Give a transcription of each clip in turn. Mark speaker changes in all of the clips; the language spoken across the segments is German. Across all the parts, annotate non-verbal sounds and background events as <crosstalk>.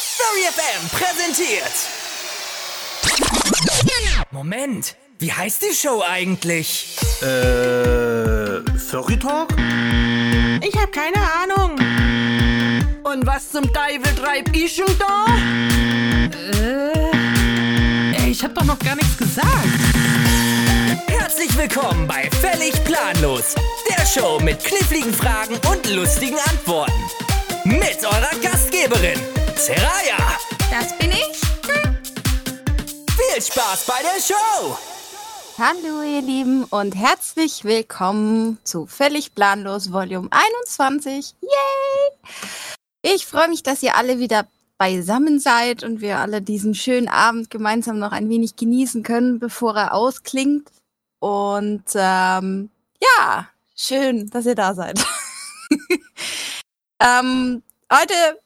Speaker 1: Story FM präsentiert.
Speaker 2: Moment, wie heißt die Show eigentlich?
Speaker 3: Äh, Furry Talk?
Speaker 4: Ich hab keine Ahnung.
Speaker 5: Und was zum Teufel treib ich schon da?
Speaker 6: Äh, ey, ich hab doch noch gar nichts gesagt.
Speaker 2: Herzlich willkommen bei Völlig Planlos, der Show mit kniffligen Fragen und lustigen Antworten. Mit eurer Gastgeberin, Seraya.
Speaker 7: Das bin ich.
Speaker 2: Viel Spaß bei der Show.
Speaker 7: Hallo ihr Lieben und herzlich willkommen zu Völlig Planlos Volume 21. Yay! Ich freue mich, dass ihr alle wieder beisammen seid und wir alle diesen schönen Abend gemeinsam noch ein wenig genießen können, bevor er ausklingt. Und ähm, ja, schön, dass ihr da seid. <laughs> ähm, heute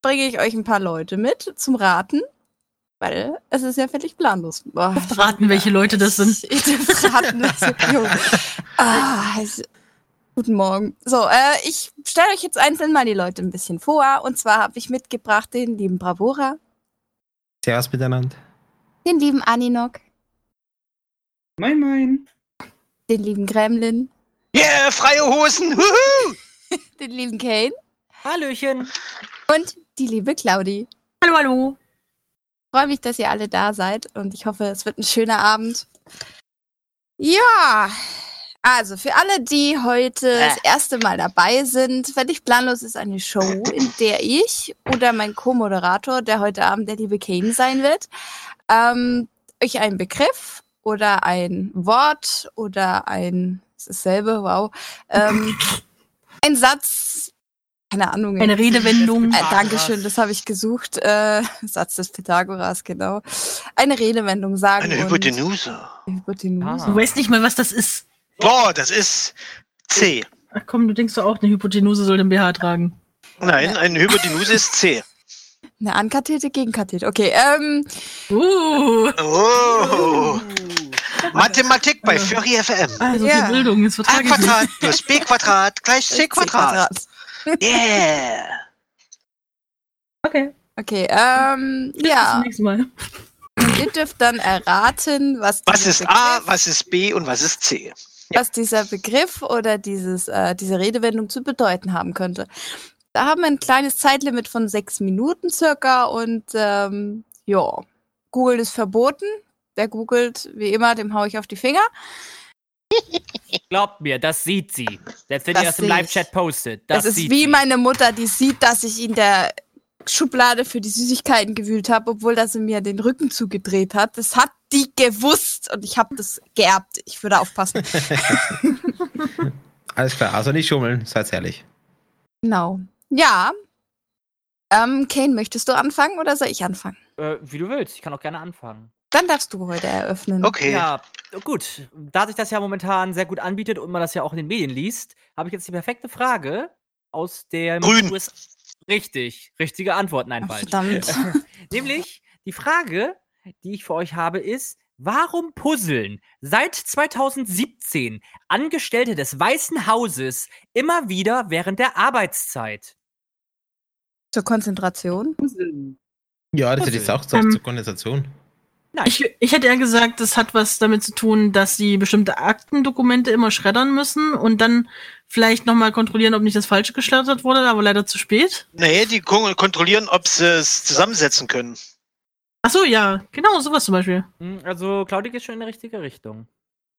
Speaker 7: bringe ich euch ein paar Leute mit zum Raten. Weil es ist ja völlig planlos.
Speaker 6: Boah, ich raten, welche Leute das sind.
Speaker 7: Ich raten, ah, also, guten Morgen. So, äh, ich stelle euch jetzt einzeln mal die Leute ein bisschen vor. Und zwar habe ich mitgebracht den lieben Bravora.
Speaker 8: Servus miteinander.
Speaker 7: Den lieben Aninok.
Speaker 9: Moin, moin.
Speaker 7: Den lieben Gremlin.
Speaker 10: Yeah, freie Hosen. Huhu!
Speaker 7: <laughs> den lieben Kane.
Speaker 11: Hallöchen.
Speaker 7: Und die liebe Claudi.
Speaker 6: Hallo, hallo.
Speaker 7: Freue mich, dass ihr alle da seid und ich hoffe, es wird ein schöner Abend. Ja, also für alle, die heute das erste Mal dabei sind, völlig planlos ist eine Show, in der ich oder mein Co-Moderator, der heute Abend der liebe Kane sein wird, ähm, euch einen Begriff oder ein Wort oder ein, es ist dasselbe, wow, ähm, ein Satz keine Ahnung.
Speaker 6: Eine Redewendung.
Speaker 7: Äh, Dankeschön, das habe ich gesucht. Äh, Satz des Pythagoras, genau. Eine Redewendung sagen.
Speaker 10: Eine Hypotenuse.
Speaker 7: Hypotenuse.
Speaker 6: Ah. Du weißt nicht mal, was das ist.
Speaker 10: Boah, das ist C.
Speaker 6: Ach komm, du denkst doch auch, eine Hypotenuse soll den BH tragen.
Speaker 10: Nein, eine Hypotenuse ist C.
Speaker 7: Eine Ankathete gegen Kathete. Okay, ähm.
Speaker 6: Uh.
Speaker 10: Oh. Mathematik bei Fury FM.
Speaker 6: Also ja. die Bildung, jetzt
Speaker 10: A
Speaker 4: Ah,
Speaker 10: Quadrat plus B Quadrat gleich C Quadrat. Yeah!
Speaker 6: Okay.
Speaker 7: Okay, ähm, Bis ja.
Speaker 6: Bis nächstes Mal.
Speaker 7: Ihr dürft dann erraten, was.
Speaker 10: Was ist Begriff, A, was ist B und was ist C?
Speaker 7: Was ja. dieser Begriff oder dieses, äh, diese Redewendung zu bedeuten haben könnte. Da haben wir ein kleines Zeitlimit von sechs Minuten circa und ähm, ja, Google ist verboten. Wer googelt, wie immer, dem haue ich auf die Finger.
Speaker 11: Glaubt mir, das sieht sie. Selbst wenn das ihr das im Live-Chat postet.
Speaker 7: Das es ist wie sie. meine Mutter, die sieht, dass ich in der Schublade für die Süßigkeiten gewühlt habe, obwohl das sie mir den Rücken zugedreht hat. Das hat die gewusst und ich habe das geerbt. Ich würde aufpassen.
Speaker 8: Alles klar, also nicht schummeln, seid ehrlich.
Speaker 7: Genau. Ja. Ähm, Kane, möchtest du anfangen oder soll ich anfangen?
Speaker 11: Äh, wie du willst, ich kann auch gerne anfangen.
Speaker 7: Dann darfst du heute eröffnen.
Speaker 10: Okay.
Speaker 11: Ja, gut. Da sich das ja momentan sehr gut anbietet und man das ja auch in den Medien liest, habe ich jetzt die perfekte Frage aus der
Speaker 10: Grün.
Speaker 11: Richtig, richtige Antwort, nein, falsch.
Speaker 7: Verdammt.
Speaker 11: Nämlich die Frage, die ich für euch habe, ist: Warum puzzeln seit 2017 Angestellte des Weißen Hauses immer wieder während der Arbeitszeit?
Speaker 7: Zur Konzentration?
Speaker 8: Ja, das ist jetzt auch zur, ähm, zur Konzentration.
Speaker 6: Nein. Ich, ich hätte eher gesagt, das hat was damit zu tun, dass sie bestimmte Aktendokumente immer schreddern müssen und dann vielleicht nochmal kontrollieren, ob nicht das Falsche geschreddert wurde, aber leider zu spät.
Speaker 10: Nee, die kontrollieren, ob sie es zusammensetzen können.
Speaker 6: Ach so, ja, genau, sowas zum Beispiel.
Speaker 11: Also, Claudia geht schon in die richtige Richtung.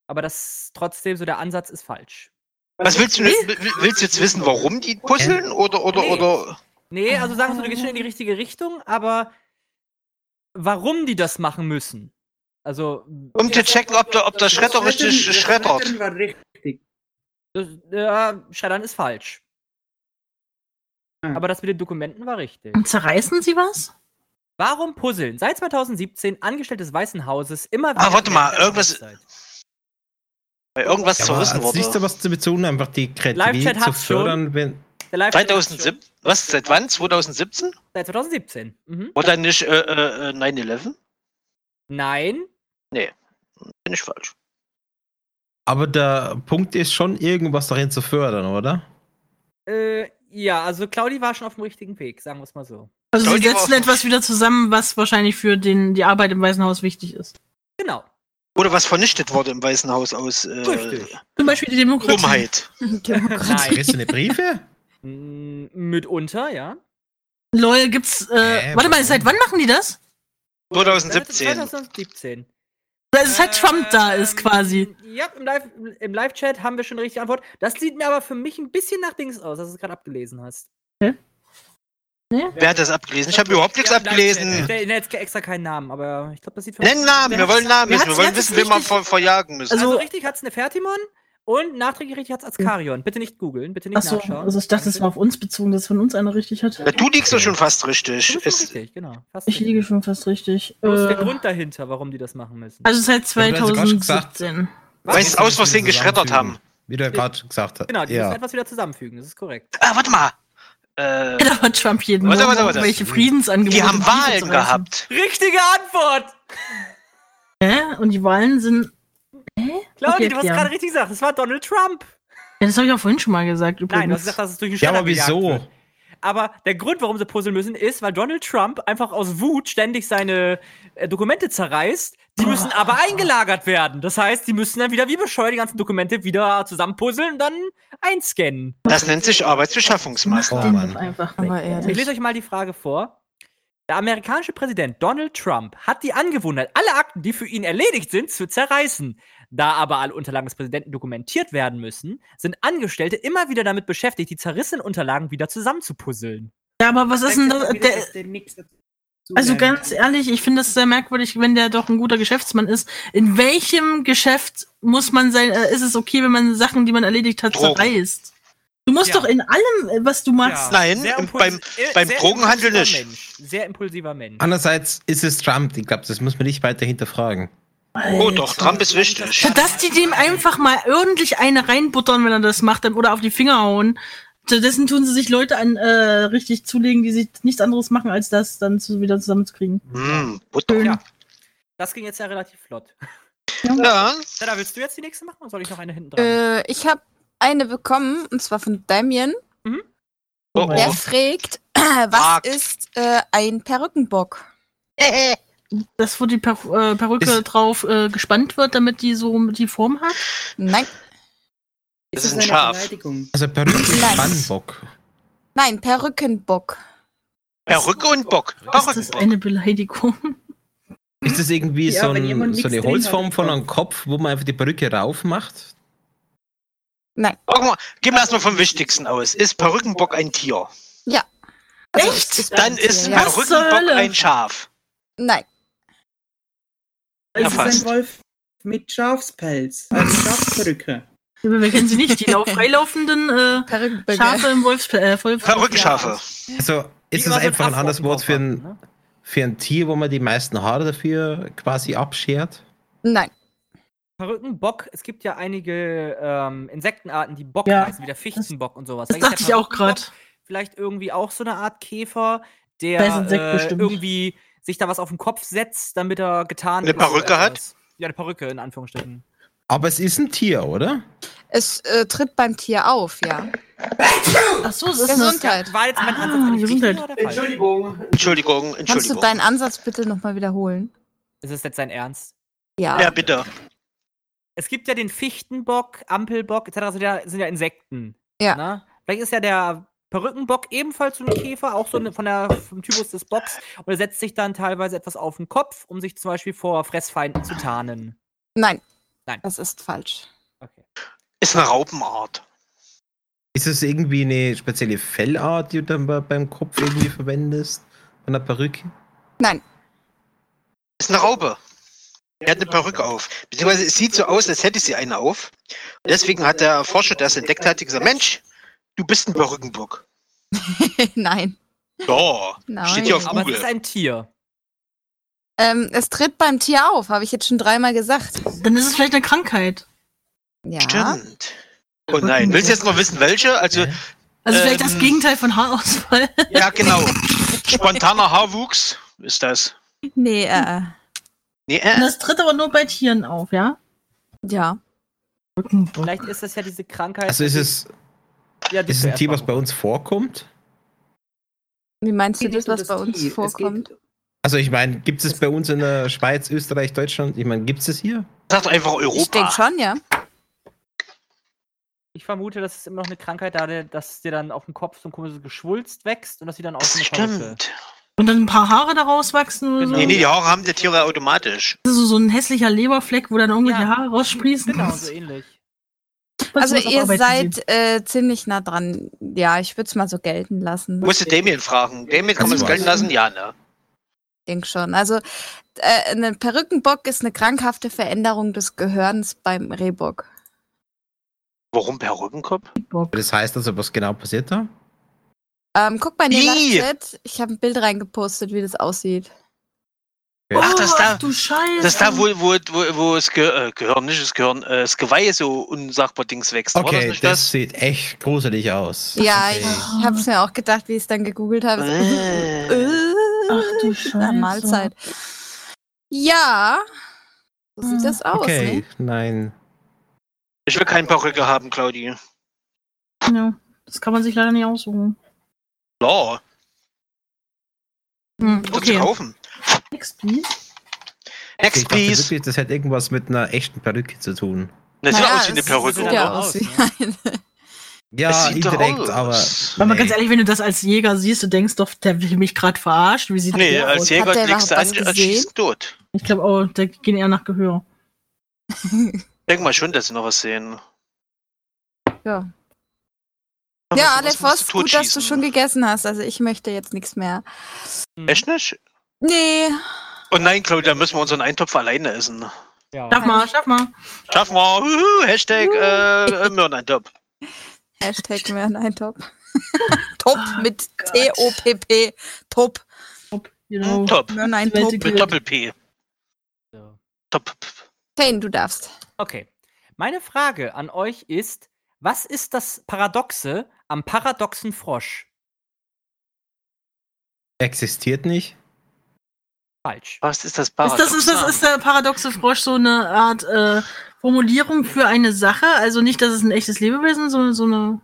Speaker 11: Aber das trotzdem, so der Ansatz ist falsch.
Speaker 10: Was willst du, jetzt, willst du jetzt wissen, warum die puzzeln oder, oder,
Speaker 11: nee.
Speaker 10: oder?
Speaker 11: Nee, also sagen sie, du gehst schon in die richtige Richtung, aber warum die das machen müssen. Also,
Speaker 10: um zu checken, ob, der, ob das Schredder richtig das schreddert. Schreddern war richtig.
Speaker 11: Das, ja, Schreddern ist falsch. Hm. Aber das mit den Dokumenten war richtig.
Speaker 6: Und zerreißen sie was?
Speaker 11: Warum puzzeln? Seit 2017 Angestellte des Weißen Hauses immer
Speaker 10: wieder. Ah, warte mal, irgendwas. Bei irgendwas ja, zerrissen
Speaker 8: wurde. also Siehst du was zu betonen? Einfach die Kreativität zu fördern,
Speaker 10: schon. wenn. 2007? Was? Seit wann? 2017?
Speaker 11: Seit 2017. Mhm.
Speaker 10: Oder nicht äh, äh, 9-11?
Speaker 11: Nein.
Speaker 10: Nee, bin ich falsch.
Speaker 8: Aber der Punkt ist schon, irgendwas darin zu fördern, oder?
Speaker 11: Äh, ja, also Claudi war schon auf dem richtigen Weg, sagen wir es mal so.
Speaker 6: Also
Speaker 10: Soll
Speaker 6: sie
Speaker 10: die
Speaker 6: setzen
Speaker 10: Woche-
Speaker 6: etwas wieder zusammen, was wahrscheinlich für den, die Arbeit im Weißen Haus wichtig ist.
Speaker 11: Genau.
Speaker 10: Oder was vernichtet wurde im Weißen Haus aus äh,
Speaker 11: Richtig.
Speaker 6: Zum Beispiel die Demokratie.
Speaker 10: Dummheit.
Speaker 11: Nein.
Speaker 8: Kriegst du eine Briefe?
Speaker 11: M- Mitunter, ja.
Speaker 6: Lol, gibt's. Äh,
Speaker 8: Hä,
Speaker 6: warte mal,
Speaker 8: warum?
Speaker 6: seit wann machen die das?
Speaker 10: 2017.
Speaker 11: 2017.
Speaker 6: Da ist halt Trump da ist quasi.
Speaker 11: Ähm, Ja, im Live- im Live-Chat haben wir schon die richtige Antwort. Das sieht mir aber für mich ein bisschen nach Dings aus, dass du es gerade abgelesen hast.
Speaker 10: Wer hat das abgelesen? Ich habe überhaupt nichts
Speaker 11: Ja, im Live-Chat.
Speaker 10: abgelesen.
Speaker 11: Ich nenne jetzt extra keinen Namen, aber ich glaube, das sieht für
Speaker 10: Nenn Namen, wir wollen Namen
Speaker 6: wer
Speaker 10: wissen.
Speaker 6: hat's-
Speaker 10: Wir wollen
Speaker 6: wer hat's
Speaker 10: wissen, wen wir
Speaker 6: richtig-
Speaker 10: ver verjagen müssen.
Speaker 11: Also,
Speaker 6: Also-
Speaker 11: richtig hat's eine Fertimon und nachträglich richtig hat's Azkarion. Bitte nicht googeln, bitte nicht
Speaker 6: Achso,
Speaker 11: nachschauen.
Speaker 6: also ich dachte, es war auf uns bezogen, dass von uns einer richtig hat.
Speaker 10: Ja, du liegst doch schon fast richtig.
Speaker 11: Du bist schon
Speaker 10: Es,
Speaker 11: richtig, genau. Fast
Speaker 6: Ich liege schon fast richtig. Äh,
Speaker 11: Das ist der
Speaker 6: also
Speaker 11: Grund dahinter, warum die das machen müssen.
Speaker 6: seit
Speaker 8: Ja, du hast sogar schon gesagt.
Speaker 6: 2017.
Speaker 10: weil sie es aus Versehen geschreddert haben.
Speaker 8: Wie du ja gerade gesagt hast.
Speaker 11: genau, die müssen
Speaker 8: ja.
Speaker 11: etwas wieder zusammenfügen, das ist korrekt.
Speaker 10: Ah, warte mal.
Speaker 6: <laughs>
Speaker 10: Äh,
Speaker 6: Da war Trump jeden
Speaker 10: Warte,
Speaker 6: Morgen
Speaker 10: warte, warte.
Speaker 6: welche Friedensangebote.
Speaker 10: die haben
Speaker 6: in die Tiefe
Speaker 10: Wahlen
Speaker 6: zu reißen.
Speaker 10: gehabt.
Speaker 11: Richtige Antwort!
Speaker 6: Hä? Und die Wahlen sind.
Speaker 11: Claudia,
Speaker 6: Okay,
Speaker 11: du hast
Speaker 6: Pia.
Speaker 11: gerade richtig gesagt, das war Donald Trump.
Speaker 6: Ja, das habe ich auch vorhin schon mal gesagt, übrigens.
Speaker 11: Nein, du hast gesagt, dass es durch den
Speaker 8: ja, aber
Speaker 11: Schredder gejagt
Speaker 8: wieso?
Speaker 11: wird. Aber der Grund, warum sie puzzeln müssen, ist, weil Donald Trump einfach aus Wut ständig seine äh, Dokumente zerreißt. Die müssen aber eingelagert werden. Das heißt, die müssen dann wieder wie bescheuert die ganzen Dokumente wieder zusammenpuzzeln und dann einscannen.
Speaker 10: Das nennt sich Arbeitsbeschaffungsmaßnahme.
Speaker 6: Den
Speaker 8: Mann.
Speaker 6: doch einfach weg.
Speaker 7: Aber
Speaker 11: Ich
Speaker 7: ehrlich.
Speaker 11: lese euch mal die Frage vor. Der amerikanische Präsident Donald Trump hat die Angewohnheit, alle Akten, die für ihn erledigt sind, zu zerreißen. Da aber alle Unterlagen des Präsidenten dokumentiert werden müssen, sind Angestellte immer wieder damit beschäftigt, die zerrissenen Unterlagen wieder zusammenzupuzzeln.
Speaker 6: Ja, aber was ist denn das? Der, also
Speaker 9: ganz.
Speaker 6: ganz ehrlich, ich finde das sehr merkwürdig, wenn der doch ein guter Geschäftsmann ist. In welchem Geschäft muss man sein, äh, ist es okay, wenn man Sachen, die man erledigt hat,
Speaker 10: Drogen.
Speaker 6: zerreißt? Du musst
Speaker 11: Ja.
Speaker 6: doch in allem, äh, was du machst.
Speaker 10: Nein, im-
Speaker 11: impuls-
Speaker 10: beim-
Speaker 11: äh,
Speaker 10: beim Drogenhandel
Speaker 11: impulsiver
Speaker 10: nicht.
Speaker 11: Mensch. Sehr impulsiver Mensch.
Speaker 8: Andererseits ist es Trump. Ich glaube, das muss man nicht weiter hinterfragen.
Speaker 6: äh,
Speaker 10: Oh, doch, Trump ist wichtig.
Speaker 6: Ja, dass die dem einfach mal ordentlich eine reinbuttern, wenn er das macht, dann- oder auf die Finger hauen. Stattdessen tun sie sich Leute an äh, richtig zulegen, die sich nichts anderes machen, als das dann zu, wieder zusammenzukriegen.
Speaker 10: Hm, Butter.
Speaker 11: Ja. Das ging jetzt ja relativ flott.
Speaker 10: Ja,
Speaker 11: Sarah, willst du jetzt die nächste machen oder soll ich noch eine hinten dran?
Speaker 7: <laughs> Äh, ich habe eine bekommen, und zwar von Damien.
Speaker 10: oh,
Speaker 7: Der
Speaker 10: oh.
Speaker 7: fragt, <clears throat> was
Speaker 10: Fragt.
Speaker 7: ist äh, ein Perückenbock?
Speaker 6: Das, wo die per äh, Perücke
Speaker 8: Ist-
Speaker 6: drauf äh, gespannt wird, damit die so die Form hat.
Speaker 7: Nein,
Speaker 10: Das ist ein Schaf.
Speaker 8: Also Perücke
Speaker 7: Nein.
Speaker 8: Spannbock.
Speaker 7: nein, Perückenbock.
Speaker 10: Perücke und Bock.
Speaker 6: Ist das
Speaker 10: Perückenbock.
Speaker 6: eine Beleidigung? <laughs>
Speaker 8: Ist das irgendwie
Speaker 9: Ja,
Speaker 8: so,
Speaker 9: wenn
Speaker 8: ein,
Speaker 9: jemand
Speaker 8: so
Speaker 9: nichts
Speaker 8: eine
Speaker 9: drin hat
Speaker 8: Holzform
Speaker 9: im
Speaker 8: von einem Kopf, wo man einfach die Perücke rauf macht?
Speaker 10: Guck mal, gehen wir erstmal vom Wichtigsten aus. Ist Perückenbock ein Tier?
Speaker 7: Also
Speaker 6: Echt?
Speaker 10: Dann ist
Speaker 7: Ja.
Speaker 6: Was zur
Speaker 10: Perückenbock
Speaker 6: Hölle?
Speaker 10: ein Schaf.
Speaker 7: Nein,
Speaker 9: Es ist
Speaker 10: Erfasst.
Speaker 9: ein Wolf mit Schafspelz, also
Speaker 11: <laughs>
Speaker 9: Schafsperücke.
Speaker 6: Wir kennen sie nicht, die lau-
Speaker 10: <laughs>
Speaker 6: freilaufenden äh,
Speaker 7: Perückenböcke.
Speaker 6: Schafe im Wolfs... Äh, Wolf
Speaker 10: Perückenschafe.
Speaker 8: Also ist
Speaker 11: Wie
Speaker 8: das
Speaker 11: immer so
Speaker 8: einfach ein anderes
Speaker 11: Afrocken
Speaker 8: Wort für
Speaker 11: draufpacken,
Speaker 8: ein,
Speaker 11: ne?
Speaker 8: für ein Tier, wo man die meisten Haare dafür quasi abschert?
Speaker 7: nein.
Speaker 11: Perückenbock, es gibt ja einige ähm, Insektenarten, die Bock
Speaker 6: Ja.
Speaker 11: heißen, wie der Fichtenbock und sowas.
Speaker 6: Das
Speaker 11: Da gibt's
Speaker 6: dachte
Speaker 11: ja
Speaker 6: ich auch
Speaker 11: Perückenbock,
Speaker 6: gerade.
Speaker 11: Vielleicht irgendwie auch so eine Art Käfer,
Speaker 6: Weiß
Speaker 11: der
Speaker 6: Insekt
Speaker 11: äh,
Speaker 6: bestimmt.
Speaker 11: irgendwie sich da was auf den Kopf setzt, damit er getan
Speaker 10: Eine
Speaker 11: ist, so
Speaker 10: Perücke hat?
Speaker 11: etwas. Ja, eine Perücke, in Anführungsstrichen.
Speaker 8: Aber es ist ein Tier, oder?
Speaker 7: Es äh, tritt beim Tier auf, ja.
Speaker 6: Ach so, es ist eine,
Speaker 7: Gesundheit.
Speaker 11: War jetzt mein
Speaker 6: Ah,
Speaker 11: Ansatz eigentlich richtig
Speaker 6: Gesundheit.
Speaker 11: oder falsch?
Speaker 10: Entschuldigung,
Speaker 7: Kannst du
Speaker 10: Entschuldigung.
Speaker 7: deinen Ansatz bitte nochmal wiederholen?
Speaker 11: Ist es jetzt sein Ernst?
Speaker 7: Ja.
Speaker 10: Ja, bitte.
Speaker 11: Es gibt ja den Fichtenbock, Ampelbock, etc. Das sind ja, sind ja Insekten.
Speaker 7: Ja.
Speaker 11: Ne? Vielleicht ist ja der Perückenbock ebenfalls so ein Käfer, auch so eine, von der, vom Typus des Bocks. Und er setzt sich dann teilweise etwas auf den Kopf, um sich zum Beispiel vor Fressfeinden zu tarnen.
Speaker 7: Nein.
Speaker 11: Nein.
Speaker 7: Das ist falsch. <laughs>
Speaker 11: Okay.
Speaker 10: Ist eine Raupenart.
Speaker 8: Ist es irgendwie eine spezielle Fellart, die du dann bei, beim Kopf irgendwie verwendest? An der Perücke?
Speaker 10: Ist eine Raupe. Er hat eine Perücke auf. Beziehungsweise es sieht so aus, als hätte sie eine auf. Deswegen hat der Forscher, der es entdeckt hat, gesagt, Mensch, du bist ein Perückenbock.
Speaker 7: nein.
Speaker 10: Ja,
Speaker 7: Nein.
Speaker 10: steht hier auf
Speaker 11: Aber es ist
Speaker 10: Google.
Speaker 11: ein Tier.
Speaker 7: Ähm, es tritt beim Tier auf, habe ich jetzt schon dreimal gesagt.
Speaker 6: dann ist es vielleicht eine Krankheit.
Speaker 7: Ja.
Speaker 10: Stimmt. Oh nein, willst du jetzt noch wissen, welche? Also,
Speaker 6: Also vielleicht das
Speaker 10: Ähm.
Speaker 6: Gegenteil von Haarausfall. <laughs>
Speaker 10: ja genau. Spontaner Haarwuchs ist das.
Speaker 7: Nee, äh,
Speaker 10: Nee, äh,
Speaker 6: Das tritt aber nur bei Tieren auf, ja?
Speaker 7: ja.
Speaker 11: Vielleicht ist das ja diese Krankheit.
Speaker 8: Also ist es
Speaker 11: ja, die
Speaker 8: ist es
Speaker 11: du
Speaker 8: ein Tier,
Speaker 11: erst
Speaker 8: was
Speaker 11: mal-
Speaker 8: bei uns vorkommt?
Speaker 7: Wie meinst du
Speaker 9: geht
Speaker 7: das, was
Speaker 9: um
Speaker 7: bei uns
Speaker 9: Key. Es
Speaker 7: vorkommt?
Speaker 10: Äh,
Speaker 9: Geht,
Speaker 8: Also ich meine, gibt es bei uns in der Schweiz, Österreich, Deutschland? Ich meine, gibt es hier?
Speaker 10: Sagt einfach Europa.
Speaker 7: Ich denke schon, ja.
Speaker 11: Ich vermute, das ist immer noch eine Krankheit, da der, dass dir dann auf dem Kopf so ein komisches Geschwulst wächst und dass sie dann
Speaker 10: Das
Speaker 11: aussehen.
Speaker 10: stimmt.
Speaker 6: Und dann ein paar Haare daraus wachsen oder so.
Speaker 10: Genau. Nee, nee, die Haare haben die Tiere automatisch.
Speaker 6: Das ist so, so ein hässlicher Leberfleck, wo dann irgendwelche
Speaker 11: Ja.
Speaker 6: Haare raussprießen.
Speaker 11: Genau, so ähnlich.
Speaker 7: Also
Speaker 6: sowas
Speaker 7: ihr
Speaker 6: arbeiten
Speaker 7: seid äh, ziemlich nah dran. Ja, ich würde es mal so gelten lassen.
Speaker 10: Musste Damien fragen. Damien kann man
Speaker 8: Also
Speaker 10: es gelten
Speaker 8: was?
Speaker 10: lassen? Ja, ne?
Speaker 7: denke schon. Also äh, ein Perückenbock ist eine krankhafte Veränderung des Gehirns beim Rehbock.
Speaker 10: Warum Perückenkopf?
Speaker 8: Das heißt also, was genau passiert da?
Speaker 7: Ähm, guck mal in den
Speaker 10: Ih!
Speaker 7: Live-Chat. Ich habe ein Bild reingepostet, wie das aussieht.
Speaker 10: Ach, das da,
Speaker 6: Oh, du Scheiße.
Speaker 10: das da, wo, wo, wo, wo das Ge äh, Gehirn, nicht das Gehirn, äh, das Geweih so unsagbar Dings wächst. War das
Speaker 8: Okay, das,
Speaker 10: nicht das?
Speaker 8: sieht echt gruselig aus.
Speaker 7: ja,
Speaker 8: okay.
Speaker 7: ich habe es mir auch gedacht, wie ich es dann gegoogelt habe.
Speaker 10: Äh.
Speaker 6: Ach
Speaker 7: <laughs>
Speaker 6: du
Speaker 7: Äh,
Speaker 6: Scheiße.
Speaker 7: Mahlzeit. Ja, so
Speaker 6: Hm.
Speaker 7: sieht das aus.
Speaker 8: Okay,
Speaker 7: Ne?
Speaker 8: nein.
Speaker 10: Ich will keine Perücke haben, Claudi.
Speaker 6: Ja, das kann man sich leider nicht aussuchen.
Speaker 10: Klar,
Speaker 6: Hm,
Speaker 10: kannst du
Speaker 6: okay.
Speaker 10: kaufen.
Speaker 6: Next, please.
Speaker 10: Next,
Speaker 8: Ich dachte
Speaker 10: please.
Speaker 8: wirklich, das hat irgendwas mit einer echten Perücke zu tun.
Speaker 10: Das sieht
Speaker 7: Naja,
Speaker 10: aus wie eine
Speaker 7: es
Speaker 10: Perücke.
Speaker 7: Sieht
Speaker 10: oder?
Speaker 7: ja
Speaker 11: oder?
Speaker 7: aus wie
Speaker 11: Aus,
Speaker 7: eine. <laughs>
Speaker 8: Ja,
Speaker 10: sieht doch
Speaker 8: indirekt,
Speaker 10: aus.
Speaker 8: aber.
Speaker 6: Weil man
Speaker 8: nee.
Speaker 6: ganz ehrlich, wenn du das als Jäger siehst, du denkst doch, der will mich gerade verarscht. Wie sieht
Speaker 10: Nee,
Speaker 6: der
Speaker 10: als
Speaker 6: aus?
Speaker 10: Jäger
Speaker 7: Hat der
Speaker 10: klickst du an
Speaker 7: überhaupt was
Speaker 10: und schießt tot.
Speaker 6: Ich glaube, oh, der gehen eher nach Gehör.
Speaker 10: Denk mal schon, dass sie noch was sehen.
Speaker 7: Ja.
Speaker 10: Was-
Speaker 7: Ja,
Speaker 10: was
Speaker 7: Ale
Speaker 10: musst
Speaker 7: Voss, gut, dass du
Speaker 10: totschießen?
Speaker 7: schon gegessen hast. Also ich möchte jetzt nichts mehr.
Speaker 10: Echt nicht?
Speaker 7: Nee,
Speaker 10: Oh nein, Claudia, dann müssen wir unseren Eintopf alleine essen.
Speaker 11: Ja.
Speaker 6: Schaff mal, schaff mal.
Speaker 10: Schaffen wir. Uhu, Hashtag äh, äh, Möhreneintopf.
Speaker 7: Hashtag mehr, nein,
Speaker 8: <laughs>
Speaker 7: top. top
Speaker 8: Oh
Speaker 7: mit T-O-P-P. Top.
Speaker 6: Genau.
Speaker 10: Top.
Speaker 7: Mehr, nein,
Speaker 6: Welt
Speaker 7: top.
Speaker 6: geht.
Speaker 10: Mit Doppel-P.
Speaker 11: So.
Speaker 10: Top.
Speaker 7: Fane, du darfst.
Speaker 11: Okay. Meine Frage an euch ist: Was ist das Paradoxe am paradoxen Frosch?
Speaker 8: Existiert nicht?
Speaker 11: Falsch.
Speaker 10: <laughs> Was ist das
Speaker 6: Ist das, ist das, ist der paradoxe Frosch so eine Art äh, Formulierung für eine Sache? Also nicht, dass es ein echtes Lebewesen ist, sondern so eine.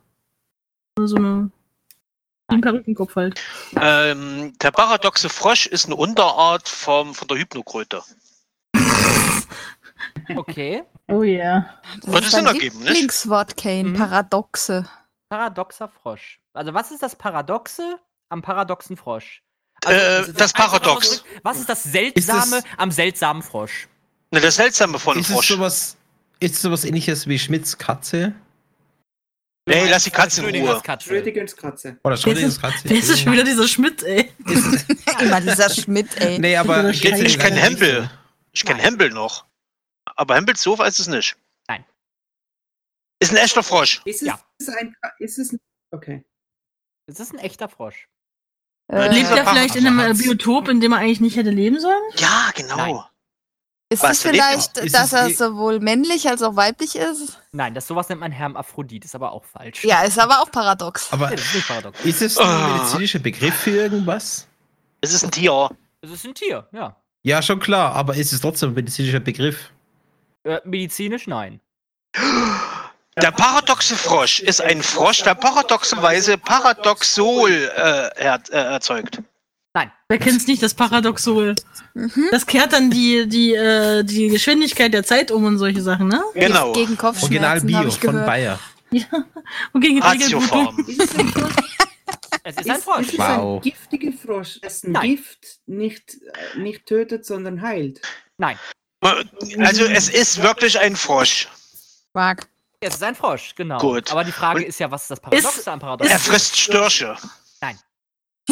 Speaker 6: So eine wie ein Perückenkopf halt.
Speaker 10: Ähm, der paradoxe Frosch ist eine Unterart vom, von der Hypnokröte.
Speaker 11: Okay.
Speaker 6: Oh yeah.
Speaker 7: Das
Speaker 10: Wird es Sinn ergeben, nicht?
Speaker 7: Lieblingswort, Kane.
Speaker 11: Mhm.
Speaker 7: Paradoxe.
Speaker 11: Paradoxer Frosch. Also, was ist das Paradoxe am paradoxen Frosch?
Speaker 7: Also
Speaker 10: äh, das Paradox.
Speaker 11: Was ist das Seltsame am seltsamen Frosch?
Speaker 10: Ne, das Seltsame von einem
Speaker 8: Ist es
Speaker 10: Frosch.
Speaker 8: sowas, ist es sowas ähnliches wie Schmidts Katze?
Speaker 10: Nee, lass die Katze in
Speaker 11: Schrödingers
Speaker 10: Ruhe.
Speaker 11: Katze.
Speaker 9: Schrödingers Katze.
Speaker 8: Oder Schrödingers
Speaker 6: ist-
Speaker 8: Katze?
Speaker 6: Wer ist denn schon wieder dieser Schmidt, ey?
Speaker 7: Immer dieser Schmidt, ey.
Speaker 8: Nee, aber
Speaker 6: Ich
Speaker 8: geht's in die
Speaker 10: Ich kenne
Speaker 8: gleiche
Speaker 10: Hempel.
Speaker 8: Richtung?
Speaker 10: Ich kenne
Speaker 11: Nein.
Speaker 10: Hempel noch. Aber Hempels Sofa ist es nicht.
Speaker 11: Nein.
Speaker 10: Ist ein echter Frosch.
Speaker 9: Ist es,
Speaker 11: Ja.
Speaker 9: ist es ein. Ist es ein okay.
Speaker 11: Es ist ein echter Frosch.
Speaker 7: Äh,
Speaker 6: Lebt er vielleicht in einem äh, Biotop, in dem er eigentlich nicht hätte leben sollen?
Speaker 10: Ja, genau.
Speaker 11: Nein.
Speaker 7: ist
Speaker 10: was
Speaker 7: es
Speaker 10: lebt er?
Speaker 7: vielleicht,
Speaker 8: Ist
Speaker 7: dass
Speaker 8: es
Speaker 7: er
Speaker 8: eh-
Speaker 7: sowohl männlich als auch weiblich ist?
Speaker 11: Nein, das sowas nennt man Hermaphrodit, ist aber auch falsch.
Speaker 7: Ja, ist aber auch paradox.
Speaker 8: Aber
Speaker 11: Nee, das ist nicht paradox.
Speaker 8: ist es ein
Speaker 10: Ah.
Speaker 8: medizinischer Begriff für irgendwas?
Speaker 10: Es ist ein Tier.
Speaker 11: Es ist ein Tier, ja.
Speaker 8: Ja, schon klar, aber ist es trotzdem ein medizinischer Begriff?
Speaker 11: Äh, medizinisch nein.
Speaker 10: Der paradoxe Frosch ist ein Frosch, der paradoxerweise Paradoxol äh, er, äh, erzeugt.
Speaker 6: Wer kennt's nicht, das Paradoxol?
Speaker 7: Mhm.
Speaker 6: Das kehrt dann die, die, äh, die Geschwindigkeit der Zeit um und solche Sachen, ne?
Speaker 10: Genau.
Speaker 7: Gegen
Speaker 8: Original
Speaker 7: Kopfschmerzen,
Speaker 8: Bio
Speaker 7: habe ich
Speaker 8: von
Speaker 7: gehört.
Speaker 8: Bayer.
Speaker 6: Und gegen
Speaker 10: Ratioform.
Speaker 11: Es ist ein
Speaker 9: Ist
Speaker 11: Frosch.
Speaker 9: es ein
Speaker 8: Wow.
Speaker 9: giftiger Frosch, dessen
Speaker 11: Oh, Nein.
Speaker 9: Gift nicht, äh, nicht tötet, sondern heilt?
Speaker 11: Nein,
Speaker 10: Also es ist wirklich ein Frosch.
Speaker 7: Mark.
Speaker 11: es ist ein Frosch, genau.
Speaker 10: Gut.
Speaker 11: Aber die Frage
Speaker 10: Und-
Speaker 11: ist ja, was ist das Paradoxe am Paradoxen?
Speaker 10: Er frisst Störche.
Speaker 7: <laughs>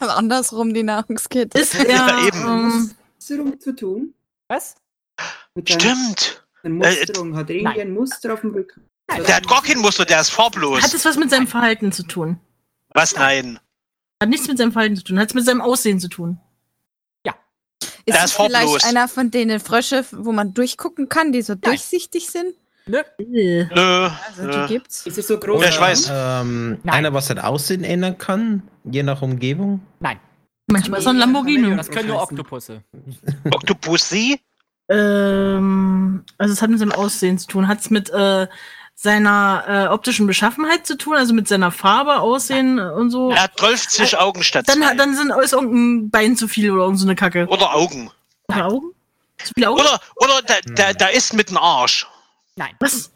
Speaker 7: Andersrum die Nahrungskette.
Speaker 6: Ist er,
Speaker 10: <laughs> Ja, eben.
Speaker 6: ähm,
Speaker 9: Musterung zu tun?
Speaker 11: was?
Speaker 9: Mit einer-
Speaker 10: Stimmt. Äh,
Speaker 9: Eine Musterung. Hat er irgendwie ein Muster auf dem Rücken?
Speaker 10: Der hat gar kein Muster, der ist
Speaker 6: hat
Speaker 10: farblos.
Speaker 6: es was mit seinem Verhalten zu tun?
Speaker 10: Was? Nein.
Speaker 6: Hat nichts mit seinem Verhalten zu tun, hat es mit seinem Aussehen zu tun.
Speaker 7: Ist
Speaker 10: Der
Speaker 7: es
Speaker 10: ist
Speaker 7: vielleicht
Speaker 10: farblos.
Speaker 7: einer von denen Frösche, wo man durchgucken kann, die so durchsichtig sind?
Speaker 11: Nö.
Speaker 6: Äh.
Speaker 10: Nö.
Speaker 7: Also die
Speaker 10: Nö.
Speaker 7: gibt's.
Speaker 9: Ist er so groß?
Speaker 10: Wer weiß.
Speaker 8: Ähm,
Speaker 11: Nein.
Speaker 8: einer, was sein Aussehen ändern kann, je nach Umgebung.
Speaker 6: Manchmal ist er ein Lamborghini.
Speaker 11: Das können nur
Speaker 9: Scheißen.
Speaker 11: Oktopusse.
Speaker 10: Octopussy?
Speaker 6: Ähm, also es hat mit seinem Aussehen zu tun, hat es mit äh, seiner äh, optischen Beschaffenheit zu tun, also mit seiner Farbe, Aussehen äh, und so.
Speaker 10: Er hat 12 Augen statt
Speaker 6: Dann,
Speaker 10: zwei.
Speaker 6: hat- dann sind, ist irgendein Bein zu viel oder irgendeine so eine Kacke.
Speaker 10: Oder Augen.
Speaker 6: Oder Augen? Zu viele Augen?
Speaker 10: Oh Oder, oder da, da, da ist mit dem Arsch.
Speaker 11: Nein.
Speaker 6: Was?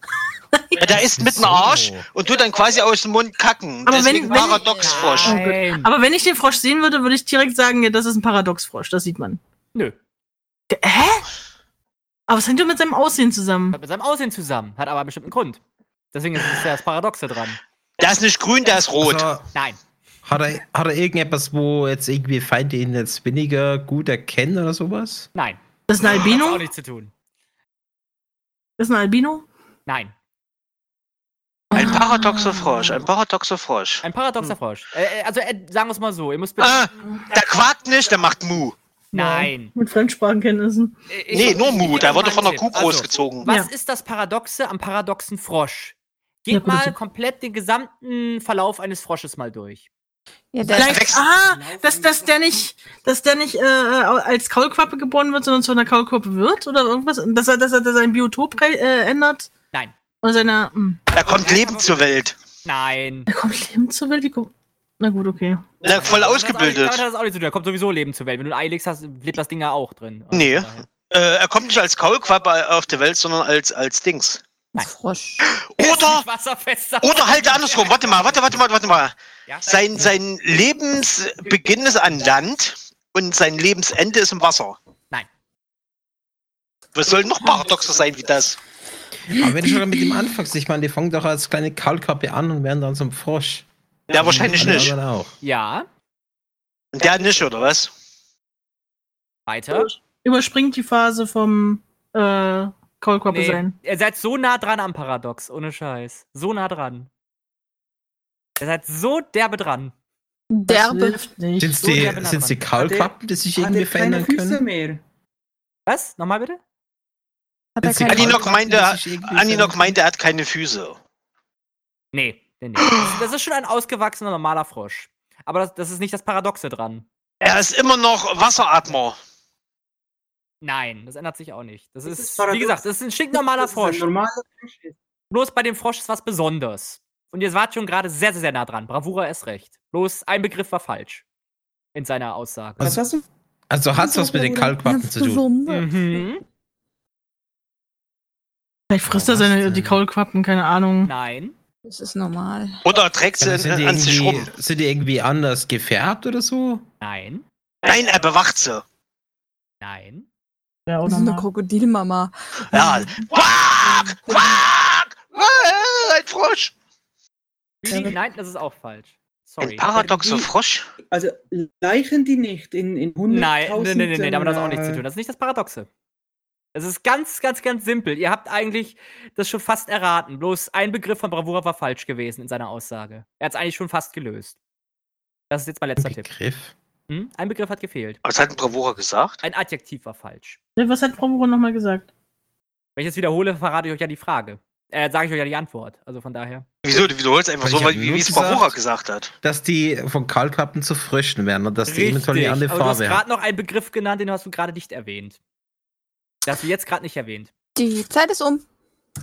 Speaker 10: Da ist mit dem Arsch und tut dann quasi aus dem Mund kacken.
Speaker 6: Aber wenn-
Speaker 10: Deswegen
Speaker 6: wenn-
Speaker 10: Paradoxfrosch.
Speaker 11: Nein.
Speaker 6: Aber wenn ich den Frosch sehen würde, würde ich direkt sagen, ja, das ist ein Paradoxfrosch, das sieht man.
Speaker 11: Nö.
Speaker 6: Hä? Aber es hängt doch mit seinem Aussehen zusammen.
Speaker 11: Hat mit seinem Aussehen zusammen. Hat aber einen bestimmten Grund. Deswegen ist es ja das Paradoxe dran.
Speaker 10: Der ist nicht grün, der ist rot.
Speaker 8: Also,
Speaker 11: Nein.
Speaker 8: hat, er, hat er irgendetwas, wo jetzt irgendwie Feinde ihn jetzt weniger gut erkennen oder sowas?
Speaker 11: Nein.
Speaker 6: Das ist ein
Speaker 11: Hat auch
Speaker 6: Albino?
Speaker 11: nichts zu tun.
Speaker 6: Das ist ein Albino?
Speaker 11: Nein.
Speaker 10: Ein paradoxer Frosch, ein paradoxer Frosch.
Speaker 11: Ein paradoxer Frosch. Äh, äh, also äh, sagen wir es mal so. Ihr müsst bitte.
Speaker 10: Hm. Ah, der quakt nicht, der macht Mu.
Speaker 11: Nein.
Speaker 6: Mit Fremdsprachenkenntnissen.
Speaker 11: Äh, ich-
Speaker 10: Nee, nur
Speaker 11: ich-
Speaker 10: Mu,
Speaker 11: ich-
Speaker 10: der
Speaker 11: ich-
Speaker 10: wurde von der
Speaker 11: Tipp.
Speaker 10: Kuh
Speaker 11: Also,
Speaker 10: großgezogen.
Speaker 11: Was ist das Paradoxe am paradoxen Frosch? Geht
Speaker 6: Ja, gut,
Speaker 11: mal
Speaker 6: also-
Speaker 11: komplett den gesamten Verlauf eines Frosches mal durch.
Speaker 7: Ja, der
Speaker 6: Vielleicht, ah, dass, dass der nicht, dass der nicht äh, als Kaulquappe geboren wird, sondern zu einer Kaulquappe wird oder irgendwas. Und Dass er, dass er dass er sein Biotop re- äh, ändert.
Speaker 11: Nein.
Speaker 6: Oder seine. Mh.
Speaker 10: Da kommt
Speaker 11: Äh,
Speaker 10: Leben zur Welt.
Speaker 11: Nein.
Speaker 6: Er kommt Leben zur Welt. die kommt- Na gut, okay.
Speaker 10: Der ist voll
Speaker 11: Damit hat
Speaker 10: ausgebildet.
Speaker 11: das auch nicht zu tun. Da kommt sowieso Leben zur Welt. Wenn du ein Ei legst, hast, lebt das Ding ja auch drin.
Speaker 10: Nee.
Speaker 11: Also daher-
Speaker 10: Äh, er kommt nicht als Kaulquappe auf die Welt, sondern als, als Dings.
Speaker 7: Frosch.
Speaker 11: Ist
Speaker 10: Oder,
Speaker 11: nicht Wasserfester.
Speaker 10: oder halt andersrum. Warte mal, warte, warte, warte, warte mal.
Speaker 11: Ja.
Speaker 10: Sein, sein Lebensbeginn ist an Land und sein Lebensende ist im Wasser.
Speaker 11: Nein.
Speaker 10: Was soll noch paradoxer sein wie das?
Speaker 8: Aber wenn du schon mit dem anfängst, ich meine, die fangen doch als kleine Kaulkappe an und werden dann zum Frosch.
Speaker 10: Ja, wahrscheinlich
Speaker 8: Alle
Speaker 10: nicht.
Speaker 8: anderen auch.
Speaker 11: Ja.
Speaker 10: Und der nicht, oder was?
Speaker 11: Weiter.
Speaker 6: Überspringt die Phase vom äh, Kaulquappe
Speaker 11: Nee.
Speaker 6: sein.
Speaker 11: Ihr seid so nah dran am Paradox. Ohne Scheiß. So nah dran. Ihr seid so derbe dran.
Speaker 7: Derbe.
Speaker 6: hilft nicht.
Speaker 8: Sind's
Speaker 11: so
Speaker 8: die,
Speaker 11: gerne
Speaker 8: sind's die
Speaker 9: nachmachen.
Speaker 8: Kaulquappen, die sich
Speaker 9: Hat
Speaker 8: irgendwie
Speaker 9: er keine
Speaker 8: verändern
Speaker 9: Füße
Speaker 8: können?
Speaker 9: mehr.
Speaker 11: Was? Nochmal bitte?
Speaker 7: Hat er
Speaker 8: Sind's die
Speaker 7: keine
Speaker 10: Aninok
Speaker 8: Kaulquappen,
Speaker 10: meinte-
Speaker 8: die sich irgendwie
Speaker 10: Aninok
Speaker 8: verändern?
Speaker 10: meinte, er hat keine Füße.
Speaker 11: Nee, nee, nee. Das, das ist schon ein ausgewachsener normaler Frosch. Aber das, das ist nicht das Paradoxe dran.
Speaker 10: Er ist immer noch Wasseratmer.
Speaker 11: Nein, das ändert sich auch nicht. Das,
Speaker 9: Das
Speaker 11: ist,
Speaker 9: ist
Speaker 11: wie
Speaker 9: Paradox.
Speaker 11: gesagt, das ist ein stinknormaler
Speaker 9: Das ist ein
Speaker 11: Frosch.
Speaker 9: Normaler Frosch. ist.
Speaker 11: Bloß bei dem Frosch ist was Besonderes. Und ihr wart schon gerade sehr, sehr, sehr nah dran. Bravura ist recht. Bloß ein Begriff war falsch. In seiner Aussage.
Speaker 9: Was hast du?
Speaker 8: Also hat's was mit den Kaulquappen zu tun.
Speaker 7: Besonders.
Speaker 11: Mhm.
Speaker 6: Vielleicht frisst er
Speaker 8: Was
Speaker 6: seine,
Speaker 8: denn?
Speaker 6: die Kaulquappen, keine Ahnung.
Speaker 11: Nein.
Speaker 7: Das ist normal.
Speaker 10: Oder er trägt sie
Speaker 8: Ja,
Speaker 10: an,
Speaker 8: sind, die
Speaker 10: an sich rum.
Speaker 8: irgendwie- sind die irgendwie anders gefärbt oder so?
Speaker 11: Nein.
Speaker 10: Nein, er bewacht sie.
Speaker 11: Nein.
Speaker 6: Ja,
Speaker 7: Das
Speaker 6: oder
Speaker 7: ist eine
Speaker 6: mal.
Speaker 7: Krokodilmama. ah,
Speaker 10: Ja. Quack! Quack! Ah, Ein Frosch!
Speaker 11: Hüdi, Nein, das ist auch falsch. Sorry.
Speaker 10: Ein paradoxer
Speaker 9: Die-
Speaker 10: Frosch?
Speaker 9: Also Leichen die nicht in, in
Speaker 11: Nein, nein,
Speaker 9: hunderttausenden,
Speaker 11: nein, nein, damit hat es auch nichts zu
Speaker 9: äh,
Speaker 11: tun. Das ist nicht das Paradoxe. Es ist ganz, ganz, ganz simpel. Ihr habt eigentlich das schon fast erraten. Bloß ein Begriff von Bravura war falsch gewesen in seiner Aussage. Er hat es eigentlich schon fast gelöst. Das ist jetzt mein letzter Tipp.
Speaker 8: Begriff.
Speaker 11: Hm? Ein Begriff hat gefehlt.
Speaker 10: Was hat ein Bravura gesagt?
Speaker 11: Ein Adjektiv war falsch.
Speaker 6: Was hat Frau nochmal gesagt?
Speaker 11: Wenn ich das wiederhole, verrate ich euch ja die Frage. Äh, sage ich euch ja die Antwort. Also von daher.
Speaker 10: Wieso? Du wiederholst einfach
Speaker 8: Weil
Speaker 10: so,
Speaker 8: ich hab
Speaker 10: weil- wie wie es
Speaker 8: nur gesagt-
Speaker 10: Bravura gesagt hat.
Speaker 8: Dass die von Kaulquappen zu Fröschen werden und dass die eventuell eine andere
Speaker 11: Aber du hast
Speaker 8: Farbe haben.
Speaker 11: gerade noch einen Begriff genannt, den hast du gerade nicht erwähnt. Das hast du jetzt gerade nicht erwähnt.
Speaker 7: Die Zeit ist um.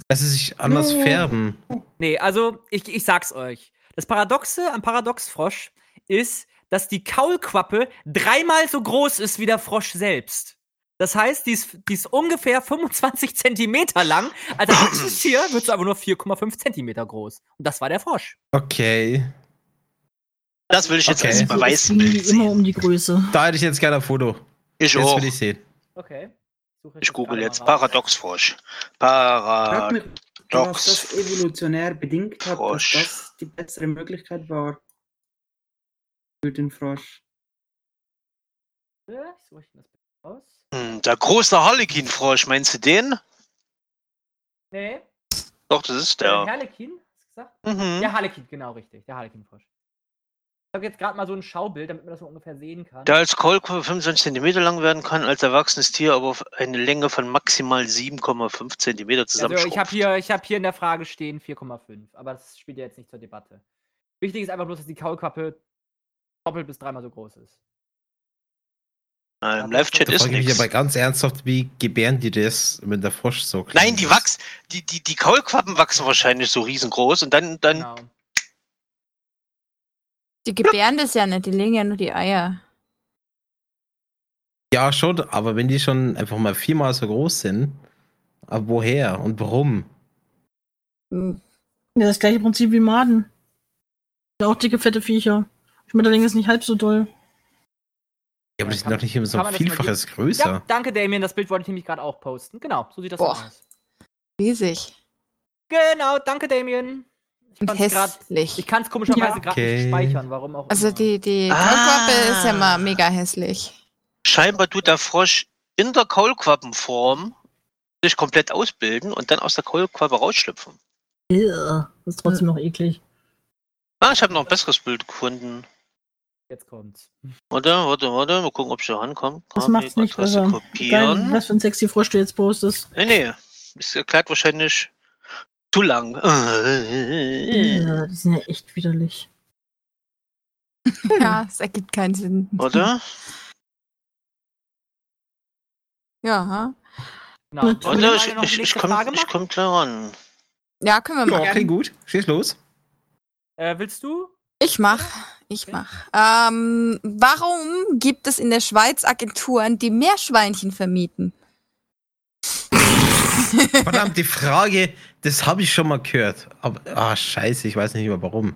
Speaker 8: Dass sie sich anders
Speaker 9: No.
Speaker 8: färben.
Speaker 11: Nee, also ich, ich sag's euch. Das Paradoxe am Paradoxfrosch ist, dass die Kaulquappe dreimal so groß ist wie der Frosch selbst. Das heißt, die ist, die ist ungefähr 25 Zentimeter lang. Als das Tier wird sie aber nur 4,5 Zentimeter groß. Und das war der Frosch.
Speaker 8: Okay.
Speaker 10: Das will ich jetzt
Speaker 8: Okay. Also,
Speaker 10: als
Speaker 6: Es ging
Speaker 10: Beweisbild
Speaker 6: immer
Speaker 10: sehen.
Speaker 6: um die Größe.
Speaker 8: Da hätte ich jetzt gerne ein Foto.
Speaker 10: Ich
Speaker 8: das
Speaker 10: auch.
Speaker 8: will ich sehen.
Speaker 11: Okay.
Speaker 10: Ich google jetzt
Speaker 11: Paradox.
Speaker 10: Paradoxfrosch.
Speaker 8: Ah,
Speaker 9: Frag mich, was das
Speaker 10: Paradox.
Speaker 9: evolutionär bedingt hat,
Speaker 10: Frosch.
Speaker 9: dass das die bessere Möglichkeit war für den Frosch.
Speaker 11: Ich suche das aus.
Speaker 10: Hm, Der große Harlequin-Frosch, meinst du den?
Speaker 11: Nee,
Speaker 10: Doch, das ist
Speaker 11: der
Speaker 10: der.
Speaker 11: Harlekin, hast du gesagt?
Speaker 10: Mhm.
Speaker 11: Der Harlekin, genau richtig. Der Harlekin-Frosch. Ich habe jetzt gerade mal so ein Schaubild, damit man das mal ungefähr sehen kann.
Speaker 10: Der als Kaulquappe 25 cm lang werden kann, als erwachsenes Tier aber auf eine Länge von maximal 7,5 cm
Speaker 11: Also ich
Speaker 10: zusammenschrumpft.
Speaker 11: habe hier, ich hab hier in der Frage stehen 4,5, aber das spielt ja jetzt nicht zur Debatte. Wichtig ist einfach bloß, dass die Kaulquappe doppelt bis dreimal so groß ist.
Speaker 10: Äh, Im Live-Chat
Speaker 8: Da
Speaker 10: ist
Speaker 8: frage ich mich
Speaker 10: nichts.
Speaker 8: aber ganz ernsthaft, wie gebären die das, wenn der Frosch so klein
Speaker 10: Nein, die
Speaker 8: ist?
Speaker 10: wachsen, die, die, die Kaulquappen wachsen wahrscheinlich so riesengroß und dann, dann
Speaker 11: Genau.
Speaker 7: Die gebären das ja nicht, die legen ja nur die Eier.
Speaker 8: Ja, schon, aber wenn die schon einfach mal viermal so groß sind, aber woher und warum?
Speaker 7: Hm.
Speaker 6: Ja, das gleiche Prinzip wie Maden. Sind Auch dicke, fette Viecher. Schmetterlinge ist nicht halb so doll.
Speaker 8: Ja, aber die sind
Speaker 11: Kann-
Speaker 8: noch nicht immer so
Speaker 11: kann man
Speaker 8: ein
Speaker 11: das mal
Speaker 8: Vielfaches
Speaker 11: Ja,
Speaker 8: größer.
Speaker 11: danke, Damien. Das Bild wollte ich nämlich gerade auch posten. Genau, so sieht das
Speaker 7: Boah.
Speaker 11: aus.
Speaker 7: Riesig.
Speaker 11: Genau, danke, Damien. Ich
Speaker 7: Und
Speaker 11: kann's grad-
Speaker 7: hässlich.
Speaker 11: ich kann es komischerweise
Speaker 6: Ja.
Speaker 11: gerade
Speaker 8: Okay.
Speaker 11: nicht speichern, warum auch
Speaker 7: Also
Speaker 11: immer.
Speaker 7: die, die Kaulquappe ist ja mal mega hässlich.
Speaker 10: scheinbar tut der Frosch in der Kaulquappenform sich komplett ausbilden und dann aus der Kaulquappe rausschlüpfen.
Speaker 6: Das ist trotzdem noch eklig.
Speaker 10: Ah, ich habe noch ein besseres Bild gefunden.
Speaker 11: Jetzt kommt's.
Speaker 10: Warte, warte, warte, mal gucken, ob ich da rankomme.
Speaker 6: Das macht's nicht
Speaker 10: Adresse
Speaker 6: besser. Geil,
Speaker 10: kopieren.
Speaker 6: was für ein sexy Frosch du jetzt postest.
Speaker 10: Nee, nee. Es erklärt wahrscheinlich zu lang. <laughs>
Speaker 6: Ja, die sind ja echt widerlich.
Speaker 7: Ja, es ergibt keinen Sinn.
Speaker 10: Oder?
Speaker 7: Ja, ha?
Speaker 11: Genau.
Speaker 6: Und-
Speaker 11: Wollen wir
Speaker 10: Oder?
Speaker 11: mal
Speaker 10: Ich,
Speaker 11: noch die
Speaker 10: ich, ich
Speaker 11: nächste
Speaker 10: komme
Speaker 11: Frage
Speaker 10: ich
Speaker 11: machen?
Speaker 10: komm gleich ran.
Speaker 7: ja können wir
Speaker 8: Ja,
Speaker 7: machen.
Speaker 8: okay, gut.
Speaker 11: <laughs>
Speaker 8: Schieß los.
Speaker 11: Äh, willst du?
Speaker 7: Ich mach. Ich mach. Ähm, warum gibt es in der Schweiz Agenturen, die Meerschweinchen vermieten?
Speaker 8: Verdammt, die Frage, das habe ich schon mal gehört. Aber, ah, scheiße, ich weiß nicht mehr warum.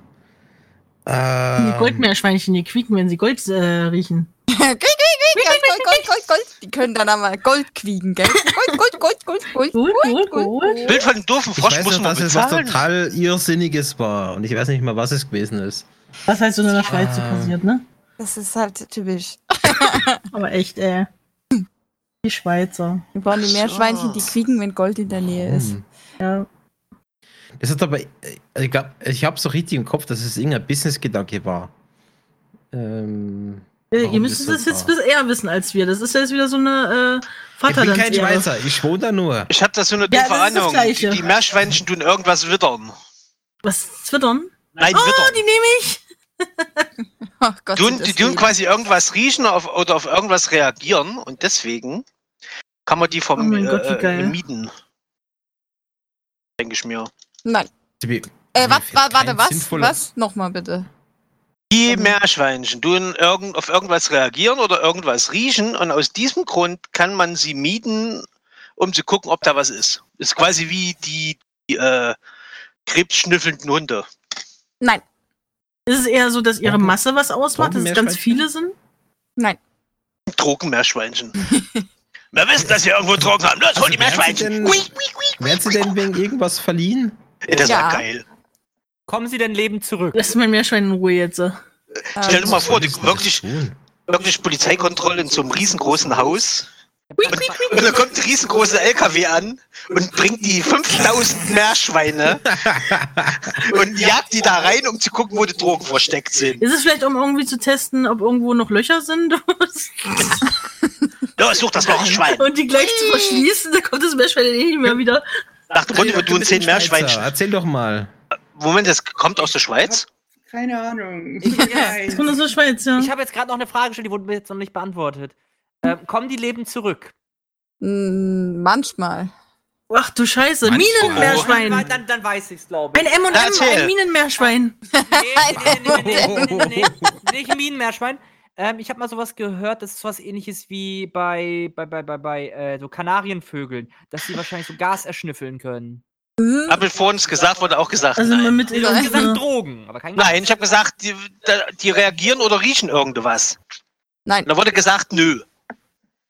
Speaker 6: Die
Speaker 8: Ähm,
Speaker 6: Goldmeerschweinchen, die quieken, wenn sie Gold äh, riechen.
Speaker 7: Gold, Gold, Gold, Gold, Gold. Die können dann aber Gold quieken, gell? Gold, Gold, Gold, Gold, Gold,
Speaker 6: Gold,
Speaker 7: Gold,
Speaker 6: Gold,
Speaker 7: Gold.
Speaker 6: Gold.
Speaker 10: Bild von dem doofen
Speaker 8: ich
Speaker 10: Frosch
Speaker 8: weiß
Speaker 10: muss
Speaker 8: noch,
Speaker 10: man
Speaker 8: dass es was
Speaker 10: bezahlen.
Speaker 8: total Irrsinniges war. Und ich weiß nicht mal, was es gewesen ist.
Speaker 6: Was halt so in der Schweiz so
Speaker 8: Ähm.
Speaker 6: passiert, ne?
Speaker 7: Das ist halt typisch.
Speaker 6: Aber echt, äh. Die Schweizer.
Speaker 7: Wir brauchen die
Speaker 10: Ach so.
Speaker 7: Meerschweinchen, die quieken, wenn Gold in der Nähe ist.
Speaker 8: Hm.
Speaker 6: Ja.
Speaker 8: Das hat aber, äh, ich glaube, ich habe so richtig im Kopf, dass es irgendein Businessgedanke war. Ähm,
Speaker 6: Äh,
Speaker 8: Warum
Speaker 6: Ihr
Speaker 8: ist
Speaker 6: müsst
Speaker 8: das
Speaker 6: das jetzt
Speaker 8: wahr?
Speaker 6: bis- eher wissen als wir. Das ist ja jetzt wieder so eine äh,
Speaker 8: ich bin kein
Speaker 6: Vaterlandsehre.
Speaker 8: Schweizer, ich wohne da nur.
Speaker 10: Ich habe da so eine
Speaker 6: Ja,
Speaker 10: doofe
Speaker 6: das ist das
Speaker 10: Ahnung.
Speaker 6: Gleiche.
Speaker 10: Die Meerschweinchen tun irgendwas wittern.
Speaker 6: Was? Zwittern?
Speaker 10: Nein,
Speaker 6: Oh, die
Speaker 10: wittern.
Speaker 6: nehme ich!
Speaker 7: Ach Gott,
Speaker 10: Tun,
Speaker 7: sind
Speaker 10: die
Speaker 7: das
Speaker 10: tun
Speaker 7: lieb.
Speaker 10: quasi irgendwas riechen auf, oder auf irgendwas reagieren und deswegen kann man die vom
Speaker 6: Oh mein Gott, wie
Speaker 10: äh,
Speaker 6: geil.
Speaker 10: mieten. Denke ich mir.
Speaker 7: Nein.
Speaker 8: Die-
Speaker 7: Äh,
Speaker 8: Mir
Speaker 7: was,
Speaker 8: fällt
Speaker 7: wa- warte,
Speaker 8: kein
Speaker 7: was?
Speaker 8: sinnvoller-
Speaker 7: Was? Nochmal bitte.
Speaker 8: Ähm,
Speaker 10: Die Meerschweinchen tun irgend, auf irgendwas reagieren oder irgendwas riechen und aus diesem Grund kann man sie mieten, um zu gucken, ob da was ist. Ist quasi wie die, die äh, krebsschnüffelnden Hunde.
Speaker 7: Nein,
Speaker 6: Ist es eher so, dass ihre
Speaker 8: Warum-
Speaker 6: Masse was ausmacht, dass
Speaker 8: warum
Speaker 6: es ganz
Speaker 8: Meerschweinchen?
Speaker 6: viele sind?
Speaker 8: <laughs>
Speaker 10: Drogenmeerschweinchen. Wir wissen, dass wir irgendwo Drogen haben. Los, hol die
Speaker 8: Also werden sie
Speaker 10: Meerschweinchen.
Speaker 8: denn-
Speaker 10: Ui, ui, ui,
Speaker 8: Werden sie denn wegen irgendwas verliehen?
Speaker 10: ui. Das
Speaker 7: Ja.
Speaker 10: war geil.
Speaker 11: Kommen sie denn lebend zurück?
Speaker 6: Lass mein Meerschwein in Ruhe jetzt. äh.
Speaker 10: Stell dir
Speaker 7: ähm,
Speaker 10: mal vor, die,
Speaker 8: Was soll
Speaker 10: wirklich,
Speaker 8: das tun?
Speaker 10: wirklich Polizeikontrolle in so einem riesengroßen Haus. Und da kommt ein riesengroßer LKW an und bringt die 5000 Meerschweine und jagt die da rein, um zu gucken, wo die Drogen versteckt sind.
Speaker 6: Ist es vielleicht, um irgendwie zu testen, ob irgendwo noch Löcher sind? <laughs>
Speaker 10: Ja, such das Lochschwein.
Speaker 6: und die gleich zu verschließen, dann kommt das Meerschwein eh nicht mehr wieder.
Speaker 10: Nach dem Motto, wir tun 10
Speaker 8: Schweizer,
Speaker 10: Meerschweinchen.
Speaker 8: Erzähl doch mal.
Speaker 10: Moment, das kommt aus der Schweiz?
Speaker 9: Keine Ahnung.
Speaker 6: Das kommt aus der Schweiz, ja.
Speaker 11: Ich habe jetzt gerade noch eine Frage gestellt, die wurde mir jetzt noch nicht beantwortet. Ähm, kommen die lebend zurück?
Speaker 7: mh, hm, Manchmal.
Speaker 6: Ach du Scheiße,
Speaker 8: Manchmal.
Speaker 6: Minenmeerschwein.
Speaker 11: Dann, dann, dann weiß ich's, glaube
Speaker 6: Ein
Speaker 11: ich.
Speaker 6: M&M,
Speaker 10: Erzähl.
Speaker 6: ein Minenmeerschwein.
Speaker 11: Nee, nee, nee, nee, nee, nee, nee. Nicht Minenmeerschwein. Ähm, ich habe mal sowas gehört, das ist was ähnliches wie bei, bei, bei, bei, bei äh, so Kanarienvögeln, dass sie wahrscheinlich so Gas erschnüffeln können.
Speaker 7: Hm?
Speaker 10: Habe ich vorhin gesagt, wurde auch gesagt.
Speaker 6: Also mal
Speaker 10: Nein,
Speaker 6: mit
Speaker 7: Nein.
Speaker 11: Insgesamt
Speaker 6: irgendeiner-
Speaker 11: Drogen, aber kein
Speaker 10: Nein ich habe gesagt, die, da- die reagieren oder riechen irgendwas.
Speaker 7: Nein.
Speaker 10: Und da wurde gesagt, nö.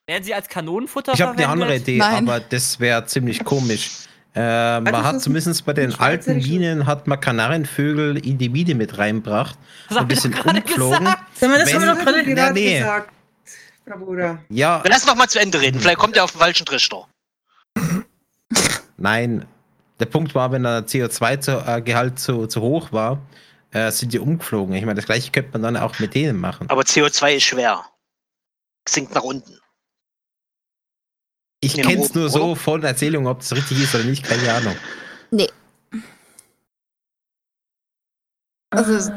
Speaker 11: Werden sie als Kanonenfutter
Speaker 8: Ich habe eine
Speaker 11: verwendet?
Speaker 8: andere Idee,
Speaker 7: Nein.
Speaker 8: aber das wäre ziemlich komisch. Äh, man
Speaker 9: das
Speaker 8: hat
Speaker 9: ist
Speaker 8: zumindest bei den
Speaker 9: ein
Speaker 8: alten
Speaker 9: schweizerisches-
Speaker 8: Minen hat man Kanarienvögel in die Mine mit reinbracht
Speaker 11: Das hab
Speaker 8: und die
Speaker 11: ich
Speaker 8: sind
Speaker 11: doch gerade
Speaker 8: umgeflogen.
Speaker 11: gesagt.
Speaker 6: Sag mal, das
Speaker 8: Wenn-
Speaker 6: haben wir doch gerade.
Speaker 8: Ja, nee.
Speaker 9: gesagt. Bravura.
Speaker 8: Ja,
Speaker 10: Lass noch mal zu Ende reden. Vielleicht kommt er auf den falschen Trichter.
Speaker 8: nein. Der Punkt war, wenn der CO2-Gehalt zu, zu hoch war, äh, sind die umgeflogen. Ich meine, das gleiche könnte man dann auch mit denen machen.
Speaker 10: Aber CO2 ist schwer. Sinkt nach unten.
Speaker 8: Ich
Speaker 10: Nee,
Speaker 8: kenne es
Speaker 10: oben,
Speaker 8: nur so
Speaker 10: oder?
Speaker 8: von Erzählungen, ob das richtig ist oder nicht, keine Ahnung.
Speaker 7: Also,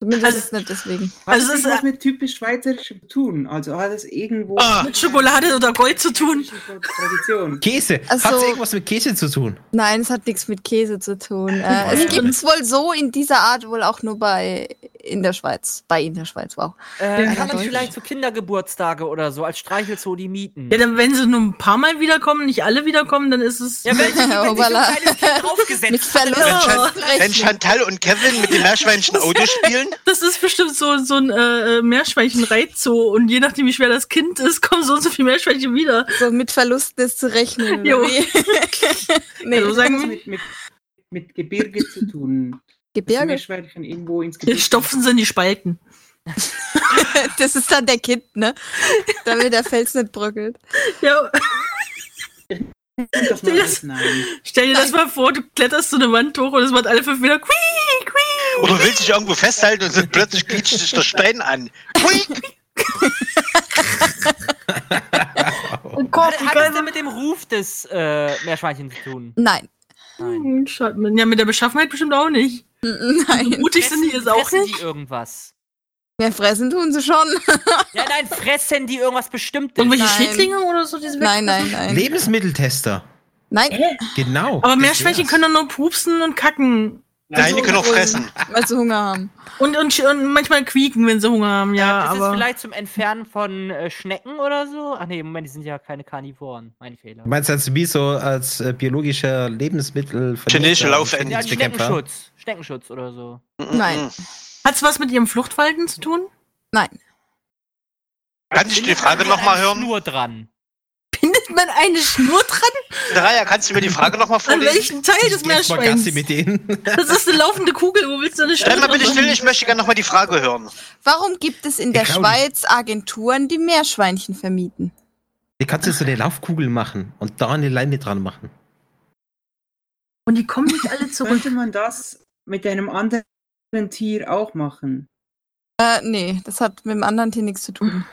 Speaker 7: Mindestens nicht deswegen.
Speaker 9: Hat
Speaker 6: Also
Speaker 9: also
Speaker 6: es
Speaker 9: das
Speaker 6: ist,
Speaker 9: was
Speaker 6: äh,
Speaker 9: mit typisch Schweizerisch zu tun? Also hat es irgendwo
Speaker 8: Ah.
Speaker 6: mit Schokolade oder Gold zu tun.
Speaker 9: mit
Speaker 6: <laughs>
Speaker 9: Tradition?
Speaker 8: Käse.
Speaker 7: Also-
Speaker 8: Hat es irgendwas mit Käse zu tun?
Speaker 7: Nein, es hat nichts mit Käse zu tun. Äh, es
Speaker 8: Stimmt.
Speaker 7: gibt es wohl so in dieser Art wohl auch nur bei in der Schweiz. Bei in der Schweiz, wow.
Speaker 11: Äh, kann man
Speaker 7: Deutsch.
Speaker 11: vielleicht zu Kindergeburtstage oder so als Streichelzoo die mieten.
Speaker 6: Ja, dann, wenn sie nur ein paar Mal wiederkommen, nicht alle wiederkommen, dann ist es.
Speaker 11: Ja, wenn sich wenn sich so
Speaker 7: Hoppala.
Speaker 11: ein kleines Kind
Speaker 7: Mit
Speaker 11: draufgesetzt hat,
Speaker 7: Verlust
Speaker 10: Wenn, Chan wenn
Speaker 7: rechnen.
Speaker 10: Chantal und Kevin mit
Speaker 7: <laughs>
Speaker 10: dem Meerschweinchen Auto spielen,
Speaker 6: Das ist bestimmt so, so ein äh, Meerschweinchen-Reizzoo. Und je nachdem, wie schwer das Kind ist, kommen so und so viele Meerschweinchen wieder.
Speaker 7: So mit Verlusten ist zu rechnen. oder
Speaker 6: Jo.
Speaker 7: wie?
Speaker 6: <laughs> Nee, also
Speaker 9: Hat
Speaker 6: sagen
Speaker 9: es
Speaker 6: wir,
Speaker 9: mit, mit, mit Gebirge
Speaker 6: <laughs>
Speaker 9: zu tun? Das
Speaker 7: Gebirge.
Speaker 9: Meerschweinchen irgendwo ins
Speaker 6: hier
Speaker 9: Gebirge.
Speaker 6: stopfen sie in die Spalten.
Speaker 7: <laughs> Das ist dann der Kind, ne? Damit der Fels nicht bröckelt.
Speaker 6: Ja, <laughs>
Speaker 9: Das macht es, nein.
Speaker 6: stell dir das mal vor, du kletterst so eine Wand hoch und es macht alle fünf wieder Quii, Quii.
Speaker 10: oder will sich irgendwo festhalten und so plötzlich quietscht sich der Stein an. Hui!
Speaker 6: Oh
Speaker 7: Oh,
Speaker 11: hat, hat das denn mit dem Ruf des äh, Meerschweinchens zu tun?
Speaker 7: Nein. <laughs>
Speaker 11: Nein.
Speaker 6: Hm, schaut man- Ja, mit der Beschaffenheit bestimmt auch nicht.
Speaker 7: Nein.
Speaker 6: Mutig sind die jetzt auch
Speaker 11: fressen
Speaker 6: nicht.
Speaker 11: die irgendwas?
Speaker 7: Mehr fressen tun sie schon. <laughs>
Speaker 11: Ja, nein, fressen die irgendwas Bestimmtes?
Speaker 6: Irgendwelche
Speaker 7: Nein.
Speaker 6: Schädlinge oder so? die sie
Speaker 7: Nein,
Speaker 6: wegfressen?
Speaker 7: nein, nein.
Speaker 8: Lebensmitteltester.
Speaker 7: Nein,
Speaker 8: Genau.
Speaker 6: Äh, Aber
Speaker 8: das
Speaker 6: Meerschweinchen
Speaker 8: wär's.
Speaker 6: können doch nur pupsen und kacken.
Speaker 10: Nein, die können auch fressen.
Speaker 7: weil sie Hunger haben.
Speaker 6: Und, und, und manchmal quieken, wenn sie Hunger haben, ja.
Speaker 11: ist es
Speaker 6: aber
Speaker 11: vielleicht zum Entfernen von äh, Schnecken oder so? Ach nee, Moment, die sind ja keine Karnivoren. Mein Fehler.
Speaker 8: Du meinst als wie so als äh, biologischer Lebensmittel
Speaker 10: Chinesische Laufenden.
Speaker 11: ja, Schneckenschutz. Schneckenschutz oder so.
Speaker 7: Nein.
Speaker 6: hat es was mit ihrem Fluchtverhalten zu tun?
Speaker 7: Nein.
Speaker 10: Kannst du die Frage nochmal hören?
Speaker 11: Nur dran.
Speaker 6: Bindet man eine Schnur dran?
Speaker 10: Dreier, kannst du mir die Frage nochmal
Speaker 6: An
Speaker 10: vorlesen?
Speaker 6: welchen Teil des
Speaker 8: Ich geh jetzt mal Gassi
Speaker 6: Meerschweins?
Speaker 8: mit denen. <laughs>
Speaker 6: Das ist eine laufende Kugel, wo willst du eine Schnur
Speaker 10: Stell mal
Speaker 6: dran
Speaker 10: bitte
Speaker 6: machen?
Speaker 10: still, ich möchte gerne nochmal die Frage hören.
Speaker 7: Warum gibt es in der
Speaker 8: Claudi.
Speaker 7: Schweiz Agenturen, die Meerschweinchen vermieten?
Speaker 8: Die kannst du so eine Laufkugel machen und da eine Leine dran machen.
Speaker 6: Und die kommen nicht alle zurück.
Speaker 9: Könnte man das mit einem anderen Tier auch machen?
Speaker 7: Äh, nee, das hat mit dem anderen Tier nichts zu tun.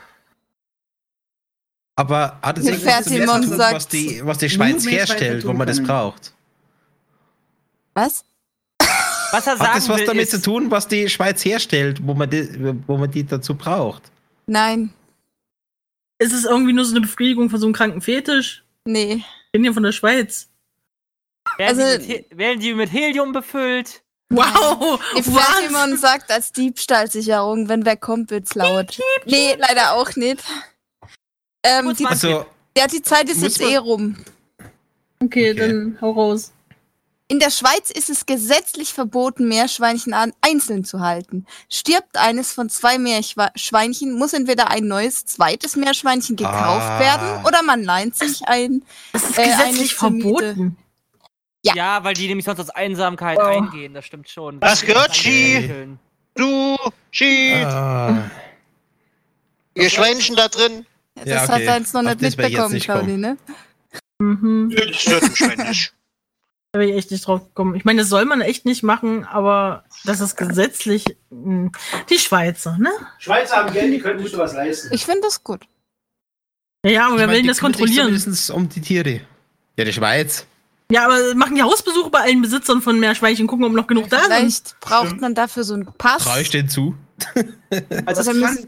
Speaker 8: Aber hat es
Speaker 7: Mit
Speaker 8: irgendwas zu
Speaker 7: Fertimon
Speaker 8: tun, was
Speaker 7: sagt's.
Speaker 8: die, was die Schweiz
Speaker 9: Nur Meerschweinchen
Speaker 8: herstellt, wo
Speaker 9: tun
Speaker 8: man das
Speaker 9: können.
Speaker 8: braucht?
Speaker 7: Was?
Speaker 11: Was er sagen
Speaker 8: Hat das was
Speaker 11: will,
Speaker 8: damit
Speaker 11: ist,
Speaker 8: zu tun, was die Schweiz herstellt, wo man die, wo man die dazu braucht?
Speaker 7: Nein.
Speaker 6: Ist es irgendwie nur so eine Befriedigung von so einem kranken Fetisch?
Speaker 7: Nee.
Speaker 6: Ich bin hier von der Schweiz.
Speaker 11: Werden,
Speaker 7: Also-
Speaker 11: die mit, He- werden die mit Helium befüllt?
Speaker 6: Wow!
Speaker 7: Die Fatimon sagt als Diebstahlsicherung, wenn wer kommt, wird's laut. Nee, leider auch nicht. Ähm,
Speaker 11: Muss
Speaker 7: die,
Speaker 11: man-
Speaker 8: Also,
Speaker 7: ja, die Zeit ist
Speaker 8: Muss
Speaker 7: jetzt
Speaker 8: man-
Speaker 7: eh rum.
Speaker 6: Okay,
Speaker 8: Okay.
Speaker 6: dann hau raus.
Speaker 7: In der Schweiz ist es gesetzlich verboten, Meerschweinchen an, einzeln zu halten. Stirbt eines von zwei Meerschweinchen, muss entweder ein neues zweites Meerschweinchen gekauft
Speaker 8: Ah.
Speaker 7: werden oder man leiht sich ein.
Speaker 6: Das ist
Speaker 7: Äh,
Speaker 6: gesetzlich
Speaker 7: eine Miete.
Speaker 6: verboten.
Speaker 7: Ja.
Speaker 11: Ja. weil die nämlich sonst aus Einsamkeit
Speaker 6: Oh.
Speaker 11: eingehen, das stimmt schon.
Speaker 10: Was gehört,
Speaker 11: Danke.
Speaker 10: Du, Schied,
Speaker 8: ah,
Speaker 10: ihr Schweinchen da drin.
Speaker 7: Das
Speaker 8: Ja,
Speaker 7: hat
Speaker 8: okay.
Speaker 7: er jetzt noch
Speaker 8: Auf
Speaker 7: nicht
Speaker 8: das wär ich jetzt
Speaker 7: mitbekommen,
Speaker 8: nicht
Speaker 7: Claudi,
Speaker 8: kommen.
Speaker 7: ne?
Speaker 6: Mhm.
Speaker 10: Nö, Das stört den Schwein nicht.
Speaker 6: Da bin ich echt nicht drauf gekommen. Ich meine, das soll man echt nicht machen, aber das ist gesetzlich. mh, Die Schweizer, ne?
Speaker 1: Schweizer haben Geld, die können sich sowas leisten.
Speaker 7: Ich finde das gut.
Speaker 6: Ja, aber
Speaker 8: ich
Speaker 6: wer will
Speaker 8: mein, die
Speaker 6: denn das
Speaker 8: kümmern sich
Speaker 6: kontrollieren?
Speaker 8: zumindest um die Tiere. Ja, die Schweiz.
Speaker 6: Ja, aber machen die Hausbesuche bei allen Besitzern von Meerschweinchen, gucken, ob noch genug da sind.
Speaker 7: Vielleicht braucht man dafür so einen Pass.
Speaker 8: Traue ich denen zu?
Speaker 9: Also es
Speaker 7: Oder
Speaker 9: kann,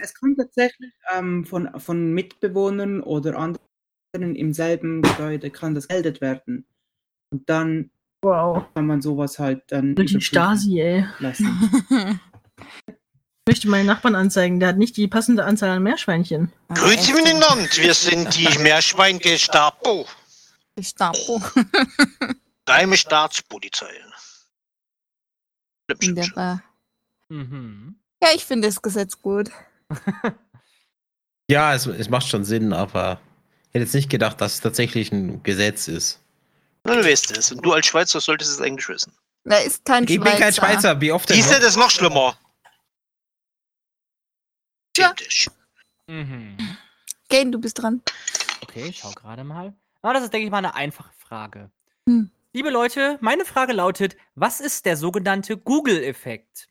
Speaker 9: es kann tatsächlich ähm, von, von Mitbewohnern oder anderen im selben Gebäude kann das gemeldet werden. Und dann
Speaker 6: Wow.
Speaker 9: kann man sowas halt dann
Speaker 6: Durch den
Speaker 9: überprüfen
Speaker 6: Stasi, ey.
Speaker 11: <laughs>
Speaker 9: lassen.
Speaker 6: Ich möchte meinen Nachbarn anzeigen, der hat nicht die passende Anzahl an Meerschweinchen.
Speaker 10: Grüezi miteinander, wir sind die Meerschwein-Gestapo.
Speaker 7: Ich Stapo
Speaker 10: Geheime Staatspolizei. Oh,
Speaker 7: in der Bar.
Speaker 11: Mhm.
Speaker 7: Ja, ich finde das Gesetz gut.
Speaker 8: Ja, es, es macht schon Sinn, aber ich hätte jetzt nicht gedacht, dass es tatsächlich ein Gesetz ist.
Speaker 10: Na, Du weißt es. Und du als Schweizer solltest es eigentlich wissen.
Speaker 7: Da ist kein
Speaker 8: Ich bin kein Schweizer, wie oft denn?
Speaker 10: Siehst du,
Speaker 8: noch?
Speaker 10: das ist noch schlimmer.
Speaker 7: Tja.
Speaker 10: Theoretisch.
Speaker 11: Mhm.
Speaker 7: Gain, du bist dran.
Speaker 11: Okay, ich schau gerade mal. Ah, das ist, denke ich mal, eine einfache Frage.
Speaker 7: Hm.
Speaker 11: Liebe Leute, meine Frage lautet: Was ist der sogenannte Google-Effekt?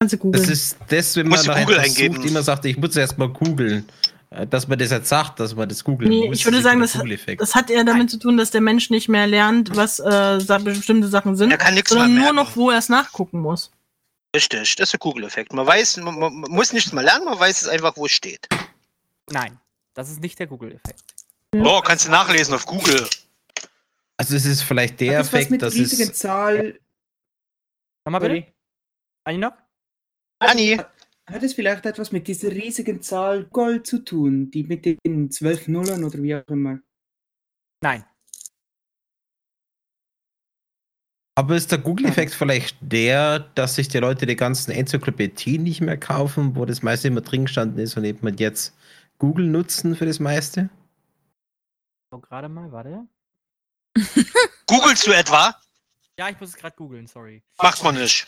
Speaker 6: Ganze Google.
Speaker 8: Das ist das, wenn man
Speaker 10: Muss die
Speaker 8: nach
Speaker 10: Google
Speaker 8: etwas
Speaker 10: eingeben.
Speaker 8: sucht, immer sagt, ich muss erst mal googeln. Äh, Dass man das jetzt sagt, dass man das googeln
Speaker 6: Nee,
Speaker 8: muss.
Speaker 6: ich würde
Speaker 8: ist
Speaker 6: sagen,
Speaker 8: der
Speaker 6: das-
Speaker 8: Google-Effekt.
Speaker 6: Das hat eher damit zu tun, dass der Mensch nicht mehr lernt, was äh, sa- bestimmte Sachen sind,
Speaker 10: Er kann nichts mehr
Speaker 6: sondern nur
Speaker 10: merken.
Speaker 6: noch, wo er es nachgucken muss.
Speaker 10: Richtig, das ist der Kugeleffekt. Man weiß, man, man man muss nichts mehr lernen, man weiß es einfach, wo es steht.
Speaker 11: Nein, das ist nicht der Google-Effekt.
Speaker 10: Oh, kannst du nachlesen auf Google.
Speaker 8: Also es ist vielleicht der
Speaker 9: Hat das was
Speaker 8: Effekt,
Speaker 9: mit
Speaker 8: dass
Speaker 9: riesigen
Speaker 8: es...
Speaker 9: Zahl.
Speaker 11: Nochmal bitte? Anni noch?
Speaker 10: Anni!
Speaker 9: Hat es vielleicht etwas mit dieser riesigen Zahl Gold zu tun, die mit den zwölf Nullen oder wie auch immer?
Speaker 11: Nein.
Speaker 8: Aber ist der Google-Effekt vielleicht der, dass sich die Leute die ganzen Enzyklopädien nicht mehr kaufen, wo das meiste immer drin gestanden ist und eben halt jetzt Google nutzen für das meiste?
Speaker 11: Oh, gerade mal, warte.
Speaker 10: Googlest du etwa?
Speaker 11: Ja, ich muss es gerade googeln, sorry.
Speaker 10: Macht man nicht.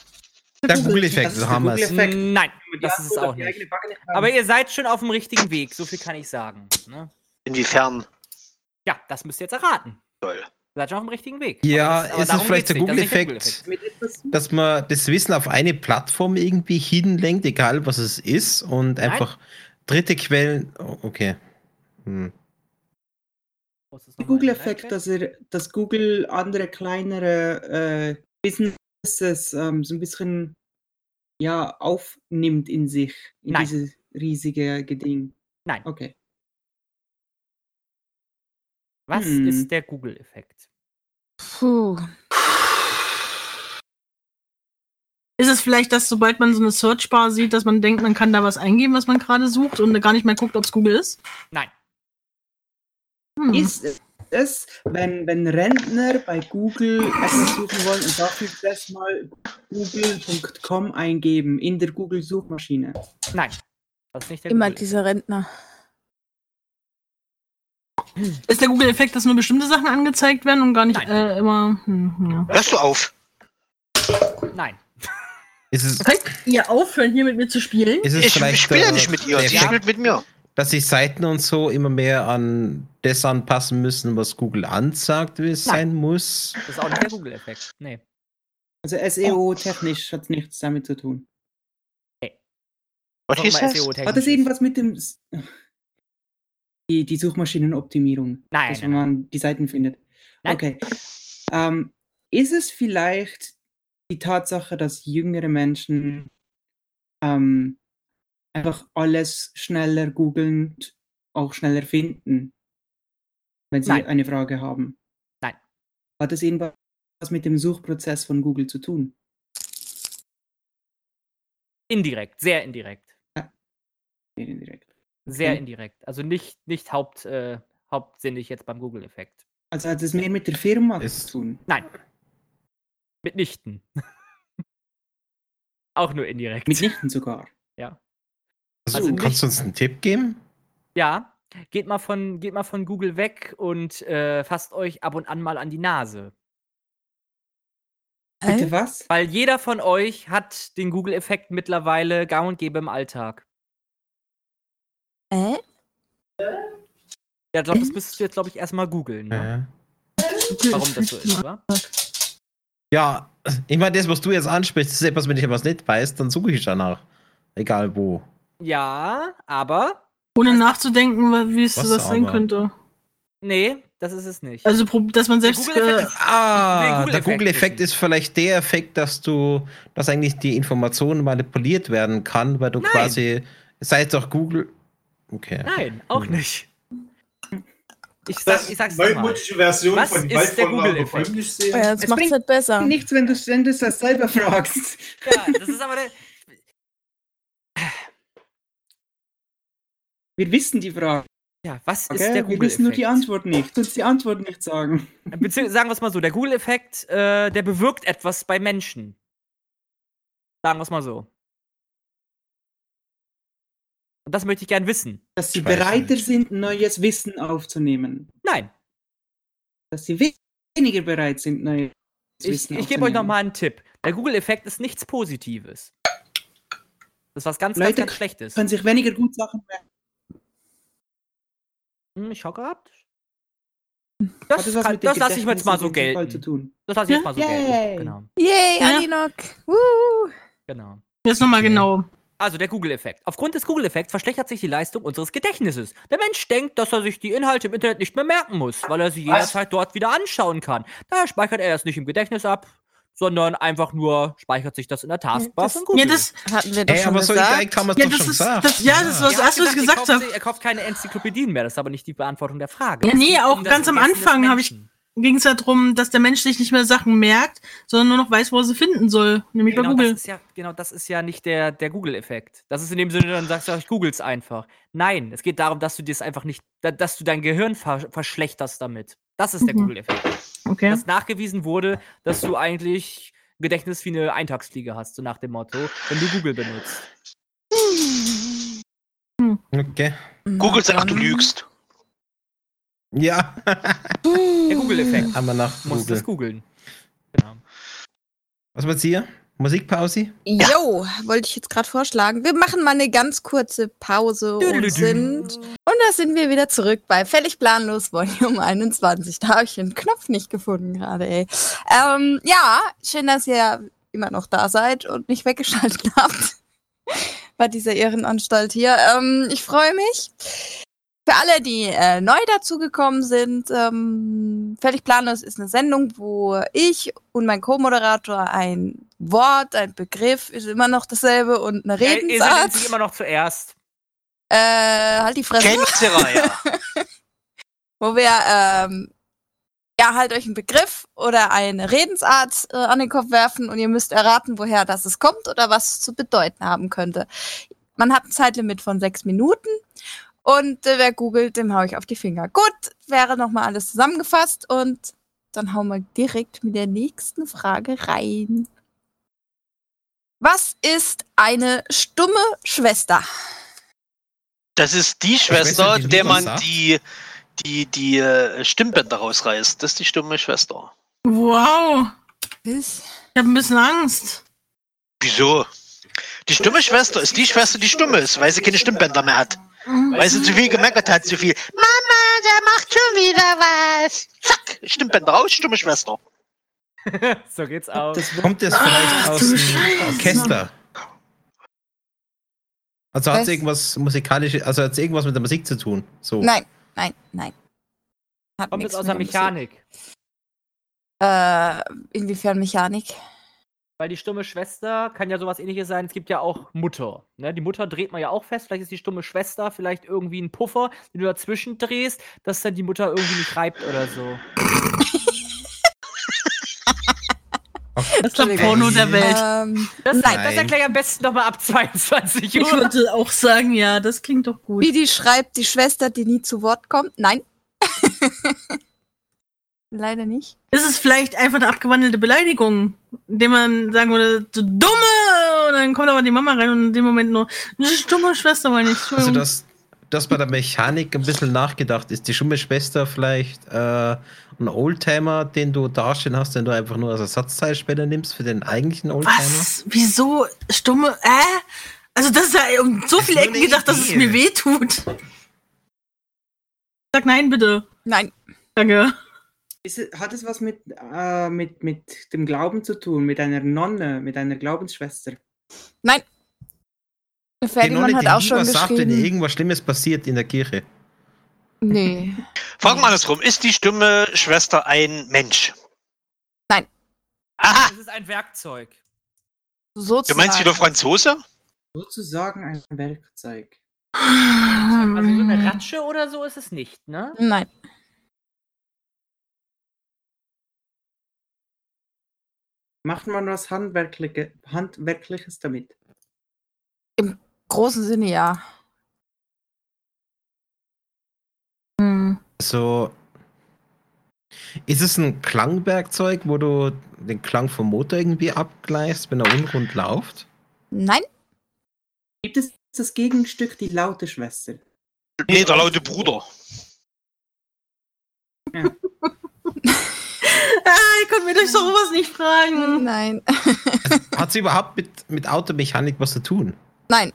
Speaker 8: Der Google-Effekt,
Speaker 9: Das ist
Speaker 8: so
Speaker 9: der
Speaker 8: haben wir es.
Speaker 9: Google-Effekt.
Speaker 11: Nein,
Speaker 9: Die
Speaker 11: das ist es
Speaker 9: Antwort
Speaker 11: auch
Speaker 9: auf die eigene
Speaker 11: nicht.
Speaker 9: Frage nicht haben.
Speaker 11: Aber ihr seid schon auf dem richtigen Weg, so viel kann ich sagen. Ne?
Speaker 10: Inwiefern?
Speaker 11: Ja, das müsst ihr jetzt erraten.
Speaker 10: Toll.
Speaker 11: Ihr seid schon auf dem richtigen Weg.
Speaker 8: Ja,
Speaker 11: Aber das- aber
Speaker 8: ist es
Speaker 11: darum
Speaker 8: vielleicht
Speaker 11: geht's
Speaker 8: der
Speaker 11: nicht, das ist nicht der
Speaker 8: Google-Effekt, dass man das Wissen auf eine Plattform irgendwie hinlenkt, egal was es ist, und einfach dritte Quellen. Oh, okay. Hm.
Speaker 11: Muss es noch mal in
Speaker 9: Der
Speaker 11: den
Speaker 9: Google-Effekt,
Speaker 11: Live-Chat?
Speaker 9: dass, er- dass Google andere kleinere äh, Businesses ähm, so ein bisschen ja, aufnimmt in sich, in
Speaker 11: Nein.
Speaker 9: dieses riesige Geding.
Speaker 11: Nein.
Speaker 9: Okay.
Speaker 11: Was
Speaker 9: Hm.
Speaker 11: ist der Google-Effekt?
Speaker 7: Puh.
Speaker 6: Ist es vielleicht, dass sobald man so eine Searchbar sieht, dass man denkt, man kann da was eingeben, was man gerade sucht und gar nicht mehr guckt, ob es Google ist?
Speaker 11: Nein.
Speaker 6: Hm.
Speaker 9: Ist es, wenn, wenn Rentner bei Google etwas suchen wollen und dafür das mal google.com eingeben in der Google-Suchmaschine?
Speaker 11: Nein. Das ist nicht der
Speaker 7: Immer
Speaker 11: Google-Effekt.
Speaker 7: dieser Rentner.
Speaker 6: Ist der Google-Effekt, dass nur bestimmte Sachen angezeigt werden und gar nicht
Speaker 11: Nein.
Speaker 6: äh, immer. Hm, ja.
Speaker 10: Hörst du auf?
Speaker 11: Nein.
Speaker 8: Ist es,
Speaker 6: Könnt ihr aufhören, hier mit mir zu spielen?
Speaker 8: ist es
Speaker 10: Ich
Speaker 8: vielleicht
Speaker 10: spiele ja
Speaker 8: der-
Speaker 10: nicht mit ihr,
Speaker 8: der
Speaker 10: sie
Speaker 8: Effekt,
Speaker 10: spielt mit mir.
Speaker 8: dass sich Seiten und so immer mehr an das anpassen müssen, was Google ansagt, wie es sein muss?
Speaker 11: Das ist auch nicht der Google-Effekt. Nee.
Speaker 9: Also SEO-technisch hat nichts damit zu tun.
Speaker 10: Was hieß
Speaker 11: E
Speaker 10: das?
Speaker 9: Hat das irgendwas mit dem. S- Die, die Suchmaschinenoptimierung?
Speaker 11: Nein,
Speaker 9: Dass
Speaker 11: nein,
Speaker 9: man die Seiten findet.
Speaker 11: Nein.
Speaker 9: Okay. Ähm, ist es vielleicht die Tatsache, dass jüngere Menschen ähm, einfach alles schneller googeln, und auch schneller finden, wenn sie
Speaker 11: Nein.
Speaker 9: eine Frage haben?
Speaker 11: Nein.
Speaker 9: Hat es irgendwas mit dem Suchprozess von Google zu tun?
Speaker 11: Indirekt, sehr indirekt.
Speaker 9: Indirekt.
Speaker 11: Sehr
Speaker 9: Okay.
Speaker 11: indirekt. Also nicht, nicht haupt, äh, hauptsinnig jetzt beim Google-Effekt.
Speaker 9: Also hat es mehr mit der Firma
Speaker 8: Es-
Speaker 9: zu tun?
Speaker 11: Mitnichten. <laughs> auch nur indirekt.
Speaker 9: Mitnichten sogar.
Speaker 8: Also,
Speaker 11: Also
Speaker 8: kannst du uns einen Tipp geben?
Speaker 11: Ja. Geht mal, von, geht mal von Google weg und äh, fasst euch ab und an mal an die Nase.
Speaker 9: Bitte was?
Speaker 11: Weil jeder von euch hat den Google-Effekt mittlerweile gang und gäbe im Alltag.
Speaker 7: Äh?
Speaker 11: Ja, glaub, das müsstest du jetzt, glaube ich, erstmal googeln, ne?
Speaker 8: Ja.
Speaker 11: warum das so ist, wa?
Speaker 8: Ja, ich meine, das, was du jetzt ansprichst, ist etwas, wenn ich etwas nicht weiß, dann suche ich danach. Egal wo.
Speaker 11: Ja, aber
Speaker 6: Ohne nachzudenken, wa- wie es
Speaker 8: Was
Speaker 6: das sein
Speaker 8: aber?
Speaker 6: könnte.
Speaker 11: nee, das ist es nicht.
Speaker 6: Also, prob- dass man selbst.
Speaker 11: Google-Effekt
Speaker 6: äh,
Speaker 11: ist-
Speaker 8: Ah,
Speaker 11: Ich will den
Speaker 8: der
Speaker 11: Google-Effekt
Speaker 8: Google-Effekt
Speaker 11: wissen.
Speaker 8: ist vielleicht der Effekt, dass du, dass eigentlich die Information manipuliert werden kann, weil du quasi, sei es doch Google. Okay.
Speaker 11: Nein, auch
Speaker 8: Hm.
Speaker 11: nicht. Ich, sag,
Speaker 1: Das
Speaker 11: ich
Speaker 1: ist
Speaker 11: sag's
Speaker 1: eine
Speaker 11: nochmal.
Speaker 1: neumutige Version
Speaker 11: Was
Speaker 1: von
Speaker 11: ist der
Speaker 1: Waldform
Speaker 11: Google-Effekt?
Speaker 1: bekömmlich sehen.
Speaker 7: Ja, das
Speaker 9: Es
Speaker 7: macht es
Speaker 9: bringt
Speaker 7: halt besser.
Speaker 9: Nichts, wenn du es wenn du's das selber fragst.
Speaker 11: Ja, das ist aber der.
Speaker 9: Wir wissen die Frage.
Speaker 11: Ja, was
Speaker 9: Okay?
Speaker 11: ist der
Speaker 9: wir wissen nur die
Speaker 11: Google-Effekt?
Speaker 9: Antwort nicht. Du uns die Antwort nicht sagen.
Speaker 11: Beziehungsweise sagen wir es mal so: Der Google-Effekt, äh, der bewirkt etwas bei Menschen. Sagen wir es mal so. Und das möchte ich gern wissen.
Speaker 9: Dass sie
Speaker 8: Ich weiß
Speaker 9: bereiter
Speaker 8: nicht.
Speaker 9: sind, neues Wissen aufzunehmen.
Speaker 11: Nein,
Speaker 9: Dass sie we- weniger bereit sind, neues
Speaker 11: ich,
Speaker 9: Wissen
Speaker 11: ich gebe euch
Speaker 9: aufzunehmen.
Speaker 11: nochmal einen Tipp. Der Google-Effekt ist nichts Positives. Das ist was ganz, ganz,
Speaker 9: Leute,
Speaker 11: ganz Schlechtes.
Speaker 9: Können sich weniger gut Sachen merken.
Speaker 11: Hm, Ich schau gehabt.
Speaker 9: Hat
Speaker 11: Das,
Speaker 9: was
Speaker 11: kann,
Speaker 9: mit dem
Speaker 11: das lasse ich mir jetzt mal so
Speaker 9: Gedächtnis in dem Fall Zu
Speaker 11: gelten.
Speaker 9: tun.
Speaker 11: Das lasse ich jetzt mal so
Speaker 9: Yay.
Speaker 11: gelten. Genau,
Speaker 7: Yay,
Speaker 6: Ja.
Speaker 7: Aninok. Woo.
Speaker 11: genau.
Speaker 6: Jetzt nochmal genau.
Speaker 11: Also der Google-Effekt. Aufgrund des Google-Effekts verschlechtert sich die Leistung unseres Gedächtnisses. Der Mensch denkt, dass er sich die Inhalte im Internet nicht mehr merken muss, weil er sie
Speaker 1: Was?
Speaker 11: jederzeit dort wieder anschauen kann. Daher speichert er das nicht im Gedächtnis ab. sondern einfach nur speichert sich das in der Taskbar von Google.
Speaker 6: Ja, das
Speaker 7: hatten wir
Speaker 8: doch Ey, schon aber so gesagt. indirekt haben wir's
Speaker 6: ja,
Speaker 8: doch
Speaker 6: das
Speaker 8: schon
Speaker 6: ist,
Speaker 8: gesagt.
Speaker 6: Das, ja, das war das
Speaker 11: Er hat
Speaker 6: erste, was ich
Speaker 11: gesagt,
Speaker 6: gesagt habe.
Speaker 11: er kauft, er kauft keine Enzyklopädien mehr, das ist aber nicht die Beantwortung der Frage.
Speaker 6: Ja, nee, auch
Speaker 11: Um das
Speaker 6: ganz am
Speaker 11: Vergessen des
Speaker 6: Anfang habe ich ging es ja darum, dass der Mensch sich nicht mehr Sachen merkt, sondern nur noch weiß, wo er sie finden soll, nämlich
Speaker 11: Genau
Speaker 6: bei Google.
Speaker 11: das, ist ja, genau, das ist ja nicht der, der Google-Effekt. Das ist in dem Sinne, dann sagst du, ja, ich google's einfach. Nein, es geht darum, dass du dir es einfach nicht, da- dass du dein Gehirn ver verschlechterst damit. Das ist der
Speaker 6: Mhm.
Speaker 11: Google-Effekt.
Speaker 6: Okay.
Speaker 11: Dass nachgewiesen wurde, dass du eigentlich ein Gedächtnis wie eine Eintagsfliege hast, so nach dem Motto, wenn du Google benutzt.
Speaker 8: Okay.
Speaker 7: Mhm.
Speaker 10: Google sagt, du lügst.
Speaker 8: Ja.
Speaker 11: Der Google-Effekt.
Speaker 8: Einmal nach
Speaker 11: Du musst
Speaker 8: Hm. Google.
Speaker 11: das googeln. Genau.
Speaker 8: Was macht's hier? Musikpause?
Speaker 7: Jo, wollte ich jetzt gerade vorschlagen. Wir machen mal eine ganz kurze Pause und
Speaker 11: Düdelüdü.
Speaker 7: sind. Und da sind wir wieder zurück bei Völlig Planlos Volume 21. Da habe ich den Knopf nicht gefunden gerade, ey. Ähm, ja, schön, dass ihr immer noch da seid und nicht weggeschaltet <laughs> habt. bei dieser Ehrenanstalt hier. Ähm, ich freue mich. Für alle, die äh, neu dazugekommen sind, ähm, Völlig Planlos ist eine Sendung, wo ich und mein Co-Moderator ein Wort, ein Begriff, ist immer noch dasselbe und eine
Speaker 11: Er ihr seid
Speaker 7: Redensart.
Speaker 11: sich immer noch zuerst. <laughs>
Speaker 7: äh, halt die Fresse.
Speaker 10: Kenntnisreihe.
Speaker 7: wo wir ähm, ja halt euch einen Begriff oder eine Redensart äh, an den Kopf werfen und ihr müsst erraten, woher das es kommt oder was es zu bedeuten haben könnte. Man hat ein Zeitlimit von sechs Minuten und äh, wer googelt, dem hau ich auf die Finger. Gut, wäre nochmal alles zusammengefasst und dann hauen wir direkt mit der nächsten Frage rein. Was ist eine stumme Schwester?
Speaker 10: Das ist die
Speaker 8: Schwester,
Speaker 10: Schwester,
Speaker 8: die
Speaker 10: der
Speaker 8: Lukas
Speaker 10: man
Speaker 8: sagt?
Speaker 10: die, die, die äh, Stimmbänder rausreißt. Das ist die stumme Schwester.
Speaker 6: Wow,
Speaker 7: Was?
Speaker 6: ich habe ein bisschen Angst.
Speaker 10: Wieso? Die stumme Schwester ist die Schwester, die stumm ist, weil sie keine Stimmbänder mehr hat. Weil sie zu viel gemeckert hat, zu viel. Mama, der macht schon wieder was. Zack, Stimmbänder raus, stumme Schwester.
Speaker 11: So geht's auch.
Speaker 9: Das wird
Speaker 8: Kommt
Speaker 11: Ah,
Speaker 8: das
Speaker 6: Ah,
Speaker 8: vielleicht aus dem Orchester? Also hat es
Speaker 7: Was?
Speaker 8: irgendwas musikalisches, also hat es irgendwas mit der Musik zu tun? So.
Speaker 7: Nein, nein, nein. Hat
Speaker 11: Kommt
Speaker 7: nichts
Speaker 11: jetzt aus der
Speaker 7: mit Musik.
Speaker 11: Mechanik.
Speaker 7: Äh, inwiefern Mechanik?
Speaker 11: Weil die stumme Schwester kann ja sowas ähnliches sein. Es gibt ja auch Mutter. Ne? Die Mutter dreht man ja auch fest. Vielleicht ist die stumme Schwester vielleicht irgendwie ein Puffer, den du dazwischen drehst, dass dann die Mutter irgendwie nicht reibt oder so.
Speaker 6: Das ist der Porno der Welt.
Speaker 7: Ähm,
Speaker 11: Das,
Speaker 7: Nein.
Speaker 11: das erkläre ich am besten nochmal ab <laughs> 22
Speaker 6: Ich
Speaker 11: Uhr.
Speaker 6: würde auch sagen, ja, das klingt doch gut.
Speaker 7: wie die schreibt, die Schwester, die nie zu Wort kommt? Nein. <laughs> Leider nicht.
Speaker 6: Ist es vielleicht einfach eine abgewandelte Beleidigung, indem man sagen würde, du dumme, und dann kommt aber die Mama rein und in dem Moment nur, du dumme Schwester, meine ich.
Speaker 8: Also
Speaker 6: Entschuldigung.
Speaker 8: dass, dass bei der Mechanik ein bisschen nachgedacht ist. Die stumme Schwester vielleicht äh, ein Oldtimer, den du dastehen hast, den du einfach nur als Ersatzteil später nimmst für den eigentlichen Oldtimer.
Speaker 6: Was? Wieso stumme? Äh? Also das ist ja um so viele
Speaker 8: nur
Speaker 6: Ecken
Speaker 8: eine
Speaker 6: gedacht, dass es
Speaker 8: Idee.
Speaker 6: mir weh tut. Sag nein, bitte.
Speaker 7: Nein.
Speaker 6: Danke.
Speaker 9: Ist, es- hat es was mit, äh, mit, mit dem Glauben zu tun, mit einer Nonne, mit einer Glaubensschwester?
Speaker 7: Ferdinand hat
Speaker 8: die
Speaker 7: auch schon
Speaker 8: Genau lieber sagt, wenn ihr
Speaker 7: geschrieben.
Speaker 8: irgendwas Schlimmes passiert in der Kirche.
Speaker 7: Nee.
Speaker 10: Frag mal andersrum, ist die stumme Schwester ein Mensch?
Speaker 7: Nein.
Speaker 10: Aha,
Speaker 11: Das ist ein Werkzeug.
Speaker 7: Sozusagen.
Speaker 10: du meinst wieder Franzose?
Speaker 9: Sozusagen ein Werkzeug.
Speaker 11: Also so eine Ratsche oder so ist es nicht, ne?
Speaker 7: Nein.
Speaker 9: Macht man was Handwerkliche, Handwerkliches damit?
Speaker 7: Großen Sinne ja. Hm.
Speaker 8: So. Ist es ein Klangwerkzeug, wo du den Klang vom Motor irgendwie abgleichst, wenn er unrund läuft?
Speaker 7: Nein.
Speaker 9: Gibt es das Gegenstück, die laute Schwester?
Speaker 10: Nee, der laute Bruder.
Speaker 6: Ah, ihr könnt mir durch sowas nicht
Speaker 8: Hm.
Speaker 6: fragen.
Speaker 7: Nein. <laughs>
Speaker 8: Hat sie überhaupt mit, mit Automechanik was zu tun?
Speaker 7: Nein.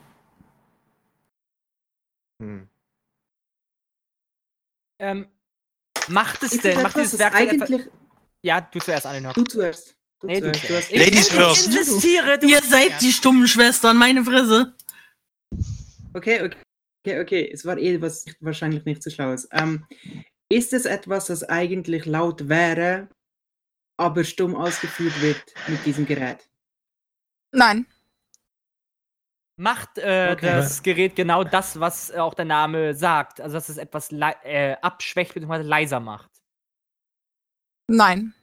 Speaker 8: Hm.
Speaker 11: Ähm, macht es
Speaker 9: Ist
Speaker 11: denn,
Speaker 9: es
Speaker 11: macht
Speaker 9: etwas,
Speaker 11: dieses
Speaker 9: das
Speaker 11: Werkzeug etwa-
Speaker 9: eigentlich...
Speaker 11: Ja, du zuerst an den Hock.
Speaker 9: Du zuerst. Du
Speaker 11: Nee, du
Speaker 9: zuerst. Du hast
Speaker 11: zuerst.
Speaker 10: Ladies
Speaker 11: Ich
Speaker 10: first.
Speaker 11: Insistiere, du
Speaker 6: Ihr seid die stummen Schwestern, meine Fresse.
Speaker 9: Okay, okay, okay, okay. Es war eh was wahrscheinlich nicht so schlau ist. Ähm, ist es etwas, das eigentlich laut wäre, aber stumm ausgeführt wird mit diesem Gerät.
Speaker 7: Nein.
Speaker 11: Macht äh,
Speaker 9: Okay.
Speaker 11: das Gerät genau das, was auch der Name sagt. Also, dass es etwas lei- äh, abschwächt bzw. leiser macht.
Speaker 7: Nein.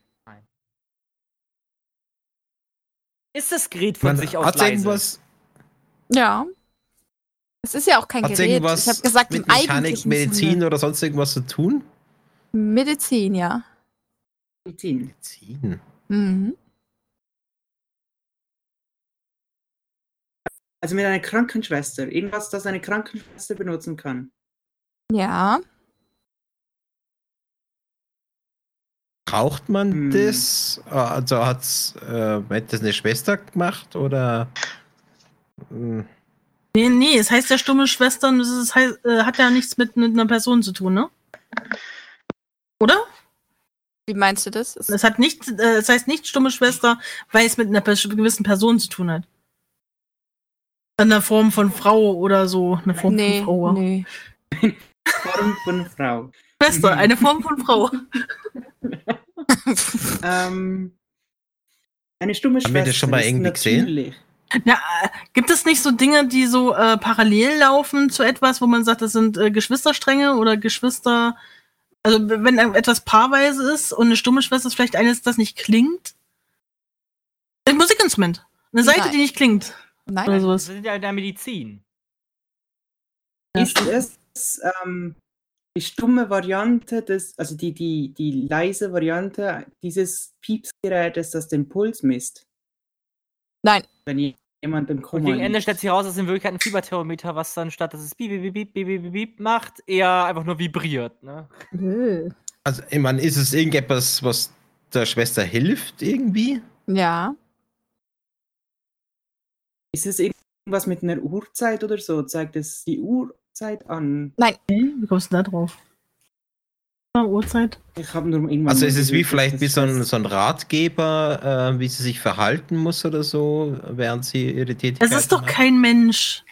Speaker 11: Ist das Gerät von
Speaker 8: Man-
Speaker 11: sich aus
Speaker 8: hat's
Speaker 11: leise?
Speaker 8: irgendwas-
Speaker 7: Ja. Es ist ja auch kein
Speaker 8: Hat
Speaker 7: Gerät.
Speaker 8: irgendwas
Speaker 7: Ich habe gesagt,
Speaker 8: mit
Speaker 7: im
Speaker 8: Mechanik,
Speaker 7: eigentlichen
Speaker 8: Medizin
Speaker 7: Sinne.
Speaker 8: oder sonst irgendwas zu tun?
Speaker 7: Medizin, ja.
Speaker 9: Medizin.
Speaker 8: Medizin.
Speaker 7: Mhm.
Speaker 9: Also mit einer Krankenschwester. Irgendwas, das eine Krankenschwester benutzen kann.
Speaker 7: Ja.
Speaker 8: Braucht man das? Also hat's, äh, hat das eine Schwester gemacht oder? Hm.
Speaker 6: Nee, nee, es heißt ja stumme Schwestern, das ist, heißt, äh, hat ja nichts mit, mit einer Person zu tun, ne? Oder?
Speaker 7: Wie meinst du das?
Speaker 6: Es hat nicht, äh, es heißt nicht stumme Schwester, weil es mit einer pers gewissen Person zu tun hat. In der Form von Frau oder so. Eine Form
Speaker 7: Nee,
Speaker 6: von Frau.
Speaker 7: Nee. <laughs>
Speaker 9: Form von Frau.
Speaker 6: Schwester, eine Form von Frau.
Speaker 9: ähm, eine stumme
Speaker 8: Haben wir das schon mal
Speaker 9: Schwester ist
Speaker 8: irgendwie gesehen?
Speaker 9: natürlich-
Speaker 6: Na, äh, gibt es nicht so Dinge, die so äh, parallel laufen zu etwas, wo man sagt, das sind äh, Geschwisterstränge oder Geschwister. Also, wenn etwas paarweise ist und eine stumme Schwester ist vielleicht eines, das nicht klingt? Ein Musikinstrument. Eine Seite,
Speaker 11: Nein.
Speaker 6: die nicht klingt.
Speaker 7: Nein.
Speaker 6: Oder
Speaker 11: Wir
Speaker 6: sowas.
Speaker 11: sind ja in der Medizin.
Speaker 9: Ist es ähm, die stumme Variante des, also die, die, die leise Variante dieses Piepsgerätes, das den Puls misst?
Speaker 7: Nein.
Speaker 9: Wenn je- jemand im
Speaker 11: Und
Speaker 9: Koma
Speaker 11: gegen Ende stellt sich raus, dass es in Wirklichkeit ein Fieberthermometer, was dann statt dass es beep, beep, beep, beep, beep, beep, beep macht, eher einfach nur vibriert. Ne?
Speaker 8: Also, ich meine, ist es irgendetwas, was der Schwester hilft irgendwie?
Speaker 7: Ja.
Speaker 9: Ist es irgendwas mit einer Uhrzeit oder so? Zeigt es die Uhrzeit an?
Speaker 7: Nein.
Speaker 6: Wie kommst du da drauf? Ah, Uhrzeit?
Speaker 9: Ich habe nur irgendwann.
Speaker 8: Also
Speaker 9: mal
Speaker 8: ist es wie
Speaker 9: gehört,
Speaker 8: vielleicht
Speaker 9: dass
Speaker 8: wie
Speaker 9: das
Speaker 8: so ein, so ein Ratgeber, äh, wie sie sich verhalten muss oder so, während sie ihre Tätigkeit.
Speaker 6: Es ist doch kein Mensch.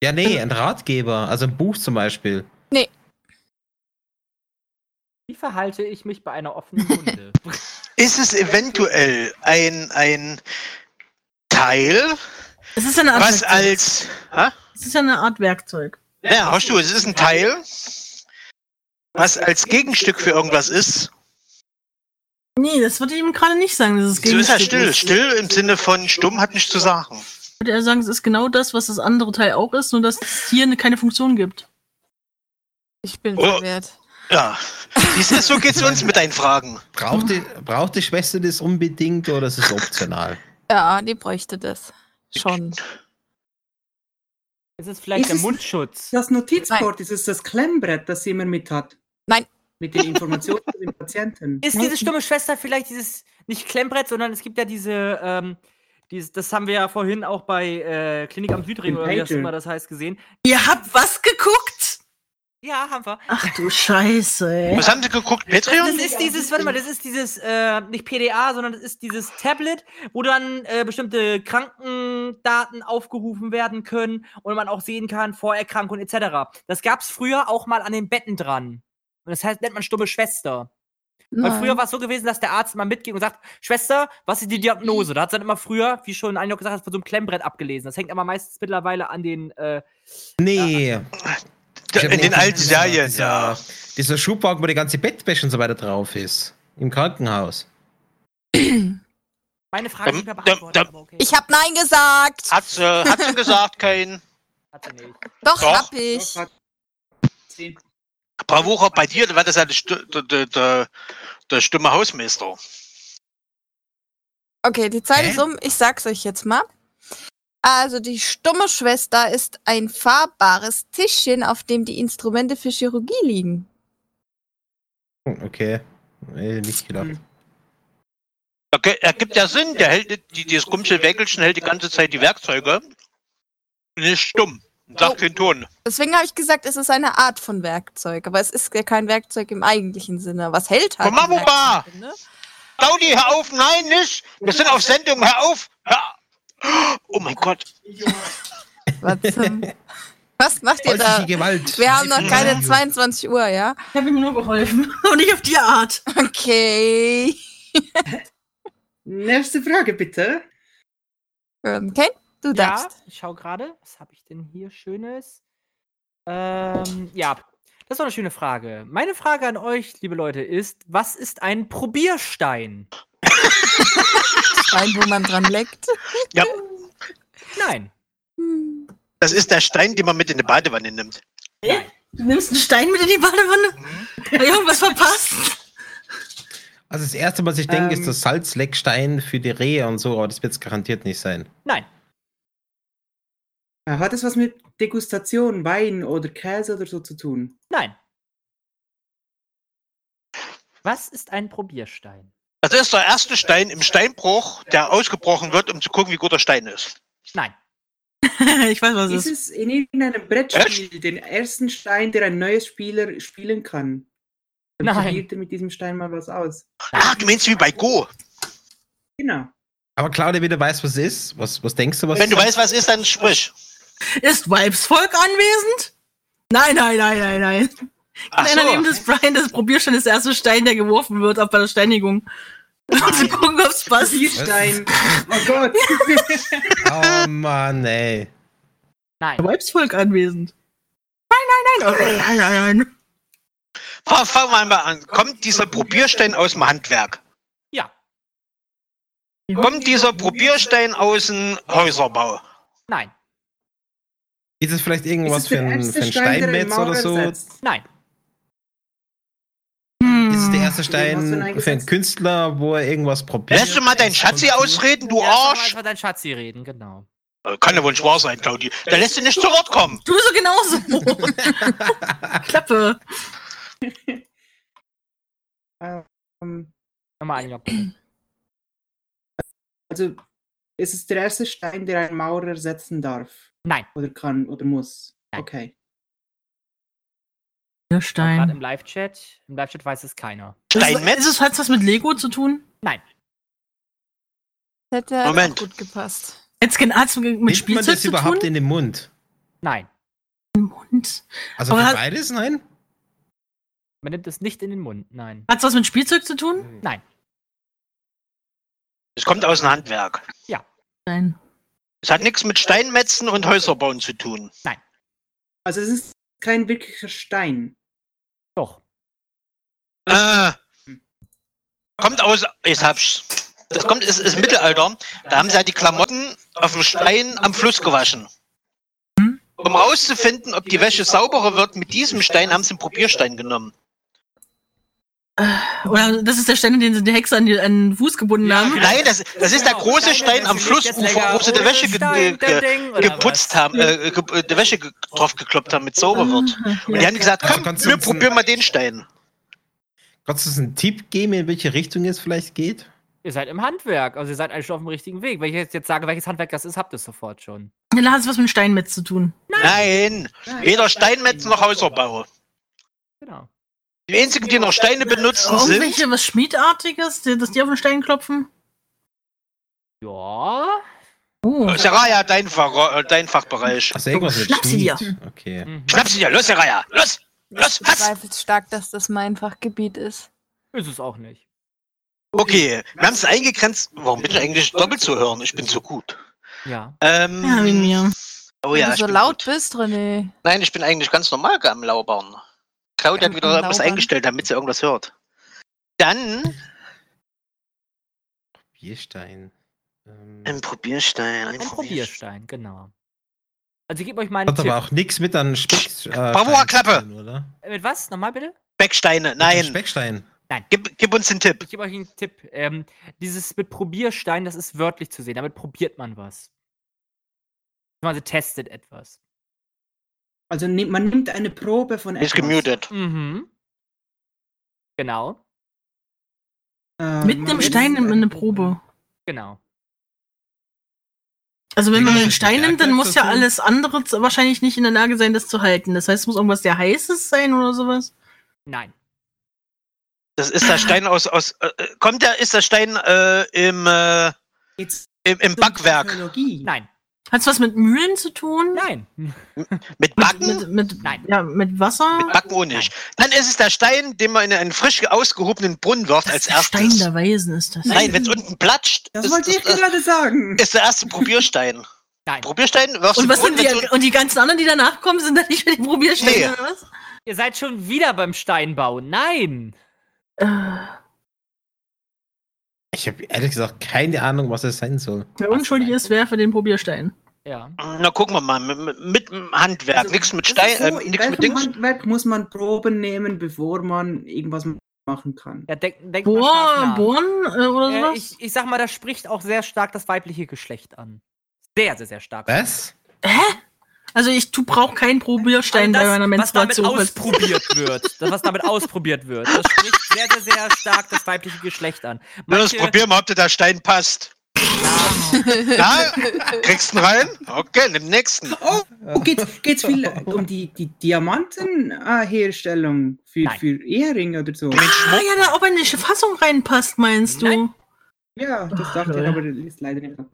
Speaker 8: Ja, nee, ein Ratgeber, also ein Buch zum Beispiel.
Speaker 11: Wie verhalte ich mich bei einer offenen Wunde?
Speaker 10: Ist es eventuell ein, ein Teil,
Speaker 6: Es ist ja eine Art
Speaker 10: was
Speaker 6: Werkzeug.
Speaker 10: als. Ha?
Speaker 6: Es ist ja eine Art Werkzeug.
Speaker 10: Ja, hast du, es ist ein Teil, was als Gegenstück für irgendwas ist.
Speaker 6: Nee, das würde ich ihm gerade nicht sagen. Das ist
Speaker 10: So ist er
Speaker 6: Gegenstück
Speaker 10: halt still. Still im Sinne von stumm hat nichts zu sagen.
Speaker 6: Würde er sagen, es ist genau das, was das andere Teil auch ist, nur dass es hier eine- keine Funktion gibt.
Speaker 7: Ich bin
Speaker 10: Oh.
Speaker 7: verwirrt.
Speaker 10: Ja. Siehst du, so geht's uns mit deinen Fragen.
Speaker 8: Braucht die, braucht die Schwester das unbedingt oder ist es optional?
Speaker 7: <laughs> Ja, die bräuchte das. Schon.
Speaker 11: Es ist vielleicht
Speaker 9: Ist
Speaker 11: der
Speaker 9: es-
Speaker 11: Mundschutz.
Speaker 9: Das Notizboard, ist es das Klemmbrett, das sie immer mit hat?
Speaker 7: Nein.
Speaker 9: Mit den Informationen zu den Patienten.
Speaker 11: Ist diese stumme Schwester vielleicht dieses, nicht Klemmbrett, sondern es gibt ja diese, ähm, dieses, das haben wir ja vorhin auch bei äh, Klinik am Südring
Speaker 6: Den
Speaker 11: oder wie das
Speaker 6: Pager.
Speaker 11: immer das heißt gesehen.
Speaker 6: Ihr habt was geguckt?
Speaker 11: Ja, haben wir.
Speaker 6: Ach du Scheiße, ey.
Speaker 10: Was haben sie geguckt?
Speaker 11: Das
Speaker 10: Patreon?
Speaker 11: ist dieses, warte mal, das ist dieses, äh, nicht PDA, sondern das ist dieses Tablet, wo dann äh, bestimmte Krankendaten aufgerufen werden können und man auch sehen kann, Vorerkrankungen etc. Das gab es früher auch mal an den Betten dran. Und das heißt, nennt man stumme Schwester. Weil
Speaker 6: Nein.
Speaker 11: früher war es so gewesen, dass der Arzt mal mitging und sagt, Schwester, was ist die Diagnose? Da hat es dann immer früher, wie schon Einjörg gesagt hat, von so einem Klemmbrett abgelesen. Das hängt aber meistens mittlerweile an den, äh,
Speaker 8: Nee. Ich hab
Speaker 10: in den
Speaker 8: auch
Speaker 10: alten
Speaker 8: dieser-
Speaker 10: Serien,
Speaker 8: dieser,
Speaker 10: ja.
Speaker 8: Dieser Schubwagen, wo die ganze Bettwäsche und so weiter drauf ist. Im Krankenhaus.
Speaker 11: meine Frage nicht mehr beantwortet.
Speaker 7: Ich hab Nein gesagt.
Speaker 10: Ähm, Hat sie, hat sie gesagt, kein.
Speaker 7: Doch,
Speaker 10: Doch.
Speaker 7: hab
Speaker 9: Oh,
Speaker 7: ich.
Speaker 10: Bravocher bei dir, war das ja der, Stu- der, der, der, der stumme Hausmeister.
Speaker 7: Okay, die Zeit ist um. Ich sag's euch jetzt mal. Also, die stumme Schwester ist ein fahrbares Tischchen, auf dem die Instrumente für Chirurgie liegen.
Speaker 8: Hm, Okay. Äh, nicht gedacht.
Speaker 7: Hm.
Speaker 10: Okay, ergibt ja Sinn, der hält, die, dieses Gumsel Wägelchen hält die ganze Zeit die Werkzeuge. Und ist stumm. Und sagt keinen Ton.
Speaker 7: Deswegen habe ich gesagt, es ist eine Art von Werkzeug, aber es ist ja kein Werkzeug im eigentlichen Sinne. Was hält halt?
Speaker 10: Komm mal, Baba! Daudi, hör auf! Nein, nicht! Wir sind auf Sendung, hör auf! Hör. Oh mein Gott.
Speaker 7: Was, ähm, <laughs> was macht ihr da?
Speaker 6: Häusliche Gewalt.
Speaker 7: Wir haben noch keine 22 Uhr, ja?
Speaker 6: <laughs> Ich habe ihm nur geholfen. Und nicht auf die Art.
Speaker 7: Okay.
Speaker 9: Nächste Frage, bitte.
Speaker 7: Okay, du darfst.
Speaker 11: Ja, ich schau gerade. Was habe ich denn hier Schönes? Ähm, ja, das war eine schöne Frage. Meine Frage an euch, liebe Leute, ist: Was ist ein Probierstein?
Speaker 7: Stein, wo man dran leckt.
Speaker 10: Ja,
Speaker 11: Nein.
Speaker 7: Hm,
Speaker 10: das ist der Stein, den man mit in die Badewanne nimmt.
Speaker 6: Du nimmst einen Stein mit in die Badewanne? Hab ich irgendwas verpasst? <laughs>
Speaker 8: Also das Erste, was ich denke,
Speaker 7: Ähm.
Speaker 8: ist der Salzleckstein für die Rehe und so, aber das wird es garantiert nicht sein.
Speaker 11: Nein.
Speaker 9: Äh, Hat es was mit Degustation, Wein oder Käse oder so zu tun?
Speaker 11: Nein. Was ist ein Probierstein?
Speaker 10: Das ist der erste Stein im Steinbruch, der ausgebrochen wird, um zu gucken, wie gut der Stein ist.
Speaker 11: Nein.
Speaker 6: ich weiß, was
Speaker 9: Ist
Speaker 6: es ist.
Speaker 9: es in irgendeinem Brettspiel den ersten Stein, der ein neuer Spieler spielen kann? Dann
Speaker 11: Nein.
Speaker 9: probiert er mit diesem Stein mal was aus.
Speaker 10: Ah, du meinst wie bei Go.
Speaker 9: Genau.
Speaker 8: Aber Claudia, wie du weißt, was es ist, was, was denkst du, was
Speaker 10: Wenn du
Speaker 8: es
Speaker 10: weißt, was ist, dann sprich.
Speaker 6: Ist Weibsvolk anwesend? Nein, nein, nein, nein, nein.
Speaker 10: Ach
Speaker 6: Einer neben
Speaker 10: so.
Speaker 6: des Brian, das Probierstein ist der erste Stein, der geworfen wird, auch bei der Steinigung. Um zu gucken, ob's passt.
Speaker 8: <laughs>
Speaker 9: Probierstein. Oh Gott.
Speaker 8: ist? Oh Mann, ey.
Speaker 11: Nein.
Speaker 6: Weibsvolk anwesend. Nein, nein, nein, nein, nein, nein.
Speaker 10: Fa- Fangen wir mal an. Kommt dieser Probierstein aus dem Handwerk?
Speaker 11: Ja.
Speaker 10: Kommt dieser Probierstein aus dem Häuserbau?
Speaker 11: Nein.
Speaker 8: Ist es vielleicht
Speaker 9: Ist
Speaker 8: irgendwas
Speaker 9: es
Speaker 8: für
Speaker 9: der
Speaker 8: ein,
Speaker 9: erste
Speaker 8: für ein
Speaker 9: Stein, der in
Speaker 8: Steinmetz oder
Speaker 9: Mauern
Speaker 8: so?
Speaker 9: setzt?
Speaker 11: Nein.
Speaker 6: Hm.
Speaker 8: Ist es der erste
Speaker 9: hast du denn
Speaker 8: Stein für einen
Speaker 9: eingesetzt?
Speaker 8: Künstler, wo er irgendwas probiert?
Speaker 10: Lässt du mal deinen Schatzi ausreden, du
Speaker 11: Arsch.
Speaker 10: Arsch? Äh,
Speaker 11: Mal dein Schatzi reden, genau.
Speaker 10: Kann ja wohl nicht wahr sein, Claudi. Da lässt du nicht zu Wort kommen.
Speaker 6: Du so genauso. Klappe.
Speaker 9: Ähm,
Speaker 11: Nochmal an, Job.
Speaker 9: Also, ist es der erste Stein, der ein Maurer setzen darf?
Speaker 11: Nein.
Speaker 9: Oder kann oder muss?
Speaker 11: Nein.
Speaker 9: Okay.
Speaker 6: Der
Speaker 11: Gerade
Speaker 6: Stein.
Speaker 11: im Live-Chat. Im Live-Chat weiß es keiner.
Speaker 10: Steinmetz?
Speaker 6: Ist es, hat was mit Lego zu tun?
Speaker 7: Hätte halt
Speaker 10: Moment.
Speaker 7: auch gut gepasst.
Speaker 6: Jetzt hat es mit
Speaker 8: Nimmt man
Speaker 6: Spielzeug
Speaker 8: das
Speaker 6: zu
Speaker 8: überhaupt
Speaker 6: tun?
Speaker 8: in den Mund?
Speaker 11: Nein.
Speaker 6: Und
Speaker 8: Also
Speaker 6: Aber
Speaker 8: für
Speaker 6: hat-
Speaker 8: beides? Nein?
Speaker 11: Man nimmt es nicht in den Mund. Nein.
Speaker 6: hat's was mit Spielzeug zu tun?
Speaker 11: Nein.
Speaker 10: Es kommt aus dem Handwerk.
Speaker 6: Nein.
Speaker 10: Es hat nichts mit Steinmetzen und Häuserbauen zu tun.
Speaker 9: Also, es ist kein wirklicher Stein.
Speaker 11: Doch.
Speaker 10: Äh, kommt aus. Ich hab's. Das kommt, ist, ist Mittelalter. Da haben sie ja die Klamotten auf dem Stein am Fluss gewaschen. Um rauszufinden, ob die Wäsche sauberer wird, mit diesem Stein haben sie einen Probierstein genommen.
Speaker 6: Oder das ist der Stein, den sie die Hexe an, die, an den Fuß gebunden haben?
Speaker 10: Nein, das, das ist der
Speaker 11: Genau.
Speaker 10: große Stein am Flussufer, wo sie die Wäsche ge
Speaker 11: Stein, der
Speaker 10: ge
Speaker 11: Ding, oder
Speaker 10: geputzt haben, äh, ge äh, die Wäsche ge drauf gekloppt haben, mit sauber
Speaker 6: Hm.
Speaker 10: wird.
Speaker 6: Ah,
Speaker 10: Und die haben gesagt,
Speaker 8: Also
Speaker 10: komm,
Speaker 8: kannst du
Speaker 10: wir
Speaker 8: uns
Speaker 10: probieren
Speaker 8: ein-
Speaker 10: mal den Stein.
Speaker 8: Kannst du uns einen Tipp geben, in welche Richtung es vielleicht geht?
Speaker 11: Ihr seid im Handwerk, also ihr seid eigentlich schon auf dem richtigen Weg. Wenn ich jetzt, jetzt sage, welches Handwerk das ist, habt ihr es sofort schon.
Speaker 6: Dann hat es was mit Stein mit zu tun.
Speaker 10: Nein, weder Steinmetzen noch Häuserbau.
Speaker 11: Genau.
Speaker 10: Die einzigen, die noch Steine
Speaker 7: Um
Speaker 10: benutzen, sind
Speaker 6: Irgendwelche was Schmiedartiges, die- dass die auf den Stein klopfen?
Speaker 11: Ja.
Speaker 6: Oh.
Speaker 10: Oh, Seraya, dein, Fach, äh, dein Fachbereich.
Speaker 8: Also irgendwas mit
Speaker 6: schnapp sie dir.
Speaker 8: Schmied. Okay.
Speaker 11: Mhm.
Speaker 10: Schnapp sie dir, los, Seraya, los, los,
Speaker 7: Ich
Speaker 10: was?
Speaker 7: zweifle stark, dass das mein Fachgebiet ist.
Speaker 11: Ist es auch nicht.
Speaker 10: Okay, wir haben es eingegrenzt. Warum bin ich eigentlich doppelt zu hören? Ich bin so gut.
Speaker 11: Ja.
Speaker 10: Ähm,
Speaker 6: Ja, wegen mir.
Speaker 10: Oh
Speaker 7: Wenn
Speaker 10: ja,
Speaker 7: du
Speaker 10: ich
Speaker 7: so
Speaker 10: bin
Speaker 7: laut
Speaker 10: Gut.
Speaker 7: bist, René.
Speaker 10: Nein, ich bin eigentlich ganz normal am Laubern. Claudia hat wieder
Speaker 7: Am
Speaker 10: irgendwas
Speaker 7: Laubern.
Speaker 10: eingestellt, damit sie irgendwas hört. Dann
Speaker 8: Bierstein. Ähm,
Speaker 10: ein Probierstein.
Speaker 11: Ein Probierstein, genau. Also gebt euch mal einen
Speaker 8: hat
Speaker 11: Tipp. Äh,
Speaker 8: aber auch nichts mit einem Speck. Äh,
Speaker 10: Bravour,
Speaker 8: Stein zu
Speaker 10: Klappe!
Speaker 8: tun, Oder?
Speaker 11: Mit was? Nochmal bitte?
Speaker 10: Specksteine,
Speaker 8: Mit einem
Speaker 10: nein.
Speaker 8: Speckstein.
Speaker 10: Gib, gib uns den Tipp.
Speaker 11: Ich gebe euch einen Tipp. Ähm, dieses mit Probierstein, das ist wörtlich zu sehen. Damit probiert man was. Also testet etwas.
Speaker 9: Also nimmt- man nimmt eine Probe von
Speaker 10: Ist gemutet.
Speaker 11: Mhm. Genau,
Speaker 9: Ähm,
Speaker 6: Mit einem
Speaker 9: man
Speaker 6: Stein
Speaker 9: nimmt
Speaker 6: in eine Probe.
Speaker 11: genau.
Speaker 6: Also wenn
Speaker 8: Ja,
Speaker 6: man
Speaker 8: das
Speaker 6: einen
Speaker 8: ist
Speaker 6: Stein
Speaker 8: mit
Speaker 6: nimmt, dann
Speaker 8: Werkzeug
Speaker 6: muss ja
Speaker 8: zu tun.
Speaker 6: alles andere zu- wahrscheinlich nicht in der Lage sein, das zu halten. Das heißt, es muss irgendwas sehr Heißes sein oder sowas.
Speaker 11: Nein.
Speaker 10: Das ist der Stein aus. aus äh, äh, kommt der, ist der Stein äh, im, äh,
Speaker 9: Jetzt
Speaker 10: im, im
Speaker 9: zum
Speaker 10: Backwerk?
Speaker 9: Technologie.
Speaker 11: Nein.
Speaker 6: Hat es was mit Mühlen zu tun?
Speaker 11: Nein. <laughs>
Speaker 10: Mit Backen?
Speaker 6: Mit, mit, Nein. Ja, mit Wasser?
Speaker 10: Mit Backen ohne nicht. Dann ist es der Stein, den man in einen frisch ausgehobenen Brunnen wirft als erstes.
Speaker 6: Stein der Weisen ist das.
Speaker 10: Nein, wenn es unten platscht,
Speaker 9: Das
Speaker 10: ist,
Speaker 9: wollte ich
Speaker 10: ist, äh, ist,
Speaker 9: gerade sagen.
Speaker 10: der erste Probierstein.
Speaker 11: Nein.
Speaker 10: Probierstein wirfst
Speaker 6: Und
Speaker 10: du
Speaker 6: was sind die, und die ganzen anderen, die danach kommen, sind dann nicht mehr die Probierstände
Speaker 10: Nee.
Speaker 6: oder was?
Speaker 11: Ihr seid schon wieder beim Steinbau. Nein.
Speaker 6: Äh,
Speaker 8: Ich habe ehrlich gesagt keine Ahnung, was es sein soll.
Speaker 6: Wer unschuldig ist, wer für den Probierstein.
Speaker 11: Ja.
Speaker 10: Na, gucken wir mal. Mit, mit dem Handwerk. nichts mit
Speaker 9: Also, Das
Speaker 10: Stein,
Speaker 9: ist
Speaker 10: ähm,
Speaker 9: in
Speaker 10: nichts mit
Speaker 9: welchem
Speaker 10: Dings.
Speaker 9: Handwerk muss man Proben nehmen, bevor man irgendwas machen kann?
Speaker 11: Ja, denk, denk mal scharf
Speaker 6: Bohr,
Speaker 11: nach.
Speaker 6: Bohren äh, oder
Speaker 11: Äh,
Speaker 6: sowas?
Speaker 11: ich, ich sag mal, das spricht auch sehr stark das weibliche Geschlecht an. Sehr, sehr, sehr stark.
Speaker 8: Was?
Speaker 6: also ich tu- brauch keinen Probierstein
Speaker 11: Also das,
Speaker 6: bei meiner
Speaker 11: was damit
Speaker 6: Menstruation. <laughs>
Speaker 11: ausprobiert wird, das, was damit ausprobiert wird, das spricht sehr, sehr, sehr stark das weibliche Geschlecht an.
Speaker 10: Ja, das probieren wir, ob dir der Stein passt. Na, kriegst du rein? Okay, nimm den nächsten.
Speaker 9: Oh, oh geht's, geht's
Speaker 8: <laughs>
Speaker 9: viel um die, die Diamantenherstellung für,
Speaker 11: Nein.
Speaker 9: für Ehering oder so?
Speaker 6: ah ja, da, ob eine Fassung reinpasst, meinst du?
Speaker 11: Nein.
Speaker 9: Ja, das dachte ich, aber das ist leider nicht. so.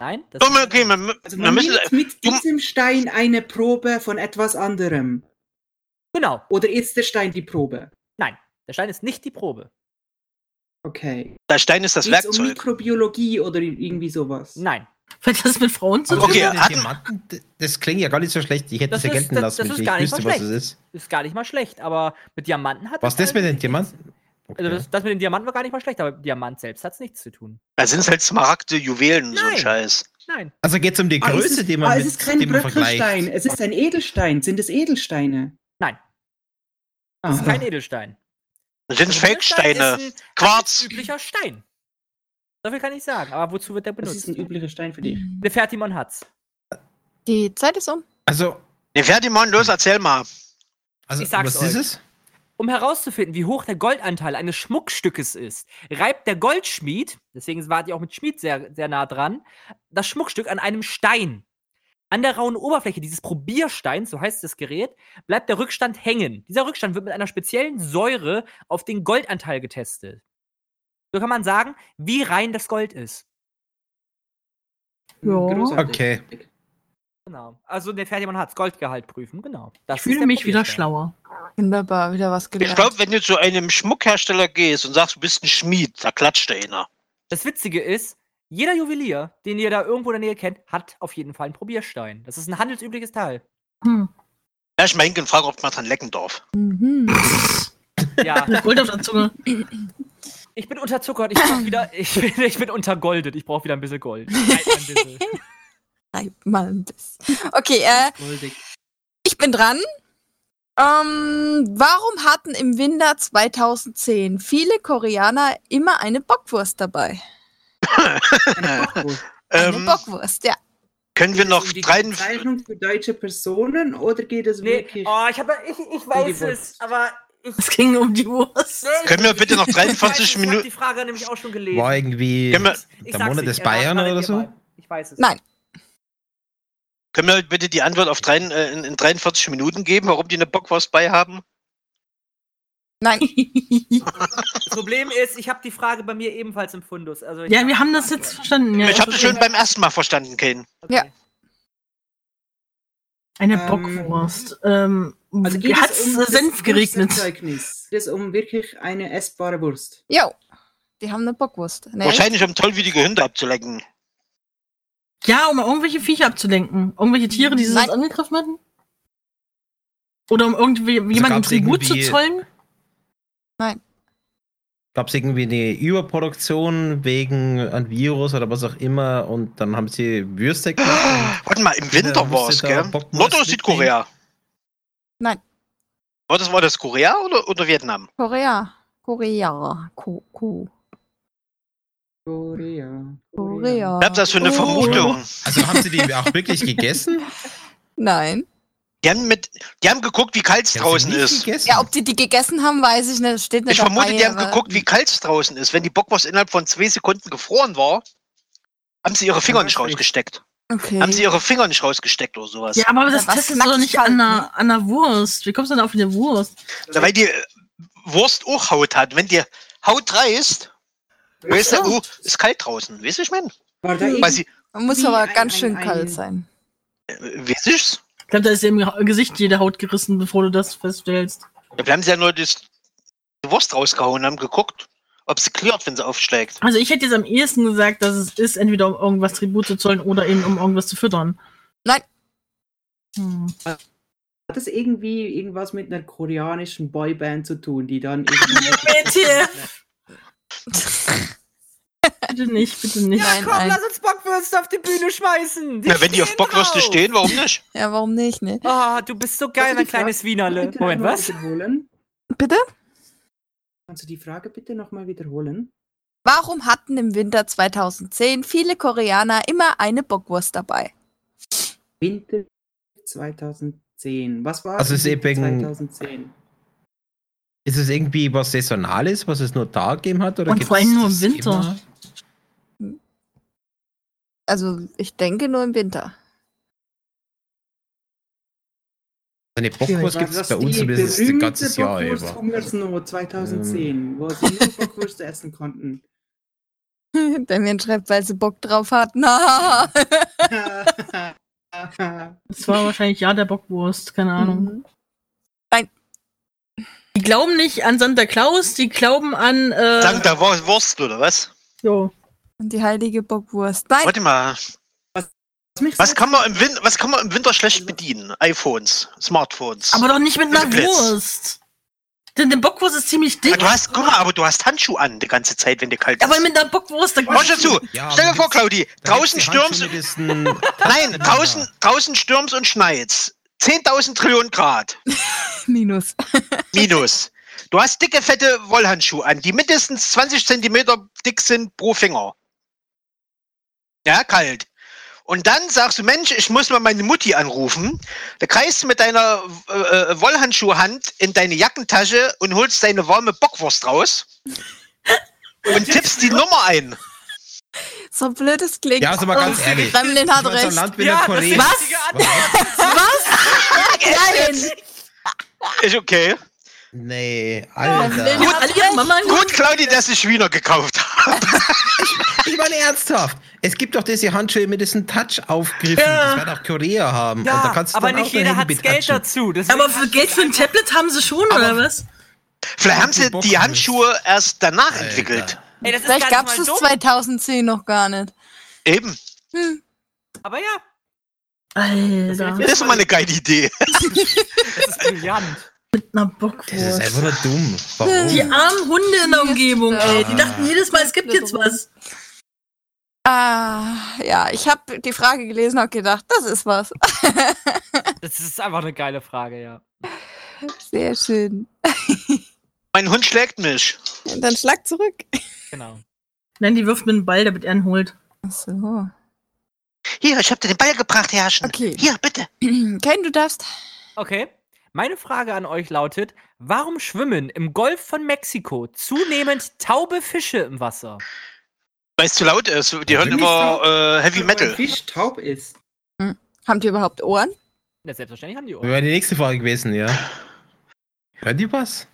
Speaker 11: Nein, das
Speaker 10: Dumme, okay, wir, mü-
Speaker 9: Also
Speaker 10: wir
Speaker 9: man
Speaker 10: müssen. um-
Speaker 9: nimmt mit
Speaker 10: du-
Speaker 9: diesem Stein eine Probe von etwas anderem.
Speaker 11: genau.
Speaker 9: Oder ist der Stein die Probe?
Speaker 11: Nein, der Stein ist nicht die Probe.
Speaker 9: Okay.
Speaker 10: Der Stein ist das
Speaker 9: Geht's um
Speaker 10: Werkzeug.
Speaker 9: Mikrobiologie oder irgendwie sowas?
Speaker 11: Nein,
Speaker 6: Hat das mit Frauen
Speaker 11: Also
Speaker 6: zu tun?
Speaker 10: Okay,
Speaker 8: Ja,
Speaker 10: hatten,
Speaker 8: Diamanten, d- das klingt ja gar nicht so schlecht. Ich hätte
Speaker 11: Das
Speaker 8: es ja
Speaker 11: ist-
Speaker 8: gelten
Speaker 11: das-
Speaker 8: lassen,
Speaker 11: das
Speaker 8: wenn
Speaker 11: ist
Speaker 8: ich
Speaker 11: gar nicht
Speaker 8: wüsste,
Speaker 11: mal
Speaker 8: was es
Speaker 11: schlecht.
Speaker 8: ist.
Speaker 11: ist gar nicht mal schlecht, aber mit Diamanten hat
Speaker 8: Was ist das mit den
Speaker 11: nichts-
Speaker 8: Diamanten?
Speaker 11: Also
Speaker 8: Okay.
Speaker 11: das, das mit den Diamanten war gar nicht mal schlecht, aber Diamant selbst hat es nichts zu tun.
Speaker 10: da sind halt Smaragde, Juwelen, so ein
Speaker 11: Nein.
Speaker 10: Scheiß.
Speaker 11: Nein,
Speaker 8: Also geht es um die
Speaker 9: Ah, es
Speaker 8: Größe,
Speaker 9: ist,
Speaker 8: die man
Speaker 9: ah,
Speaker 8: mit
Speaker 9: es ist kein
Speaker 8: die man
Speaker 9: Bröckelstein,
Speaker 8: vergleicht.
Speaker 9: es ist ein Edelstein. Sind es Edelsteine?
Speaker 11: Nein.
Speaker 9: Ah.
Speaker 11: das ist kein Edelstein.
Speaker 10: Das sind
Speaker 11: Edelstein
Speaker 10: Fake-Steine.
Speaker 11: ist ein
Speaker 10: Quarz.
Speaker 11: üblicher Stein. So viel kann ich sagen, aber wozu wird der
Speaker 9: Das
Speaker 11: benutzt?
Speaker 9: ist ein üblicher Stein für dich.
Speaker 11: Nefertimon hat's.
Speaker 7: <laughs> Die Zeit ist um.
Speaker 8: Also,
Speaker 10: Nefertimon, los, erzähl mal.
Speaker 8: also
Speaker 11: Ich sag's
Speaker 8: was
Speaker 11: euch.
Speaker 8: ist es?
Speaker 11: Um herauszufinden, wie hoch der Goldanteil eines Schmuckstückes ist, reibt der Goldschmied, deswegen wart ihr auch mit Schmied sehr, sehr nah dran, das Schmuckstück an einem Stein. An der rauen Oberfläche dieses Probiersteins, so heißt das Gerät, bleibt der Rückstand hängen. Dieser Rückstand wird mit einer speziellen Säure auf den Goldanteil getestet. So kann man sagen, wie rein das Gold ist.
Speaker 6: Ja.
Speaker 9: Großartig.
Speaker 8: Okay.
Speaker 11: Genau. Also der Ferdinand hat's Goldgehalt prüfen, genau. Das
Speaker 6: Ich
Speaker 11: ist
Speaker 6: fühle
Speaker 11: der
Speaker 6: mich wieder
Speaker 11: Probierstein.
Speaker 6: schlauer.
Speaker 7: Wunderbar, wieder was
Speaker 10: Ich
Speaker 7: gelernt.
Speaker 10: glaube, wenn du zu einem Schmuckhersteller gehst und sagst, du bist ein Schmied, da klatscht der einer.
Speaker 11: Das Witzige ist, jeder Juwelier, den ihr da irgendwo in der Nähe kennt, hat auf jeden Fall einen Probierstein. Das ist ein handelsübliches Teil.
Speaker 6: Hm.
Speaker 10: Ja, ich mal hingehen und frage, ob man dran lecken darf.
Speaker 7: Mhm.
Speaker 10: <laughs>
Speaker 11: Ja,
Speaker 6: Gold auf der Zunge.
Speaker 11: ich bin unterzuckert. Ich brauch wieder. Ich <laughs> bin, ich bin untergoldet. Ich brauche wieder ein bisschen Gold. Reibt mal ein
Speaker 10: <laughs>
Speaker 11: bisschen.
Speaker 7: Reib mal ein bisschen. Okay, äh, ich bin dran. Ähm, warum hatten im Winter 2010 viele Koreaner immer eine Bockwurst dabei?
Speaker 9: Eine Bockwurst.
Speaker 7: Eine
Speaker 10: Ähm,
Speaker 7: Bockwurst, ja.
Speaker 10: können wir
Speaker 9: Geht
Speaker 10: noch
Speaker 9: es um die
Speaker 10: 53.
Speaker 9: Bezeichnung für deutsche Personen oder geht es
Speaker 11: Nee,
Speaker 9: wirklich?
Speaker 11: oh, ich, hab, da- ich, ich weiß es, aber. Ich,
Speaker 6: <laughs> Es ging um die Wurst.
Speaker 11: nee, ich-
Speaker 10: Können wir bitte noch
Speaker 11: ich weiß es,
Speaker 10: 43
Speaker 11: Ich hab
Speaker 10: Minuten.
Speaker 11: die Frage nämlich auch schon gelesen.
Speaker 8: War irgendwie
Speaker 10: Können wir-
Speaker 11: Ich
Speaker 8: der
Speaker 11: sag's
Speaker 8: Monat
Speaker 11: nicht,
Speaker 8: des
Speaker 11: erratet
Speaker 8: Bayern
Speaker 11: mal,
Speaker 8: oder
Speaker 11: ihr
Speaker 8: so?
Speaker 11: beiden. Ich weiß es.
Speaker 7: Nein.
Speaker 10: Können wir bitte die Antwort auf drei, äh, in, in 43 Minuten geben, warum die eine Bockwurst bei haben?
Speaker 7: Nein.
Speaker 11: Das Problem ist, ich habe die Frage bei mir ebenfalls im Fundus. Also ich
Speaker 6: Ja,
Speaker 11: hab-
Speaker 6: wir haben das jetzt verstanden. Ja,
Speaker 10: ich habe das
Speaker 6: okay.
Speaker 10: schon beim ersten Mal verstanden, Kane.
Speaker 7: Ja.
Speaker 6: Eine
Speaker 9: Ähm,
Speaker 6: Bockwurst. Ähm, also hat es
Speaker 9: um
Speaker 11: um
Speaker 9: das
Speaker 6: Senf geregnet?
Speaker 9: Wursterzeugnis? Geht es um wirklich eine essbare Wurst?
Speaker 7: Jo. Die haben eine Bockwurst. Nee.
Speaker 10: Wahrscheinlich, um tollwütige Hunde abzulecken.
Speaker 6: Ja, um irgendwelche Viecher abzulenken. Irgendwelche Tiere, die sie
Speaker 7: Nein.
Speaker 6: sonst angegriffen hatten? Oder um irgendwie jemanden
Speaker 8: Also gab's
Speaker 6: Tribut zu
Speaker 8: irgendwie-
Speaker 6: zollen?
Speaker 8: Gab es irgendwie eine Überproduktion wegen ein Virus oder was auch immer und dann haben sie Würste gemacht.
Speaker 10: <gasps> Warte mal, im Winter
Speaker 8: Ja,
Speaker 10: war es,
Speaker 8: müsste da
Speaker 10: gell?
Speaker 8: Bockwurst
Speaker 10: Nord- oder Südkorea?
Speaker 7: Nein.
Speaker 10: War das, war das Korea oder, oder Vietnam?
Speaker 7: Korea. Korea. Ko Ko
Speaker 9: Korea.
Speaker 7: Korea.
Speaker 10: Ich hab das für eine
Speaker 7: Oh.
Speaker 10: Vermutung.
Speaker 8: Also haben sie die auch wirklich gegessen?
Speaker 7: Nein.
Speaker 10: Die haben, mit, die haben geguckt, wie kalt es
Speaker 8: Die haben sie
Speaker 10: draußen
Speaker 8: nicht
Speaker 10: ist.
Speaker 8: Gegessen?
Speaker 7: Ja, ob die die gegessen haben, weiß ich nicht. Das steht nicht
Speaker 10: Ich vermute,
Speaker 7: dabei,
Speaker 10: die haben
Speaker 7: aber-
Speaker 10: geguckt, wie kalt es draußen ist. Wenn die Bockwurst innerhalb von zwei Sekunden gefroren war, haben sie ihre Finger
Speaker 9: Ja,
Speaker 10: nicht
Speaker 9: weiß ich.
Speaker 10: rausgesteckt.
Speaker 7: Okay.
Speaker 10: Haben sie ihre Finger nicht rausgesteckt oder sowas.
Speaker 6: Ja, aber das
Speaker 7: was halt
Speaker 6: testest du doch nicht
Speaker 7: knackig
Speaker 6: an der, an der Wurst. Wie kommst du denn auf eine Wurst?
Speaker 10: Na, Weil die äh, Wurst auch Haut hat. Wenn die Haut reißt, weißt du, oh, ist kalt draußen. Weißt du, ich meine?
Speaker 9: War da
Speaker 10: Weil
Speaker 9: irgend-
Speaker 10: sie, äh,
Speaker 7: Muss
Speaker 4: Wie
Speaker 7: aber
Speaker 4: ein-
Speaker 7: ganz
Speaker 4: ein-
Speaker 7: schön
Speaker 4: ein-
Speaker 7: kalt sein.
Speaker 10: Weiß ich's?
Speaker 6: Ich glaube, da ist dir im Ha- Gesicht jede Haut gerissen, bevor du das feststellst.
Speaker 10: Wir haben sie ja nur das die Wurst rausgehauen und haben geguckt, ob sie klirrt, wenn sie aufschlägt.
Speaker 6: Also ich hätte jetzt am ehesten gesagt, dass es ist, entweder um irgendwas Tribut zu zollen oder eben um irgendwas zu füttern.
Speaker 7: Nein.
Speaker 6: Hm.
Speaker 9: Hat das irgendwie irgendwas mit einer koreanischen Boyband zu tun,
Speaker 11: <laughs>
Speaker 9: die dann irgendwie.
Speaker 6: WTF! <laughs> bitte nicht, bitte nicht.
Speaker 7: Nein,
Speaker 11: Komm,
Speaker 7: nein.
Speaker 11: lass uns Bockwürste auf die Bühne schmeißen. Die
Speaker 10: Na, wenn die auf
Speaker 11: stehen
Speaker 10: Bockwürste
Speaker 11: drauf.
Speaker 10: stehen, warum nicht?
Speaker 7: Ja, warum nicht, ne?
Speaker 11: Ah, du bist so geil, mein kleines Wienerle.
Speaker 9: Bitte
Speaker 11: Moment,
Speaker 9: nochmal
Speaker 11: was?
Speaker 9: Wiederholen?
Speaker 7: Bitte?
Speaker 9: Kannst du die Frage bitte nochmal wiederholen?
Speaker 7: Warum hatten im Winter 2010 viele Koreaner immer eine Bockwurst dabei?
Speaker 9: Winter 2010. Was war
Speaker 8: Also es ist
Speaker 9: im Winter
Speaker 8: eben-
Speaker 9: 2010?
Speaker 8: Ist es irgendwie was Saisonales, was es nur da gegeben hat? Oder
Speaker 6: Und
Speaker 8: gibt's
Speaker 6: vor allem nur im
Speaker 8: das
Speaker 6: Winter.
Speaker 8: immer?
Speaker 7: Also, ich denke nur im Winter. <laughs>
Speaker 8: Eine Bockwurst gibt es bei uns zumindest das ganze Jahr über. Ähm.
Speaker 9: Hungersnot 2010, wo sie nur Bockwurst essen konnten.
Speaker 8: <laughs>
Speaker 7: Damien schreibt, weil sie Bock drauf hatten. <laughs> Na.
Speaker 6: Das war wahrscheinlich ja der Bockwurst, keine Ahnung.
Speaker 7: Mhm.
Speaker 6: Die glauben nicht an Santa Claus, die glauben an.
Speaker 10: Dank
Speaker 6: Äh,
Speaker 10: der Wur- Wurst, oder was?
Speaker 6: jo.
Speaker 7: Und die heilige Bockwurst. Nein,
Speaker 10: Warte mal. Was kann man im Winter, was kann man im Winter schlecht bedienen? iPhones, Smartphones.
Speaker 6: Aber doch nicht mit einer
Speaker 10: Blitz.
Speaker 6: Wurst. Denn eine Bockwurst ist ziemlich
Speaker 10: Ja,
Speaker 6: dick.
Speaker 10: du hast, guck mal, aber du hast Handschuhe an die ganze Zeit, wenn dir kalt ist.
Speaker 6: Aber mit einer Bockwurst, da
Speaker 10: Hör schon zu.
Speaker 8: Ja,
Speaker 10: Stell dir
Speaker 8: aber
Speaker 10: vor,
Speaker 8: gibt's-
Speaker 10: Claudi,
Speaker 8: Da
Speaker 10: draußen
Speaker 8: gibt's die
Speaker 10: stürmst,
Speaker 8: handschmiedesten- <laughs>
Speaker 10: nein, draußen, draußen stürmst und schneit's. 10.000 Trillionen Grad.
Speaker 7: <laughs> Minus.
Speaker 10: Minus. Du hast dicke, fette Wollhandschuhe an, die mindestens 20 Zentimeter dick sind pro Finger. Ja, kalt. Und dann sagst du, Mensch, ich muss mal meine Mutti anrufen. Da greifst du mit deiner äh, äh, Wollhandschuhhand in deine Jackentasche und holst deine warme Bockwurst raus und tippst die Nummer ein.
Speaker 7: So blöd es klingt.
Speaker 8: Ja, also mal ganz
Speaker 7: Und
Speaker 8: ehrlich.
Speaker 7: Gremlin hat
Speaker 8: So ein
Speaker 7: recht.
Speaker 8: Land wie
Speaker 11: Ja, das
Speaker 8: der Korea.
Speaker 11: ist-
Speaker 7: Was?
Speaker 8: <laughs>
Speaker 7: Was? Nein!
Speaker 10: Ist okay.
Speaker 8: Nee, Alter.
Speaker 7: Gremlin
Speaker 6: Gut,
Speaker 7: hat
Speaker 6: alle ihre
Speaker 7: recht.
Speaker 6: Mama
Speaker 10: Gut, Claudi, dass ich Wiener gekauft habe.
Speaker 8: Ich meine ernsthaft. Es gibt doch diese Handschuhe mit diesen Touch-Aufgriffen.
Speaker 11: Ja.
Speaker 8: Das wird auch Korea haben. Und da
Speaker 11: Ja,
Speaker 8: kannst du
Speaker 11: aber
Speaker 8: dann auch
Speaker 11: nicht
Speaker 8: dein
Speaker 11: jeder hat
Speaker 8: Handy
Speaker 11: Geld
Speaker 8: betatschen.
Speaker 11: dazu. deswegen
Speaker 6: Aber für Geld für ein Tablet haben sie schon, oder was?
Speaker 10: Vielleicht haben sie
Speaker 8: Bock
Speaker 10: die
Speaker 8: hast.
Speaker 10: Handschuhe erst danach entwickelt.
Speaker 8: Alter.
Speaker 11: Ey, das ist
Speaker 7: Vielleicht
Speaker 11: gar
Speaker 7: gab
Speaker 11: nicht
Speaker 7: es
Speaker 11: mal
Speaker 7: das
Speaker 11: dumm,
Speaker 7: 2010 noch gar nicht.
Speaker 10: Eben.
Speaker 7: Hm.
Speaker 11: Aber ja,
Speaker 6: Alter.
Speaker 10: Das ist mal eine geile Idee.
Speaker 11: das ist brillant.
Speaker 6: Na,
Speaker 8: Das ist
Speaker 6: Bockwurst.
Speaker 8: einfach nur dumm. Warum?
Speaker 6: Die armen Hunde in der Umgebung, ey. Die dachten jedes Mal, es gibt jetzt was.
Speaker 7: Ah, ja, ich habe die Frage gelesen und gedacht, das ist was.
Speaker 11: Das ist einfach eine geile Frage, ja.
Speaker 7: Sehr schön.
Speaker 10: Mein Hund schlägt mich.
Speaker 7: Dann schlag zurück.
Speaker 11: Genau.
Speaker 6: Nein, die wirft mir einen Ball, damit er ihn holt.
Speaker 7: Ach so.
Speaker 10: Hier, ich hab dir den Ball gebracht, Herrschen.
Speaker 7: Okay. <clears throat>
Speaker 10: Hier, bitte.
Speaker 7: Ken, du darfst.
Speaker 11: Okay. Meine Frage an euch lautet: Warum schwimmen im Golf von Mexiko zunehmend taube Fische im Wasser?
Speaker 10: Weil es zu laut ist. Die
Speaker 8: Ja,
Speaker 10: hören
Speaker 8: wirklich
Speaker 10: immer äh, Heavy
Speaker 9: Wenn
Speaker 10: Metal.
Speaker 9: Ein Fisch taub ist.
Speaker 7: Haben die überhaupt Ohren?
Speaker 11: Ja, selbstverständlich haben die Ohren.
Speaker 8: Wäre die nächste Frage gewesen, ja. Hört ihr was?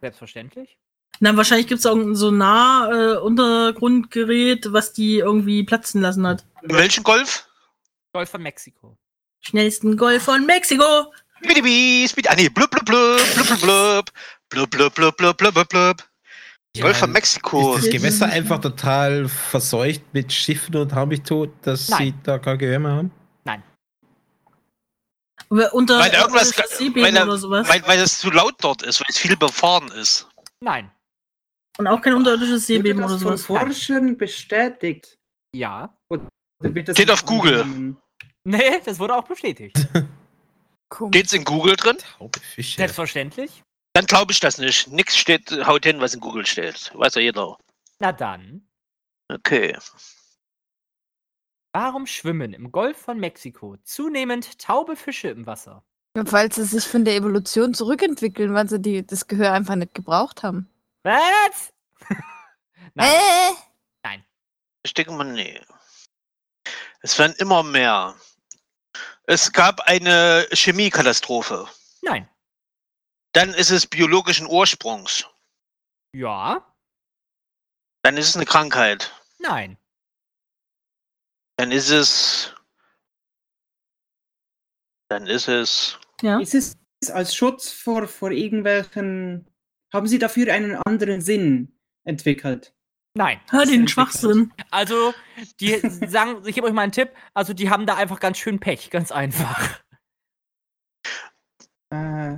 Speaker 11: Selbstverständlich.
Speaker 6: Na, wahrscheinlich gibt's auch irgendein Sonar-Untergrundgerät, was die irgendwie platzen lassen hat.
Speaker 10: In welchem Golf?
Speaker 11: Golf von Mexiko.
Speaker 6: Schnellsten Golf von Mexiko.
Speaker 10: Bidibi, speed. Ah, nee, blub, blub, blub, blub, blub, blub. Blub, blub, blub, blub, blub, blub, blub. Golf von Mexiko.
Speaker 8: Ist das Gewässer einfach total verseucht mit Schiffen und haben mich tot, dass
Speaker 11: Nein.
Speaker 8: sie da kein Gehör mehr haben?
Speaker 6: Oder Unter
Speaker 10: Weil da irgendwas-
Speaker 6: unter Seebeben
Speaker 10: weil da-
Speaker 6: oder sowas.
Speaker 10: Weil, weil es zu laut dort ist, weil es viel befahren ist.
Speaker 11: Nein.
Speaker 6: Und auch kein unterirdisches
Speaker 9: Wurde
Speaker 6: Seebeben
Speaker 9: das
Speaker 6: oder
Speaker 9: von
Speaker 6: sowas.
Speaker 9: Forschern bestätigt.
Speaker 11: Ja.
Speaker 9: Oder wird das
Speaker 10: Geht auf Google.
Speaker 9: angenommen?
Speaker 11: Nee, das wurde auch bestätigt.
Speaker 7: Komisch.
Speaker 10: Steht's in Google drin?
Speaker 8: Taube Fische.
Speaker 11: Selbstverständlich.
Speaker 10: Dann glaube ich das nicht. Nix steht, haut hin, was in Google steht. Weiß ja jeder.
Speaker 11: Na dann.
Speaker 10: Okay.
Speaker 11: Warum schwimmen im Golf von Mexiko zunehmend taube Fische im Wasser?
Speaker 7: Weil sie sich von der Evolution zurückentwickeln, weil sie die, das Gehör einfach nicht gebraucht haben.
Speaker 11: Was? <laughs> Nein.
Speaker 7: Äh,
Speaker 10: Ich denke mal, nee. Es werden immer mehr. Es gab eine Chemiekatastrophe.
Speaker 11: Nein.
Speaker 10: Dann ist es biologischen Ursprungs.
Speaker 11: Ja.
Speaker 10: Dann ist es eine Krankheit.
Speaker 11: Nein.
Speaker 10: Dann ist es. Dann ist es.
Speaker 6: Ja.
Speaker 9: Ist es als Schutz vor, vor irgendwelchen. Haben Sie dafür einen anderen Sinn entwickelt?
Speaker 11: Nein.
Speaker 6: Hör den Schwachsinn.
Speaker 11: Also, die sagen, ich gebe euch mal einen Tipp, also die haben da einfach ganz schön Pech, ganz einfach.
Speaker 9: Äh,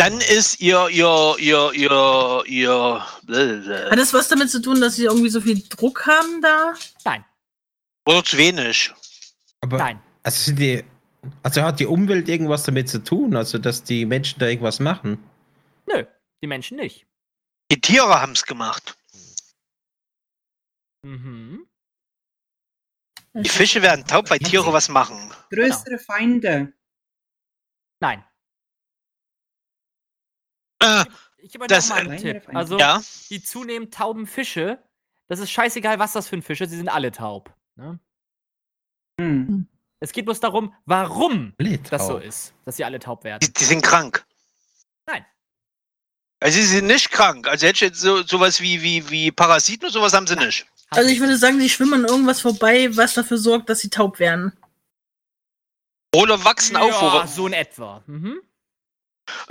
Speaker 10: Genau. Dann ist ihr, ihr, ihr, ihr, ihr. äh, blablabla.
Speaker 6: Hat das was damit zu tun, dass sie irgendwie so viel Druck haben da?
Speaker 11: Nein.
Speaker 10: Oder zu wenig.
Speaker 8: Aber Nein. Also, sind die, also hat die Umwelt irgendwas damit zu tun, also dass die Menschen da irgendwas machen?
Speaker 11: Nö, die Menschen nicht.
Speaker 10: Die Tiere haben es gemacht.
Speaker 11: Mhm.
Speaker 10: Die Fische werden taub, weil Tiere was machen.
Speaker 9: Größere Feinde.
Speaker 11: Nein.
Speaker 10: Äh,
Speaker 11: Ich gebe euch
Speaker 10: Das-
Speaker 11: nochmal einen
Speaker 10: Alleine
Speaker 11: Tipp.
Speaker 10: auf einen
Speaker 11: Also,
Speaker 10: Ja?
Speaker 11: die zunehmend tauben Fische, das ist scheißegal, was das für ein Fisch ist, sie sind alle taub. Ne?
Speaker 9: Hm.
Speaker 11: Es geht bloß darum, warum
Speaker 8: Alle
Speaker 11: das so
Speaker 8: taub.
Speaker 11: ist, dass sie alle taub werden.
Speaker 10: die, die sind krank.
Speaker 11: Nein.
Speaker 10: Also sie sind nicht krank. Also hätte ich jetzt so, sowas wie, wie, wie Parasiten oder sowas haben sie nicht.
Speaker 6: Also ich würde sagen, sie schwimmen an irgendwas vorbei, was dafür sorgt, dass sie taub werden.
Speaker 10: Oder wachsen auf.
Speaker 11: ja,
Speaker 10: Oder,
Speaker 11: so in etwa. Mhm.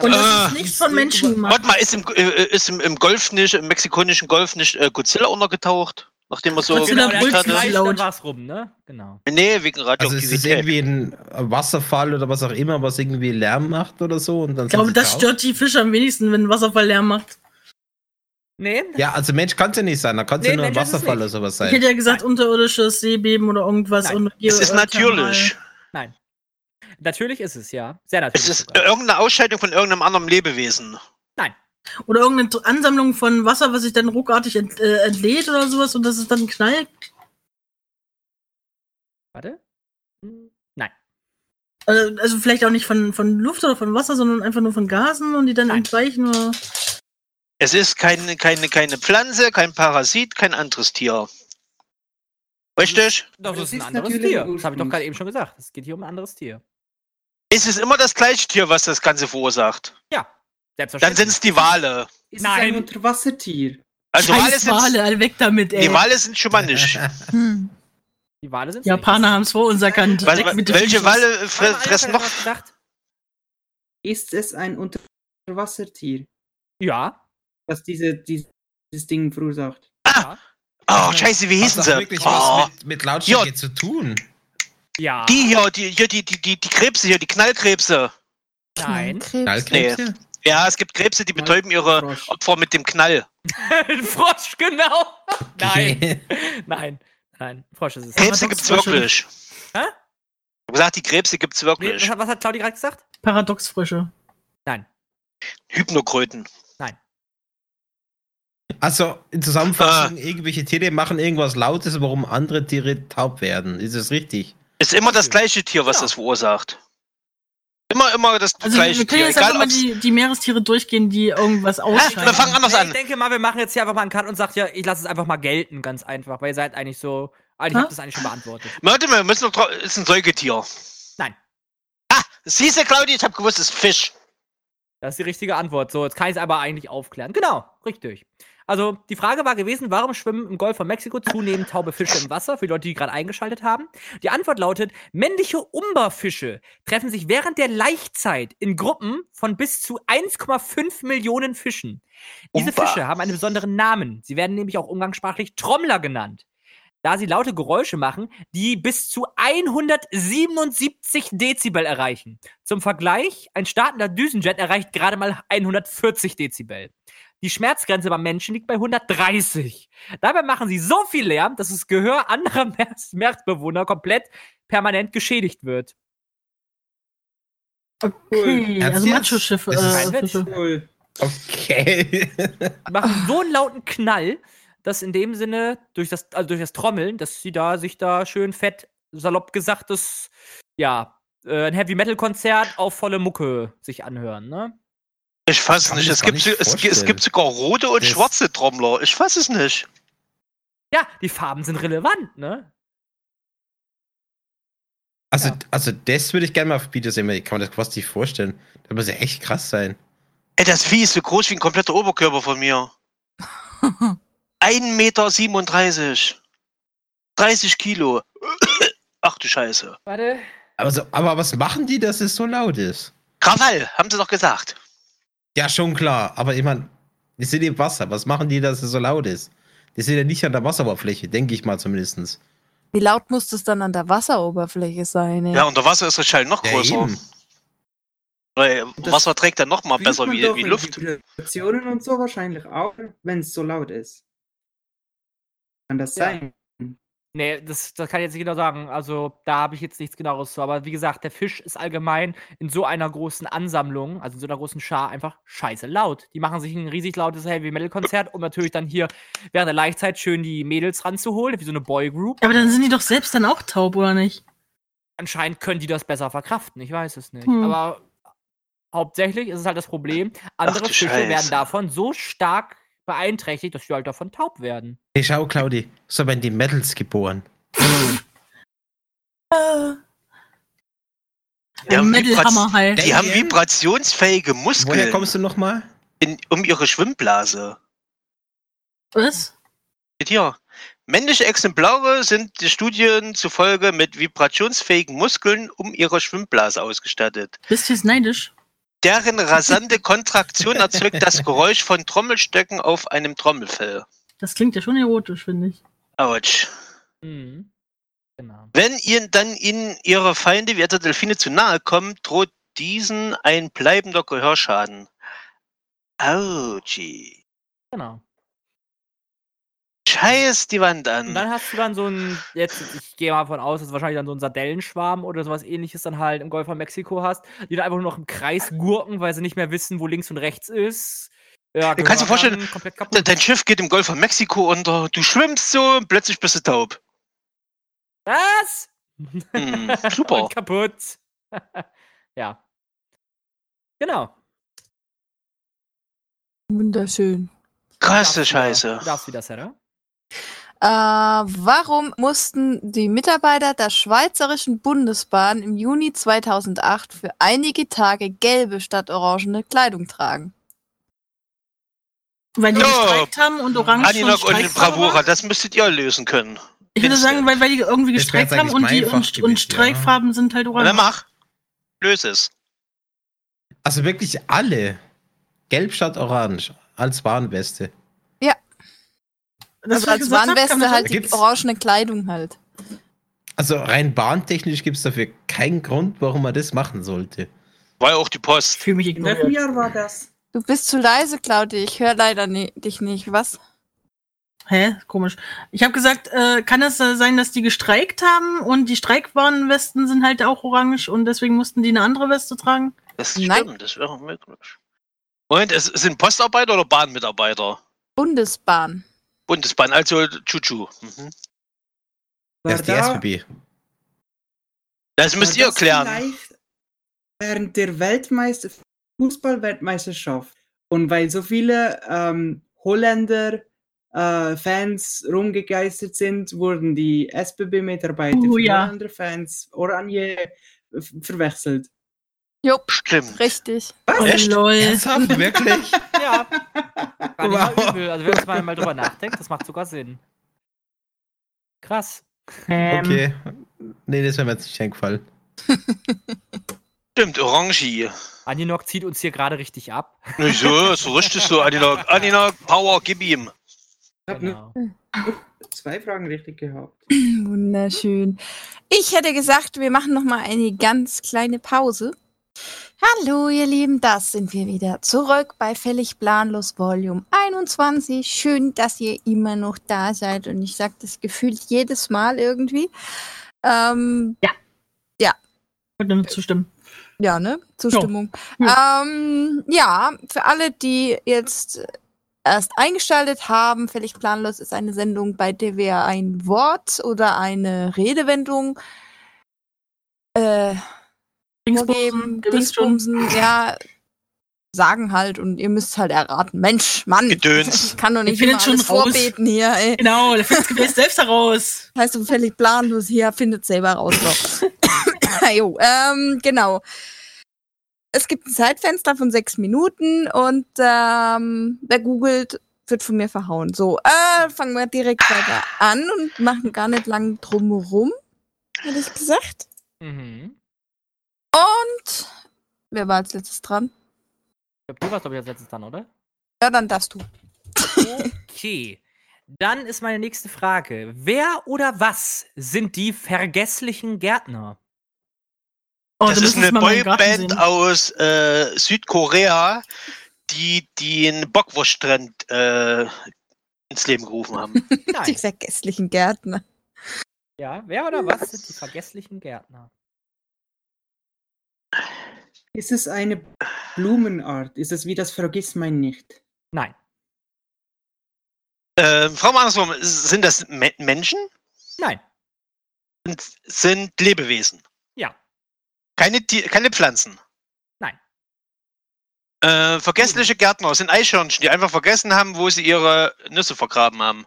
Speaker 6: Und das
Speaker 10: Ah.
Speaker 6: ist nicht von Menschen gemacht.
Speaker 10: warte mal, ist im, äh, ist im, im Golf nicht, im mexikanischen Golf nicht äh, Godzilla untergetaucht? Nachdem er so
Speaker 6: Godzilla
Speaker 10: gebrüllt
Speaker 6: brüllt
Speaker 10: hatte?
Speaker 6: so
Speaker 11: Dann
Speaker 6: laut.
Speaker 11: war's rum, ne? Genau.
Speaker 10: Nee, wegen
Speaker 8: Also es ist
Speaker 10: Radioaktivität.
Speaker 8: irgendwie ein Wasserfall oder was auch immer, was irgendwie Lärm macht oder so und dann
Speaker 6: Ich glaube,
Speaker 8: sind sie
Speaker 6: das
Speaker 8: taub?
Speaker 6: stört die Fische am wenigsten, wenn ein Wasserfall Lärm macht.
Speaker 11: Nee,
Speaker 8: Ja, also Mensch kann es ja nicht sein, da kann es
Speaker 11: Nee,
Speaker 8: ja nur ein
Speaker 11: Mensch ist es
Speaker 8: Wasserfall
Speaker 11: nicht.
Speaker 8: oder sowas
Speaker 6: Ich hätte
Speaker 8: sein.
Speaker 6: ja gesagt, unterirdisches Seebeben oder irgendwas.
Speaker 11: Nein,
Speaker 6: und
Speaker 10: es ist natürlich.
Speaker 11: natürlich ist es, ja. Sehr natürlich.
Speaker 10: Es ist äh,
Speaker 11: sogar.
Speaker 10: irgendeine Ausscheidung von irgendeinem anderen Lebewesen.
Speaker 6: Oder irgendeine T- Ansammlung von Wasser, was sich dann ruckartig ent, äh, entlädt oder sowas und das ist dann knallt.
Speaker 11: Warte.
Speaker 6: Äh, Also vielleicht auch nicht von, von Luft oder von Wasser, sondern einfach nur von Gasen und die dann
Speaker 11: Nein.
Speaker 6: entweichen. Oder
Speaker 10: Es ist keine, keine, keine Pflanze, kein Parasit, kein anderes Tier. Richtig?
Speaker 11: Doch, das
Speaker 9: das
Speaker 11: ist ein
Speaker 9: ist
Speaker 11: anderes
Speaker 9: natürlich
Speaker 11: Tier.
Speaker 9: ein
Speaker 11: Das habe ich doch
Speaker 9: Ursprungs-
Speaker 11: gerade eben schon gesagt. Es geht hier um ein anderes Tier.
Speaker 10: Es ist immer das gleiche Tier, was das Ganze verursacht.
Speaker 11: Ja.
Speaker 10: Dann
Speaker 11: Selbstverständlich.
Speaker 10: sind es die Wale.
Speaker 9: Ist
Speaker 11: Nein.
Speaker 9: es ein Unterwassertier?
Speaker 10: Also Wale
Speaker 6: Scheiß Wale,
Speaker 10: sind
Speaker 6: alle weg damit, ey.
Speaker 10: die Wale sind schon
Speaker 8: <laughs>
Speaker 10: mal nicht.
Speaker 6: Hm.
Speaker 11: die Wale sind
Speaker 6: Die Japaner haben es vor uns erkannt.
Speaker 10: Was,
Speaker 6: Weg mit den
Speaker 10: welche
Speaker 6: Fischen.
Speaker 10: Wale fre fressen noch?
Speaker 11: Gesagt?
Speaker 9: Ist es ein Unterwassertier,
Speaker 11: Ja.
Speaker 9: das diese, dieses Ding verursacht?
Speaker 11: Ah.
Speaker 10: Oh, scheiße, wie hießen
Speaker 8: Hat das
Speaker 10: sie?
Speaker 8: wirklich
Speaker 10: Oh,
Speaker 8: was mit, mit Lautstärke
Speaker 10: Ja.
Speaker 8: zu tun?
Speaker 11: Ja.
Speaker 10: die hier, die, hier die, die, die, die Krebse hier, die Knallkrebse.
Speaker 11: Nein.
Speaker 8: Knallkrebse?
Speaker 10: Ja, es gibt Krebse, die betäuben ihre
Speaker 9: Frosch.
Speaker 10: Opfer mit dem Knall. Hm.
Speaker 11: Ein <laughs> Frosch,
Speaker 10: <laughs>
Speaker 11: genau. Nein.
Speaker 8: Okay.
Speaker 11: Nein. Nein. Frosch ist es.
Speaker 10: Krebse gibt's wirklich.
Speaker 11: Hä?
Speaker 10: Ich hab gesagt, die Krebse gibt's
Speaker 11: Nee,
Speaker 10: wirklich.
Speaker 11: was, hat, was hat Claudia gerade gesagt?
Speaker 6: Paradoxfrösche.
Speaker 10: Hypnokröten.
Speaker 8: <laughs> Also, in Zusammenfassung, irgendwelche Tiere machen irgendwas Lautes, warum andere Tiere taub werden. Ist das richtig?
Speaker 10: Ist immer das gleiche Tier, was
Speaker 11: Ja.
Speaker 10: das verursacht. Immer, immer das
Speaker 6: Also wir
Speaker 10: gleiche
Speaker 6: können
Speaker 10: Tier.
Speaker 6: jetzt einfach
Speaker 10: Egal,
Speaker 6: mal
Speaker 10: ob's,
Speaker 6: die, die Meerestiere durchgehen, die irgendwas
Speaker 10: Ah, wir fangen
Speaker 6: ausscheiden.
Speaker 10: anders
Speaker 11: Nee, ich
Speaker 10: an.
Speaker 11: denke mal, wir machen jetzt hier einfach mal einen Cut und sagt ja, ich lasse es einfach mal gelten, ganz einfach, weil ihr seid eigentlich so. Eigentlich
Speaker 6: Hä?
Speaker 11: habt ihr das eigentlich schon beantwortet.
Speaker 10: Warte mal, wir müssen noch drauf. Ist ein Säugetier.
Speaker 11: Nein.
Speaker 10: Ah, siehste, Claudia, ich hab gewusst, es ist Fisch.
Speaker 11: Das ist die richtige Antwort. So, jetzt kann ich es aber eigentlich aufklären. Genau, richtig. Also, die Frage war gewesen, warum schwimmen im Golf von Mexiko zunehmend taube Fische im Wasser? Für die Leute, die gerade eingeschaltet haben. Die Antwort lautet, männliche Umberfische treffen sich während der Laichzeit in Gruppen von bis zu 1,5 Millionen Fischen. Diese
Speaker 10: Umba.
Speaker 11: Fische haben einen besonderen Namen. Sie werden nämlich auch umgangssprachlich Trommler genannt. Da sie laute Geräusche machen, die bis zu 177 Dezibel erreichen. Zum Vergleich, ein startender Düsenjet erreicht gerade mal 140 Dezibel. Die Schmerzgrenze beim Menschen liegt bei 130. Dabei machen sie so viel Lärm, dass das Gehör anderer <laughs> Meer- Meeresbewohner komplett permanent geschädigt wird.
Speaker 6: Okay, also
Speaker 8: Ernst jetzt?
Speaker 6: Macho-Schiffe.
Speaker 8: Das ist
Speaker 11: kein
Speaker 6: Äh,
Speaker 11: Witz.
Speaker 6: Fische.
Speaker 9: Cool.
Speaker 8: Okay.
Speaker 11: Die machen so einen lauten Knall, dass in dem Sinne durch das, also durch das Trommeln, dass sie da sich da schön fett, salopp gesagt, das, ja, äh, ein Heavy-Metal-Konzert auf volle Mucke sich anhören, ne?
Speaker 10: Ich fass
Speaker 8: Kann
Speaker 10: nicht.
Speaker 8: ich
Speaker 10: Es
Speaker 8: gar
Speaker 10: gibt,
Speaker 8: nicht
Speaker 10: es, gi- es
Speaker 8: vorstellen.
Speaker 10: gibt sogar rote und
Speaker 8: Das-
Speaker 10: schwarze Trommler. Ich fass es nicht.
Speaker 11: Ja, die Farben sind relevant, ne?
Speaker 8: Also,
Speaker 11: Ja.
Speaker 8: also das würde ich gerne mal auf Video sehen, weil ich kann mir das fast nicht vorstellen. Das muss ja echt krass sein.
Speaker 10: Ey, das Vieh ist so groß wie ein kompletter Oberkörper von mir. 1,37 Meter. 30 Kilo. <coughs> Ach du Scheiße.
Speaker 11: Warte.
Speaker 8: Aber, so, aber was machen die, dass es so laut ist?
Speaker 10: Krawall, haben sie doch gesagt.
Speaker 8: Ja, schon klar. Aber ich meine, die sind im Wasser. Was machen die, dass es so laut ist? Die sind ja nicht an der Wasseroberfläche, denke ich mal zumindest.
Speaker 7: Wie laut muss das dann an der Wasseroberfläche sein? ey?
Speaker 10: Ja, unter Wasser ist der Schall noch größer.
Speaker 8: eben.
Speaker 10: Weil
Speaker 9: Das
Speaker 10: Wasser trägt dann noch mal besser wie, wie Luft.
Speaker 9: Vibrationen und so wahrscheinlich auch, wenn es so laut ist. Kann das
Speaker 11: Ja.
Speaker 9: sein?
Speaker 11: Nee, das, das kann ich jetzt nicht genau sagen. Also, da habe ich jetzt nichts genaueres zu. Aber wie gesagt, der Fisch ist allgemein in so einer großen Ansammlung, also in so einer großen Schar, einfach scheiße laut. Die machen sich ein riesig lautes Heavy-Metal-Konzert, um natürlich dann hier während der Laichzeit schön die Mädels ranzuholen, wie so eine Boy-Group.
Speaker 6: Aber dann sind die doch selbst dann auch taub, oder nicht?
Speaker 11: Anscheinend können die das besser verkraften, ich weiß es nicht.
Speaker 6: Hm.
Speaker 11: Aber hauptsächlich ist es halt das Problem, andere
Speaker 10: du
Speaker 11: Fische werden
Speaker 10: Scheiße.
Speaker 11: davon so stark beeinträchtigt, dass die halt davon taub werden.
Speaker 8: Hey, schau, Claudi, so werden die Metals geboren.
Speaker 10: Die haben,
Speaker 6: Metal Hammer
Speaker 10: Vibra
Speaker 6: halt.
Speaker 8: Denk-
Speaker 10: die haben
Speaker 8: Damn.
Speaker 10: vibrationsfähige
Speaker 8: Woher
Speaker 10: Muskeln
Speaker 8: kommst du nochmal?
Speaker 10: in, um ihre Schwimmblase.
Speaker 6: Was?
Speaker 10: Steht hier. Männliche Exemplare sind den Studien zufolge mit vibrationsfähigen Muskeln um ihre Schwimmblase ausgestattet.
Speaker 6: Bist du jetzt neidisch?
Speaker 10: Deren rasante Kontraktion erzeugt das Geräusch von Trommelstöcken auf einem Trommelfell.
Speaker 6: Das klingt ja schon erotisch, finde ich.
Speaker 10: Autsch.
Speaker 11: Mhm. Genau.
Speaker 10: Wenn ihnen dann ihnen ihre Feinde wie etwa Delfine zu nahe kommen, droht diesen ein bleibender Gehörschaden. Autschi.
Speaker 11: Genau.
Speaker 10: Scheiß die Wand
Speaker 11: Und dann
Speaker 10: an.
Speaker 11: hast du dann so ein, jetzt, ich gehe mal davon aus, dass du wahrscheinlich dann so ein Sardellenschwarm oder sowas ähnliches dann halt im Golf von Mexiko hast, die dann einfach nur noch im Kreis gurken, weil sie nicht mehr wissen, wo links und rechts ist. Ja,
Speaker 10: Du Äh, kannst
Speaker 11: Gehörgang
Speaker 10: dir vorstellen,
Speaker 11: komplett
Speaker 10: De-
Speaker 11: kaputt.
Speaker 10: Dein Schiff geht im Golf von Mexiko unter, du schwimmst so und plötzlich bist du taub.
Speaker 11: Was? <laughs>
Speaker 10: Hm, <laughs> super.
Speaker 11: Und kaputt. <laughs> ja. Genau.
Speaker 7: Wunderschön.
Speaker 10: Krasse
Speaker 11: Darfst wieder-
Speaker 10: Scheiße.
Speaker 11: Darfst wieder, Sarah?
Speaker 7: Äh, warum mussten die Mitarbeiter der Schweizerischen Bundesbahn im Juni 2008 für einige Tage gelbe statt orangene Kleidung tragen?
Speaker 6: Weil die
Speaker 10: Ja.
Speaker 6: gestreikt haben und orange
Speaker 10: Aninok
Speaker 6: schon
Speaker 10: und
Speaker 6: streikbar war?
Speaker 10: Bravura, das müsstet ihr lösen können.
Speaker 6: Ich würde sagen, weil, weil die irgendwie
Speaker 8: Das wär jetzt
Speaker 6: gestreikt haben
Speaker 8: eigentlich
Speaker 6: und, die,
Speaker 8: mein Fach
Speaker 6: und,
Speaker 8: gewesen,
Speaker 6: und Streikfarben sind halt
Speaker 10: Na,
Speaker 6: orange.
Speaker 10: Dann mach. Löse es.
Speaker 8: Also wirklich alle. Gelb statt orange. Als Warnweste.
Speaker 6: Das,
Speaker 7: also als
Speaker 6: gesagt hab, kann
Speaker 7: Warnweste
Speaker 6: man
Speaker 7: halt die
Speaker 8: Gibt's-
Speaker 7: orangene Kleidung halt.
Speaker 8: Also rein bahntechnisch gibt es dafür keinen Grund, warum man das machen sollte.
Speaker 10: War ja auch die
Speaker 6: Ich
Speaker 10: Post.
Speaker 6: fühle mich
Speaker 9: In welchem
Speaker 6: ignoriert.
Speaker 9: Jahr war das?
Speaker 7: Du bist zu leise, Claudia. Ich höre leider ni- dich nicht. Was?
Speaker 6: Hä? Komisch. Ich habe gesagt, äh, kann es äh, sein, dass die gestreikt haben und die Streikwarnwesten sind halt auch orange und deswegen mussten die eine andere Weste tragen?
Speaker 10: Das
Speaker 7: Nein.
Speaker 10: stimmt, das wäre möglich. Und es sind Postarbeiter oder Bahnmitarbeiter?
Speaker 7: Bundesbahn.
Speaker 10: Bundesbahn, also Chuchu. Mhm.
Speaker 9: War
Speaker 8: Das ist die
Speaker 9: da-
Speaker 8: SBB.
Speaker 10: Das müsst
Speaker 9: war
Speaker 10: ihr
Speaker 9: das
Speaker 10: klären.
Speaker 9: vielleicht Während der Weltmeister Fußball-Weltmeisterschaft und weil so viele ähm, Holländer äh, Fans rumgegeistert sind, wurden die SBB-Mitarbeiter
Speaker 6: Oh
Speaker 9: von
Speaker 6: ja.
Speaker 9: Holländer Fans Oranje äh, verwechselt.
Speaker 7: Jupp,
Speaker 10: Stimmt.
Speaker 7: richtig.
Speaker 6: Oh, lol.
Speaker 8: Ernsthaft? Wirklich?
Speaker 11: Ja. Gar nicht mal
Speaker 8: Wow.
Speaker 11: übel. Also, wenn man jetzt mal, mal drüber nachdenkt, das macht sogar Sinn. Krass.
Speaker 6: Ähm.
Speaker 8: Okay. Nee, das wäre mir jetzt nicht eingefallen.
Speaker 10: Stimmt, Orangi.
Speaker 11: Aninok zieht uns hier gerade richtig ab.
Speaker 10: Wieso? So richtig so, Aninok. Aninok, Power, gib ihm.
Speaker 9: Ich habe
Speaker 11: Genau.
Speaker 9: zwei Fragen richtig gehabt.
Speaker 7: Wunderschön. Ich hätte gesagt, wir machen noch mal eine ganz kleine Pause. Hallo, ihr Lieben, das sind wir wieder zurück bei Fällig Planlos Volume 21. Schön, dass ihr immer noch da seid und ich sage das gefühlt jedes Mal irgendwie. Ähm,
Speaker 6: Ich würde zustimmen.
Speaker 7: ja, ne? Zustimmung. Ja. Ähm, ja, für alle, die jetzt erst eingeschaltet haben, völlig planlos ist eine Sendung, bei der wir ein Wort oder eine Redewendung äh,
Speaker 6: Dingsbumsen,
Speaker 7: vorgeben,
Speaker 6: ihr wisst schon.
Speaker 7: Dingsbumsen, ja, sagen halt und ihr müsst halt erraten. Mensch, Mann, <laughs>
Speaker 10: Gedöns.
Speaker 7: ich kann doch nicht
Speaker 6: Ich bin
Speaker 7: immer
Speaker 6: jetzt schon
Speaker 7: alles
Speaker 6: raus.
Speaker 7: vorbeten hier, ey.
Speaker 6: Genau, der Fitz gibt es selbst heraus.
Speaker 7: Heißt du völlig planlos hier, findet selber raus. So. <coughs> jo, ähm, genau. Es gibt ein Zeitfenster von sechs Minuten und ähm, wer googelt, wird von mir verhauen. So, äh, fangen wir direkt weiter an und machen gar nicht lang drumherum, hätte ich gesagt.
Speaker 11: Mhm.
Speaker 7: Und wer war als letztes dran?
Speaker 11: Ich glaub, du warst, glaube ich, als letztes dran, oder?
Speaker 7: Ja, dann darfst du.
Speaker 11: Okay. Dann ist meine nächste Frage. Wer oder was sind die vergesslichen Gärtner?
Speaker 6: Oh,
Speaker 10: das ist eine Boyband aus äh, Südkorea, die den Bockwurststrand äh, ins Leben gerufen haben.
Speaker 7: Die <laughs> vergesslichen Gärtner.
Speaker 11: Ja, wer oder was sind die vergesslichen Gärtner?
Speaker 9: Ist es eine Blumenart? Ist es wie das Vergissmeinnicht?
Speaker 11: Nein.
Speaker 10: Äh, Frau Mannesbaum, sind das Me Menschen?
Speaker 11: Nein.
Speaker 10: Sind, sind Lebewesen?
Speaker 11: Ja.
Speaker 10: Keine, Ti- keine Pflanzen?
Speaker 11: Nein.
Speaker 10: Äh, vergessliche Gärtner sind Eichhörnchen, die einfach vergessen haben, wo sie ihre Nüsse vergraben haben.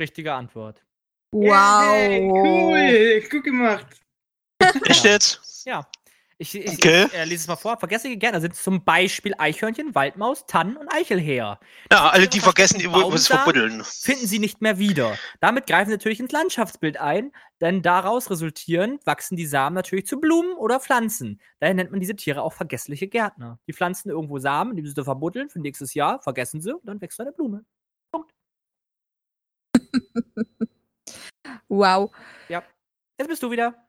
Speaker 11: Richtige Antwort.
Speaker 9: Wow. Cool, gut gemacht.
Speaker 11: Genau.
Speaker 10: Echt jetzt?
Speaker 11: Ja. Ich, ich,
Speaker 10: Okay.
Speaker 11: ich äh, lese es mal vor. Vergessliche Gärtner sind zum Beispiel Eichhörnchen, Waldmaus, Tannen und Eichelheer.
Speaker 10: Ja, alle, die vergessen, die wo wo es
Speaker 11: Baumsamen
Speaker 10: verbuddeln.
Speaker 11: Finden sie nicht mehr wieder. Damit greifen sie natürlich ins Landschaftsbild ein, denn daraus resultieren, wachsen die Samen natürlich zu Blumen oder Pflanzen. Daher nennt man diese Tiere auch vergessliche Gärtner. Die pflanzen irgendwo Samen, indem sie sie verbuddeln für nächstes Jahr, vergessen sie und dann wächst eine Blume.
Speaker 7: Wow.
Speaker 11: Ja. Jetzt bist du wieder.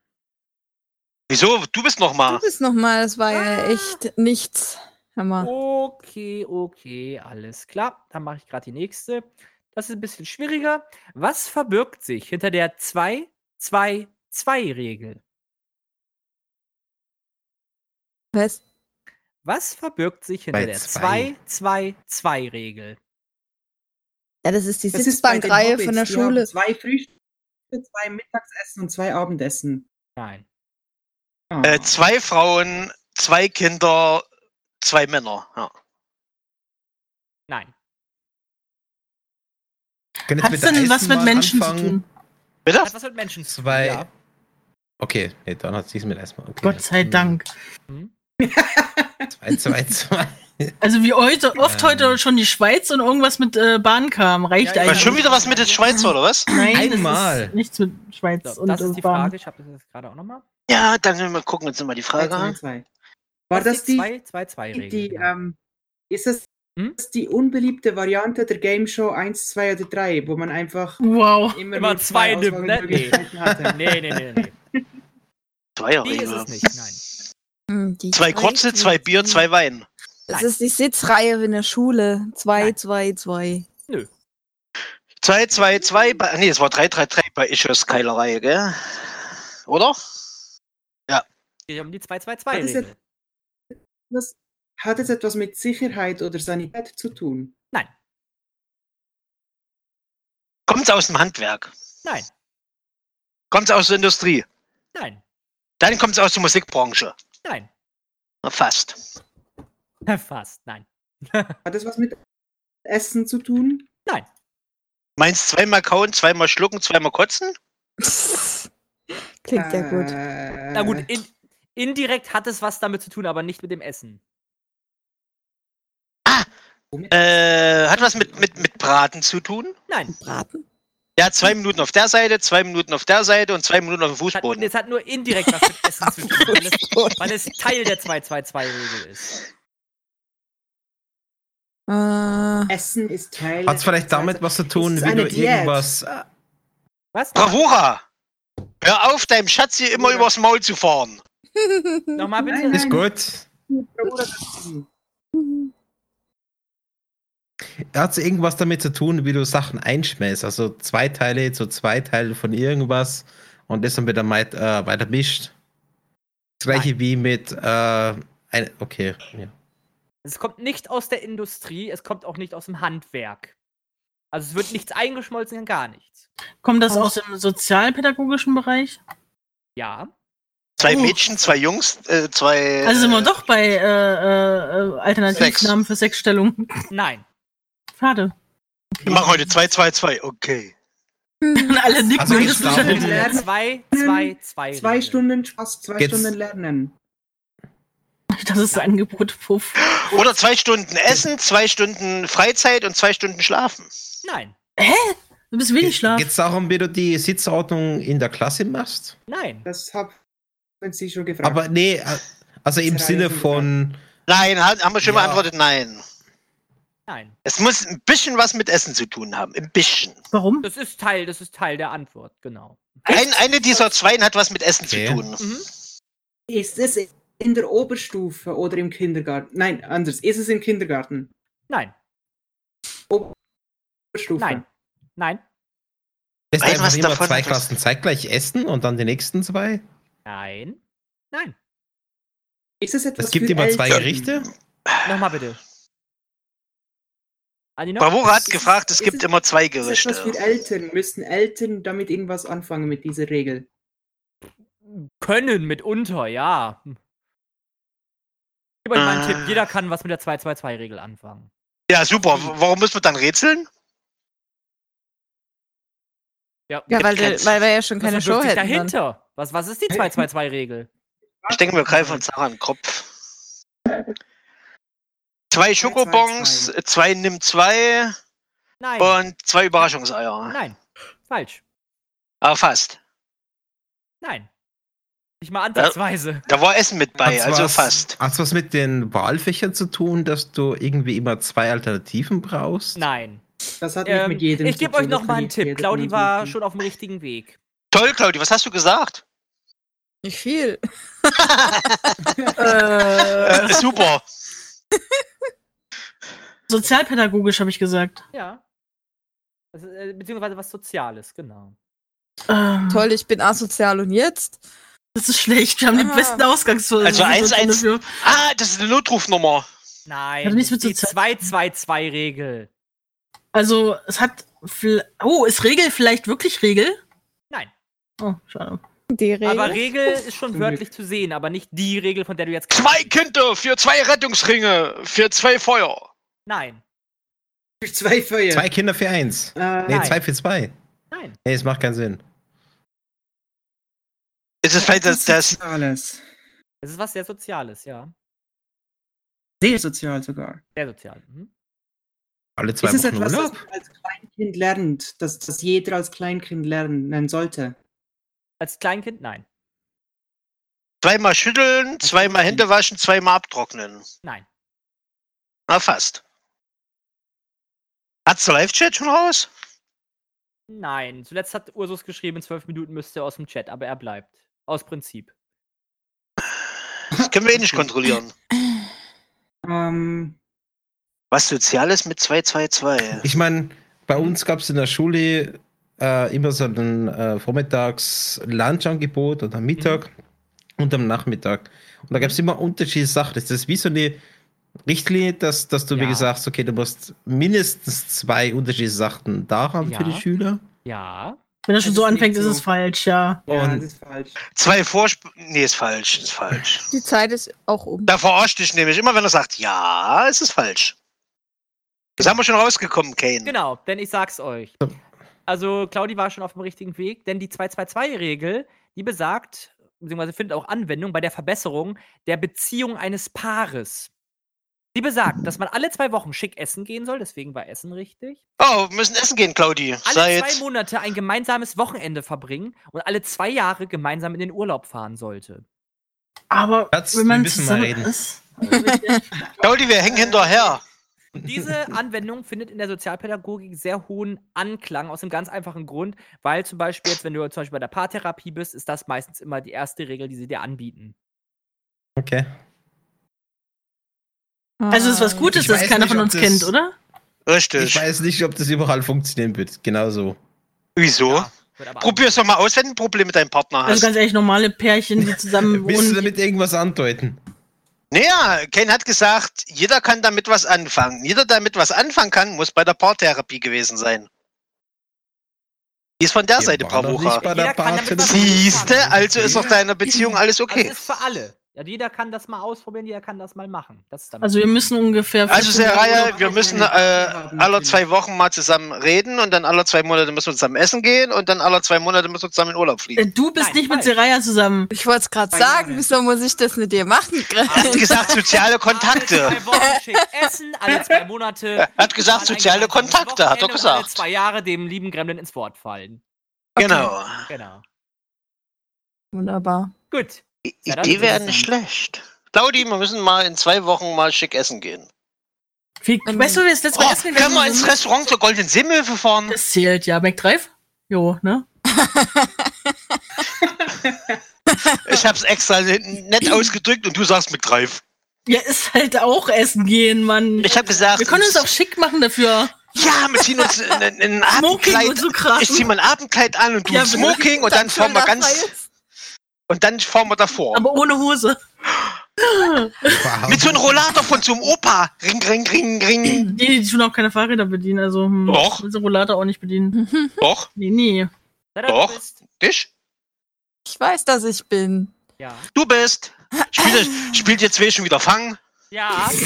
Speaker 10: Wieso? Du bist noch mal.
Speaker 11: Mhm.
Speaker 7: Du bist nochmal, das war ja echt nichts. Hammer.
Speaker 11: Okay, okay, alles klar. Dann mache ich gerade die nächste. Das ist ein bisschen schwieriger. Was verbirgt sich hinter der 2-2-2-Regel?
Speaker 7: Was?
Speaker 11: Was verbirgt sich hinter
Speaker 7: Bei
Speaker 11: der
Speaker 7: zwei?
Speaker 11: 2-2-2-Regel?
Speaker 7: Ja, das ist die
Speaker 9: Das ist bei den
Speaker 7: Sitzbankreihe von der
Speaker 9: Hobbits, die haben
Speaker 7: Schule.
Speaker 9: Zwei Frühstücke, zwei Mittagsessen und zwei Abendessen. Ah,
Speaker 11: Nein.
Speaker 10: Äh, zwei Frauen, zwei Kinder, zwei Männer. Ja.
Speaker 11: Nein.
Speaker 6: Hat's denn was mit Menschen zu tun?
Speaker 10: Bitte?
Speaker 11: Hat was mit Menschen zu tun?
Speaker 8: Zwei.
Speaker 11: Ja.
Speaker 8: Okay, nee, dann hat es nichts mit erstmal. Okay. Hm.
Speaker 6: Gott sei Dank.
Speaker 11: Hm?
Speaker 8: Zwei, zwei, zwei.
Speaker 6: Also wie heute, oft heute schon die Schweiz und irgendwas mit äh, Bahn kam, reicht
Speaker 10: War
Speaker 6: eigentlich.
Speaker 10: schon wieder was mit den Schweizer, oder was?
Speaker 6: Nein, Das ist nichts mit Schweiz
Speaker 11: So,
Speaker 6: und
Speaker 11: das ist
Speaker 6: äh,
Speaker 11: die
Speaker 6: Bahn.
Speaker 11: Frage. Ich habe das jetzt gerade auch nochmal.
Speaker 10: Ja, dann werden wir gucken uns mal die Frage
Speaker 9: Zwei,
Speaker 10: an.
Speaker 9: zwei, zwei. War das die,
Speaker 11: 2-2-2-Regel?
Speaker 9: die,
Speaker 11: genau?
Speaker 9: ähm, ist das
Speaker 11: Hm?
Speaker 9: ist die unbeliebte Variante der Game Show 1, 2 oder 3, wo man einfach
Speaker 6: Wow.
Speaker 9: immer,
Speaker 11: Immer
Speaker 9: nur
Speaker 11: zwei nimmt, ne? Nee.
Speaker 9: Auswahlmöglichkeiten
Speaker 11: <laughs>
Speaker 9: hatte?
Speaker 11: nee, nee, nee, nee. Die ist
Speaker 10: Zweierregel.
Speaker 11: es nicht. Nein.
Speaker 7: Hm,
Speaker 10: Zwei Kurze, zwei Bier, zwei Wein.
Speaker 7: Das ist die Sitzreihe in der Schule. Zwei, zwei, <laughs> zwei.
Speaker 11: Nö.
Speaker 10: Zwei, zwei, zwei. Bei, nee, es war drei, drei, drei bei Issues Keilerei, gell? Oder?
Speaker 11: Geht um die
Speaker 9: Hat es
Speaker 11: 2-2-2-Regel.
Speaker 9: etwas, hat es etwas mit Sicherheit oder Sanität zu tun?
Speaker 11: Nein.
Speaker 10: Kommt's aus dem Handwerk?
Speaker 11: Nein.
Speaker 10: Kommt's aus der Industrie?
Speaker 11: Nein.
Speaker 10: Dann kommt's aus der Musikbranche.
Speaker 11: Nein. <laughs>
Speaker 10: Na, fast.
Speaker 11: Fast. Nein.
Speaker 9: Hat es was mit Essen zu tun?
Speaker 11: Nein.
Speaker 10: Meinst zweimal kauen, zweimal schlucken, zweimal kotzen?
Speaker 7: Klingt
Speaker 9: Äh.
Speaker 7: ja gut.
Speaker 11: Na gut, in, indirekt hat es was damit zu tun, aber nicht mit dem Essen.
Speaker 10: Äh, hat was mit, mit, mit Braten zu tun?
Speaker 11: Nein.
Speaker 7: Braten?
Speaker 10: Ja, zwei Minuten auf der Seite, zwei Minuten auf der Seite und zwei Minuten auf dem
Speaker 11: Hat,
Speaker 10: Fußboden.
Speaker 11: es hat nur indirekt was mit Essen zu tun, weil
Speaker 7: <laughs>
Speaker 11: es, weil es Teil der 2-2-2-Regel ist.
Speaker 7: Äh.
Speaker 9: Essen ist Teil.
Speaker 8: Hat es vielleicht damit was zu tun,
Speaker 9: Ist
Speaker 8: wie
Speaker 9: eine
Speaker 8: du
Speaker 9: Diät.
Speaker 8: irgendwas. äh,
Speaker 11: Was?
Speaker 10: Bravura! Hör auf, deinem Schatz hier immer übers Maul zu fahren.
Speaker 11: Nochmal bitte.
Speaker 9: Nein,
Speaker 8: Ist
Speaker 9: nein.
Speaker 8: gut. Hat es irgendwas damit zu tun, wie du Sachen einschmelzt? Also zwei Teile zu zwei Teilen von irgendwas und das dann wieder mei- äh, weiter mischt. Das gleiche wie mit. Äh, ein, okay. Ja.
Speaker 11: Es kommt nicht aus der Industrie, es kommt auch nicht aus dem Handwerk. Also es wird nichts eingeschmolzen, gar nichts.
Speaker 6: Kommt das aus dem sozialpädagogischen Bereich?
Speaker 11: Ja.
Speaker 10: Zwei
Speaker 6: Oh.
Speaker 10: Mädchen, zwei Jungs, äh, zwei.
Speaker 6: Also sind wir doch bei äh, äh, äh, Alternativnamen für Sexstellungen.
Speaker 11: Nein.
Speaker 6: <laughs> Schade.
Speaker 10: Wir machen heute 2-2-2, okay.
Speaker 6: Alle nicken
Speaker 8: Also
Speaker 6: und
Speaker 8: geht's
Speaker 6: wissen Bescheid.
Speaker 8: darum,
Speaker 9: Lernen,
Speaker 11: 2-2-2-Regel.
Speaker 9: zwei Stunden Spaß, zwei
Speaker 8: Geht's-
Speaker 9: Stunden Lernen.
Speaker 6: Das ist ein Angebot, Puff.
Speaker 10: Oder zwei Stunden Essen, zwei Stunden Freizeit und zwei Stunden Schlafen.
Speaker 11: Nein.
Speaker 6: Hä? Du bist wenig schlafen.
Speaker 8: Geht's darum, wie du die Sitzordnung in der Klasse machst?
Speaker 11: Nein.
Speaker 9: Das haben Sie schon gefragt.
Speaker 8: Aber nee, äh, also im
Speaker 9: Das
Speaker 8: Sinne
Speaker 9: reicht
Speaker 8: von.
Speaker 10: Nein, ha- haben wir schon beantwortet, nein.
Speaker 11: Nein.
Speaker 10: Es muss ein bisschen was mit Essen zu tun haben. Ein bisschen.
Speaker 6: Warum?
Speaker 11: Das ist Teil, das ist Teil der Antwort, genau.
Speaker 10: Ein, eine dieser Zweien hat was mit Essen zu tun.
Speaker 11: Mhm.
Speaker 9: Ist es in der Oberstufe oder im Kindergarten? Nein, anders. Ist es im Kindergarten?
Speaker 11: Nein.
Speaker 9: Oberstufe?
Speaker 11: Nein. Nein.
Speaker 8: Lässt
Speaker 10: Weiß
Speaker 8: einfach
Speaker 10: was
Speaker 8: immer
Speaker 10: davon,
Speaker 8: zwei
Speaker 10: was-
Speaker 8: Klassen zeitgleich essen und dann die nächsten zwei?
Speaker 11: Nein. Nein.
Speaker 9: Ist es etwas
Speaker 8: Es gibt
Speaker 9: für
Speaker 8: immer zwei
Speaker 9: Eltern?
Speaker 8: Gerichte?
Speaker 11: Nochmal bitte. Adi noch?
Speaker 10: Bravura hat gefragt, es
Speaker 9: ist
Speaker 10: gibt
Speaker 9: es-
Speaker 10: immer zwei
Speaker 9: Ist es etwas für
Speaker 10: Gerichte.
Speaker 9: Eltern? Müssen Eltern damit irgendwas anfangen mit dieser Regel?
Speaker 11: Können mitunter, ja. Hm. Ich gebe euch mal einen
Speaker 7: Ah.
Speaker 11: Tipp. Jeder kann was mit der 222-Regel anfangen.
Speaker 10: Ja, super. W- Warum müssen wir dann rätseln?
Speaker 7: Ja, weil, du- weil wir ja schon keine
Speaker 11: was verbirgt
Speaker 7: Show
Speaker 11: sich
Speaker 7: hätten. dann.
Speaker 11: dahinter? Was, was ist die 222-Regel?
Speaker 10: Ich denke, wir greifen uns Sarah an den Kopf. Zwei Schokobons, zwei nimmt zwei
Speaker 11: Nein.
Speaker 10: und zwei Überraschungseier.
Speaker 11: Nein. Falsch.
Speaker 10: Aber fast.
Speaker 11: Nein. Nicht mal ansatzweise.
Speaker 10: Da war Essen mit bei,
Speaker 8: Hat's
Speaker 10: also
Speaker 8: was-
Speaker 10: fast.
Speaker 8: Hat's was mit den Wahlfächern zu tun, dass du irgendwie immer zwei Alternativen brauchst?
Speaker 11: Nein.
Speaker 9: Das hat nicht
Speaker 11: Ähm,
Speaker 9: mit jedem
Speaker 11: ich
Speaker 9: zu
Speaker 11: gebe
Speaker 9: tun,
Speaker 11: euch
Speaker 9: das
Speaker 11: nochmal
Speaker 9: kann
Speaker 11: einen
Speaker 9: nicht jeder
Speaker 11: Tipp. Claudi
Speaker 9: von uns
Speaker 11: war
Speaker 9: machen.
Speaker 11: schon auf dem richtigen Weg.
Speaker 10: Toll, Claudi, was hast du gesagt?
Speaker 7: Nicht viel.
Speaker 10: Äh, <laughs> super.
Speaker 6: <laughs> Sozialpädagogisch habe ich gesagt.
Speaker 11: Ja. Das ist, äh, beziehungsweise was Soziales, genau.
Speaker 6: Ähm,
Speaker 7: Toll, ich bin asozial und jetzt?
Speaker 6: Das ist schlecht. Wir haben den
Speaker 7: Ah.
Speaker 6: besten Ausgangsfall.
Speaker 10: Also 1-1. Ah, das ist eine Notrufnummer.
Speaker 11: Nein.
Speaker 6: Hat
Speaker 9: Also
Speaker 6: nichts mit
Speaker 11: die
Speaker 6: Sozial-
Speaker 11: 222-Regel.
Speaker 6: Also, es hat. fl- Oh, ist Regel vielleicht wirklich Regel?
Speaker 11: Nein.
Speaker 6: Oh, schade.
Speaker 7: Die Regel.
Speaker 11: Aber Regel ist schon wörtlich zu sehen, aber nicht die Regel, von der du jetzt.
Speaker 10: Zwei Kinder für zwei Rettungsringe, für zwei Feuer.
Speaker 11: Nein.
Speaker 9: Für zwei Feuer.
Speaker 8: Zwei Kinder für eins.
Speaker 9: Äh,
Speaker 8: Nee,
Speaker 11: Nein.
Speaker 8: zwei für zwei.
Speaker 11: Nein.
Speaker 8: Nee, es macht keinen Sinn.
Speaker 10: Ist es vielleicht das, das
Speaker 9: Soziales.
Speaker 11: Es ist was sehr Soziales, ja.
Speaker 9: Sehr sozial sogar.
Speaker 11: Sehr sozial. Mhm.
Speaker 8: Alle zwei
Speaker 9: ist es
Speaker 8: Wochen
Speaker 9: etwas, das
Speaker 8: Urlaub?
Speaker 9: man als Kleinkind lernt, dass das jeder als Kleinkind lernen sollte?
Speaker 11: Als Kleinkind, nein.
Speaker 10: zweimal schütteln, zweimal Hände waschen, zweimal abtrocknen?
Speaker 11: Nein.
Speaker 10: Na, fast. Hat's der Live-Chat schon raus?
Speaker 11: Nein. Zuletzt hat Ursus geschrieben, in zwölf Minuten müsste er aus dem Chat, aber er bleibt. Aus Prinzip.
Speaker 10: Das können wir eh nicht kontrollieren.
Speaker 9: Ähm,
Speaker 10: Was Soziales mit 222.
Speaker 8: Ich meine, bei uns gab es in der Schule äh, immer so ein äh, Vormittags-Lunch-Angebot und am Mittag
Speaker 11: Mhm.
Speaker 8: und am Nachmittag. Und da gab es immer unterschiedliche Sachen. Das ist wie so eine Richtlinie, dass, dass du, wie
Speaker 11: Ja.
Speaker 8: gesagt, hast, okay, du musst mindestens zwei unterschiedliche Sachen da haben für die
Speaker 11: Ja.
Speaker 8: Schüler.
Speaker 11: Ja.
Speaker 6: Wenn das schon
Speaker 9: Es
Speaker 6: so
Speaker 9: ist
Speaker 6: anfängt,
Speaker 9: nicht
Speaker 6: ist
Speaker 9: so.
Speaker 6: es falsch, ja.
Speaker 9: ja,
Speaker 8: Und-
Speaker 9: das ist falsch.
Speaker 10: Zwei Vorsp... Nee, ist falsch, ist falsch.
Speaker 7: Die Zeit ist auch um.
Speaker 10: Da verarscht dich nämlich immer, wenn er sagt, ja, es ist falsch. Das haben wir schon rausgekommen, Kane.
Speaker 11: Genau, denn ich sag's euch. Also, Claudi war schon auf dem richtigen Weg, denn die 222-Regel, die besagt, beziehungsweise findet auch Anwendung bei der Verbesserung der Beziehung eines Paares. Die besagt, dass man alle zwei Wochen schick essen gehen soll, deswegen war Essen richtig.
Speaker 10: Oh, wir müssen essen gehen, Claudi.
Speaker 11: Alle zwei
Speaker 10: Seit.
Speaker 11: Monate ein gemeinsames Wochenende verbringen und alle zwei Jahre gemeinsam in den Urlaub fahren sollte.
Speaker 6: Aber
Speaker 8: Schatz,
Speaker 6: wenn
Speaker 8: wir
Speaker 6: man
Speaker 8: müssen
Speaker 6: zusammen
Speaker 8: mal reden.
Speaker 6: ist.
Speaker 10: Claudi, wir hängen hinterher.
Speaker 11: Und
Speaker 10: <laughs>
Speaker 11: diese Anwendung findet in der Sozialpädagogik sehr hohen Anklang aus einem ganz einfachen Grund, weil zum Beispiel jetzt, wenn du zum Beispiel bei der Paartherapie bist, ist das meistens immer die erste Regel, die sie dir anbieten.
Speaker 8: Okay.
Speaker 7: Ah.
Speaker 6: Also, es ist
Speaker 9: <laughs>
Speaker 6: was Gutes,
Speaker 8: Ich
Speaker 6: dass
Speaker 8: weiß
Speaker 6: keiner
Speaker 8: nicht,
Speaker 6: von
Speaker 8: ob
Speaker 6: uns
Speaker 8: das-
Speaker 6: kennt, oder?
Speaker 8: Ich
Speaker 10: Richtig.
Speaker 8: weiß nicht, ob das überall funktionieren wird. Genau Genauso.
Speaker 10: Wieso?
Speaker 11: Wird aber
Speaker 10: Probier's doch mal aus, wenn du ein Problem mit deinem Partner hast.
Speaker 6: Also, ganz ehrlich, normale Pärchen, die zusammen
Speaker 10: <laughs>
Speaker 8: Willst du
Speaker 6: wohnen.
Speaker 8: damit irgendwas andeuten?
Speaker 10: Naja, Ken hat gesagt, jeder kann damit was anfangen. Jeder, der damit was anfangen kann, muss bei der Paartherapie gewesen sein. Die ist von der
Speaker 8: Wir
Speaker 10: Seite,
Speaker 8: waren doch nicht
Speaker 10: Bravura. also
Speaker 8: bei der
Speaker 11: Jeder kann damit was
Speaker 8: Paartherapie.
Speaker 11: anfangen.
Speaker 10: Siehste, also ist auch deiner Beziehung alles
Speaker 11: Okay. Also
Speaker 10: okay.
Speaker 11: es ist für alle. Ja, jeder kann das mal ausprobieren, jeder kann das mal machen. Das ist dann
Speaker 6: Also wir müssen ungefähr.
Speaker 10: Also
Speaker 6: 14 Jahre-
Speaker 10: Seraya, wir müssen äh, alle zwei Wochen mal zusammen reden und dann alle zwei Monate müssen wir zusammen essen gehen und dann alle zwei Monate müssen wir zusammen in Urlaub
Speaker 6: Äh,
Speaker 10: fliegen.
Speaker 6: Du bist nicht mit Seraya zusammen.
Speaker 7: Ich wollte es gerade sagen, wieso muss ich das mit dir machen, Chris?
Speaker 10: Hat gesagt soziale Kontakte.
Speaker 11: Alle zwei Wochen schick Essen, alle zwei Monate.
Speaker 10: <laughs> Hat gesagt soziale Kontakte, hat er
Speaker 11: Wochenende und Alle
Speaker 10: gesagt.
Speaker 11: zwei Jahre dem lieben Gremlin ins Wort fallen.
Speaker 10: Genau.
Speaker 11: Genau.
Speaker 7: <laughs> Wunderbar.
Speaker 11: Gut. Ja, dann
Speaker 10: Idee wäre
Speaker 11: ist
Speaker 10: nicht
Speaker 11: es dann.
Speaker 10: schlecht. Claudi, wir müssen mal in zwei Wochen mal schick essen gehen.
Speaker 6: Wie, weißt du, wie das letzte Mal
Speaker 10: Oh,
Speaker 6: essen
Speaker 10: können wir ins Restaurant zur Goldenen Seemhilfe fahren?
Speaker 6: Das zählt ja. McDrive? Jo, ne?
Speaker 10: Ich hab's
Speaker 6: <clears throat>
Speaker 10: extra nett ausgedrückt und du sagst mit Greif.
Speaker 6: Ja, ist halt auch Essen gehen, Mann.
Speaker 10: Ich hab gesagt,
Speaker 6: Wir können uns auch schick machen dafür.
Speaker 10: <laughs> ja, wir ziehen uns ein- ein ein
Speaker 6: Smoking
Speaker 10: Abendkleid.
Speaker 6: und so Kram.
Speaker 10: Ich zieh mein Abendkleid an und du
Speaker 6: Ja,
Speaker 10: ein Smoking und dann fahren wir ganz und dann fahren wir davor.
Speaker 6: Aber ohne Hose.
Speaker 10: Mit so einem Rollator von zum Opa. Ring, ring, ring,
Speaker 6: <clears throat>
Speaker 10: ring.
Speaker 6: Nee, die tun auch keine Fahrräder bedienen, also hm,
Speaker 10: Doch.
Speaker 6: Willst du Rollator auch nicht bedienen.
Speaker 10: Doch,
Speaker 6: Nee, nee.
Speaker 11: Wer da
Speaker 10: doch.
Speaker 11: bist?
Speaker 10: Dich?
Speaker 7: Ich weiß, dass ich bin.
Speaker 11: Ja.
Speaker 10: Du bist. Spielt,
Speaker 6: <clears throat>
Speaker 10: spielt jetzt wer schon wieder Fang?
Speaker 11: Ja.
Speaker 7: Also,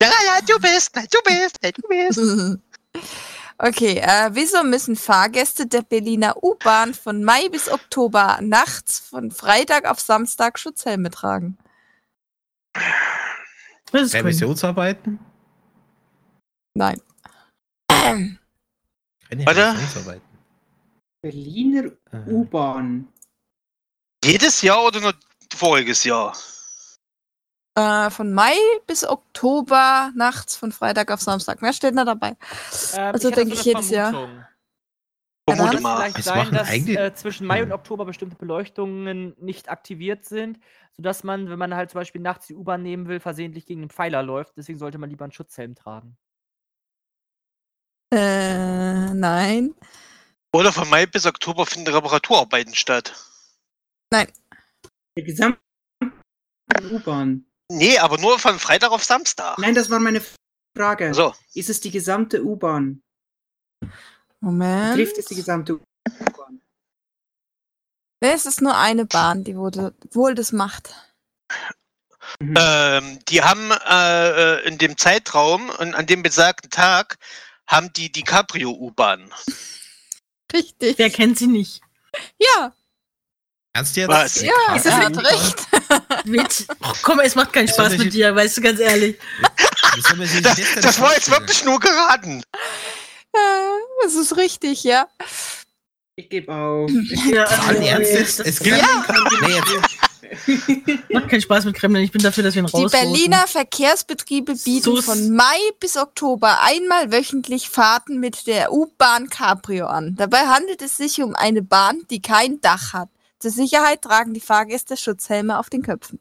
Speaker 10: Ja, ja, ja, du bist. Nein, du bist. Nein, du
Speaker 6: Also
Speaker 10: bist.
Speaker 7: <laughs> Okay, äh, wieso müssen Fahrgäste der Berliner U-Bahn von Mai bis Oktober nachts von Freitag auf Samstag Schutzhelme tragen?
Speaker 6: Das ist cool.
Speaker 8: Revisionsarbeiten?
Speaker 7: Nein.
Speaker 8: Keine
Speaker 10: Warte.
Speaker 8: Revisionsarbeiten.
Speaker 9: Berliner
Speaker 8: Äh.
Speaker 11: Uh.
Speaker 9: U-Bahn.
Speaker 10: Jedes Jahr oder nur voriges Jahr?
Speaker 7: Äh, von Mai bis Oktober nachts von Freitag auf Samstag. Mehr steht da dabei.
Speaker 11: Ähm,
Speaker 7: Also
Speaker 11: hatte
Speaker 7: denke
Speaker 11: so
Speaker 7: ich
Speaker 11: eine
Speaker 7: jedes Jahr.
Speaker 11: Vermutung. Kann
Speaker 10: Vermute
Speaker 11: es
Speaker 10: mal.
Speaker 11: vielleicht
Speaker 8: Was
Speaker 11: sein,
Speaker 8: machen
Speaker 11: dass
Speaker 8: eigentlich-
Speaker 11: äh, zwischen Mai und
Speaker 8: Hm.
Speaker 11: Oktober bestimmte Beleuchtungen nicht aktiviert sind, sodass man, wenn man halt zum Beispiel nachts die U-Bahn nehmen will, versehentlich gegen einen Pfeiler läuft. Deswegen sollte man lieber einen Schutzhelm tragen.
Speaker 7: Äh, nein.
Speaker 10: Oder von Mai bis Oktober finden Reparaturarbeiten statt.
Speaker 9: Der gesamte U-Bahn.
Speaker 10: Nee, aber nur von Freitag auf Samstag.
Speaker 9: Nein, das war meine Frage.
Speaker 10: So,
Speaker 9: Ist es die gesamte U-Bahn?
Speaker 7: Moment. Ähm.
Speaker 9: Trifft es die gesamte U-Bahn?
Speaker 7: Nee, es ist nur eine Bahn, die wurde wohl das macht.
Speaker 10: ähm, die haben äh, äh, in dem Zeitraum und an dem besagten Tag haben die die Cabrio-U-Bahn.
Speaker 7: Richtig.
Speaker 6: Wer kennt sie nicht?
Speaker 7: Ja,
Speaker 8: Kannst du jetzt?
Speaker 10: Was?
Speaker 7: ja,
Speaker 8: Krass.
Speaker 7: das hat recht.
Speaker 6: Mit? Oh, komm, es macht keinen Spaß mit dir, weißt du, ganz ehrlich.
Speaker 8: Wie soll man sich
Speaker 10: Das,
Speaker 8: denn
Speaker 10: das war jetzt
Speaker 8: vorstellen?
Speaker 10: wirklich nur geraten.
Speaker 7: Äh, Es ist richtig, ja.
Speaker 9: Ich gebe auf.
Speaker 6: Ja, also,
Speaker 8: Allen Ernstes? Es gibt nee, jetzt,
Speaker 6: macht keinen Spaß mit Kremlin. Ich bin dafür, dass wir ihn
Speaker 7: Die
Speaker 6: rausloten.
Speaker 7: Berliner Verkehrsbetriebe bieten
Speaker 6: Sus.
Speaker 7: von Mai bis Oktober einmal wöchentlich Fahrten mit der U-Bahn Cabrio an. Dabei handelt es sich um eine Bahn, die kein Dach hat. Zur Sicherheit tragen die Fahrgäste Schutzhelme auf den Köpfen.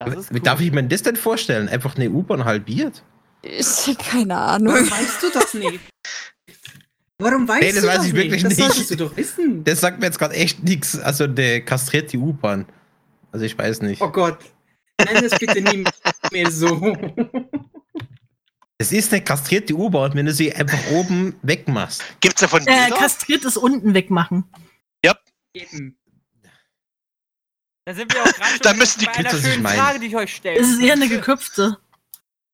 Speaker 11: Das ist
Speaker 8: wie darf ich mir das denn vorstellen? Einfach eine U-Bahn halbiert?
Speaker 7: Ich, keine Ahnung.
Speaker 9: Warum weißt du das nicht? Warum weißt
Speaker 8: Nee, das
Speaker 9: du
Speaker 8: weiß
Speaker 9: das
Speaker 8: ich
Speaker 9: nicht?
Speaker 8: wirklich
Speaker 9: das
Speaker 8: nicht.
Speaker 9: solltest du doch wissen.
Speaker 8: Das sagt mir jetzt gerade echt nichts. Also, der kastriert die U-Bahn. Also, ich weiß nicht.
Speaker 9: Oh Gott. Nenn das bitte nie mehr so.
Speaker 8: Es ist eine kastrierte U-Bahn, wenn du sie einfach oben wegmachst.
Speaker 10: Gibt's davon
Speaker 6: Äh,
Speaker 10: Bilder?
Speaker 6: kastriert ist unten wegmachen.
Speaker 9: Eben.
Speaker 11: Da sind wir auch
Speaker 8: <laughs>
Speaker 11: gerade schon
Speaker 10: Da müssen die
Speaker 11: bei
Speaker 8: Kids
Speaker 11: einer
Speaker 8: das nicht
Speaker 11: schönen
Speaker 8: meinen.
Speaker 11: Frage, die ich euch stelle.
Speaker 6: Es ist eher eine geköpfte.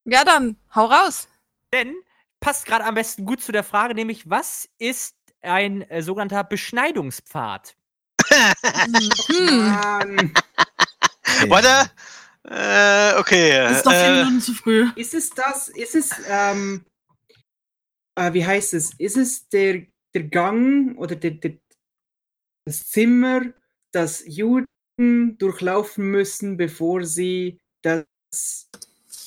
Speaker 7: Ja, dann hau <laughs> raus.
Speaker 11: Denn passt gerade am besten gut zu der Frage, nämlich was ist ein äh, sogenannter Beschneidungspfad?
Speaker 7: Hm.
Speaker 9: Mann.
Speaker 10: <laughs> Warte. Äh, okay.
Speaker 6: Das ist doch vier
Speaker 10: Äh,
Speaker 6: Minuten zu früh.
Speaker 9: Ist es das? Ist es, ähm, äh, wie heißt es? Ist es der, der Gang oder der, der, das Zimmer, das Juden durchlaufen müssen, bevor sie das,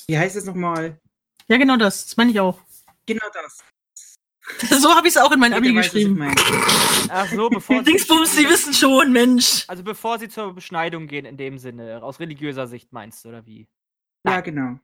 Speaker 9: wie heißt es nochmal?
Speaker 6: Ja, genau das. Das meine ich auch. <laughs>
Speaker 9: Genau das.
Speaker 6: So habe ich es auch in mein Abi
Speaker 9: Jeder weiß, was ich
Speaker 6: geschrieben.
Speaker 9: meine.
Speaker 11: Ach
Speaker 6: <laughs>
Speaker 11: so, bevor
Speaker 6: Die Dingsbums, die wissen schon, Mensch.
Speaker 11: <laughs> Also bevor sie zur Beschneidung gehen in dem Sinne, aus religiöser Sicht meinst du, oder wie?
Speaker 9: Ja, genau.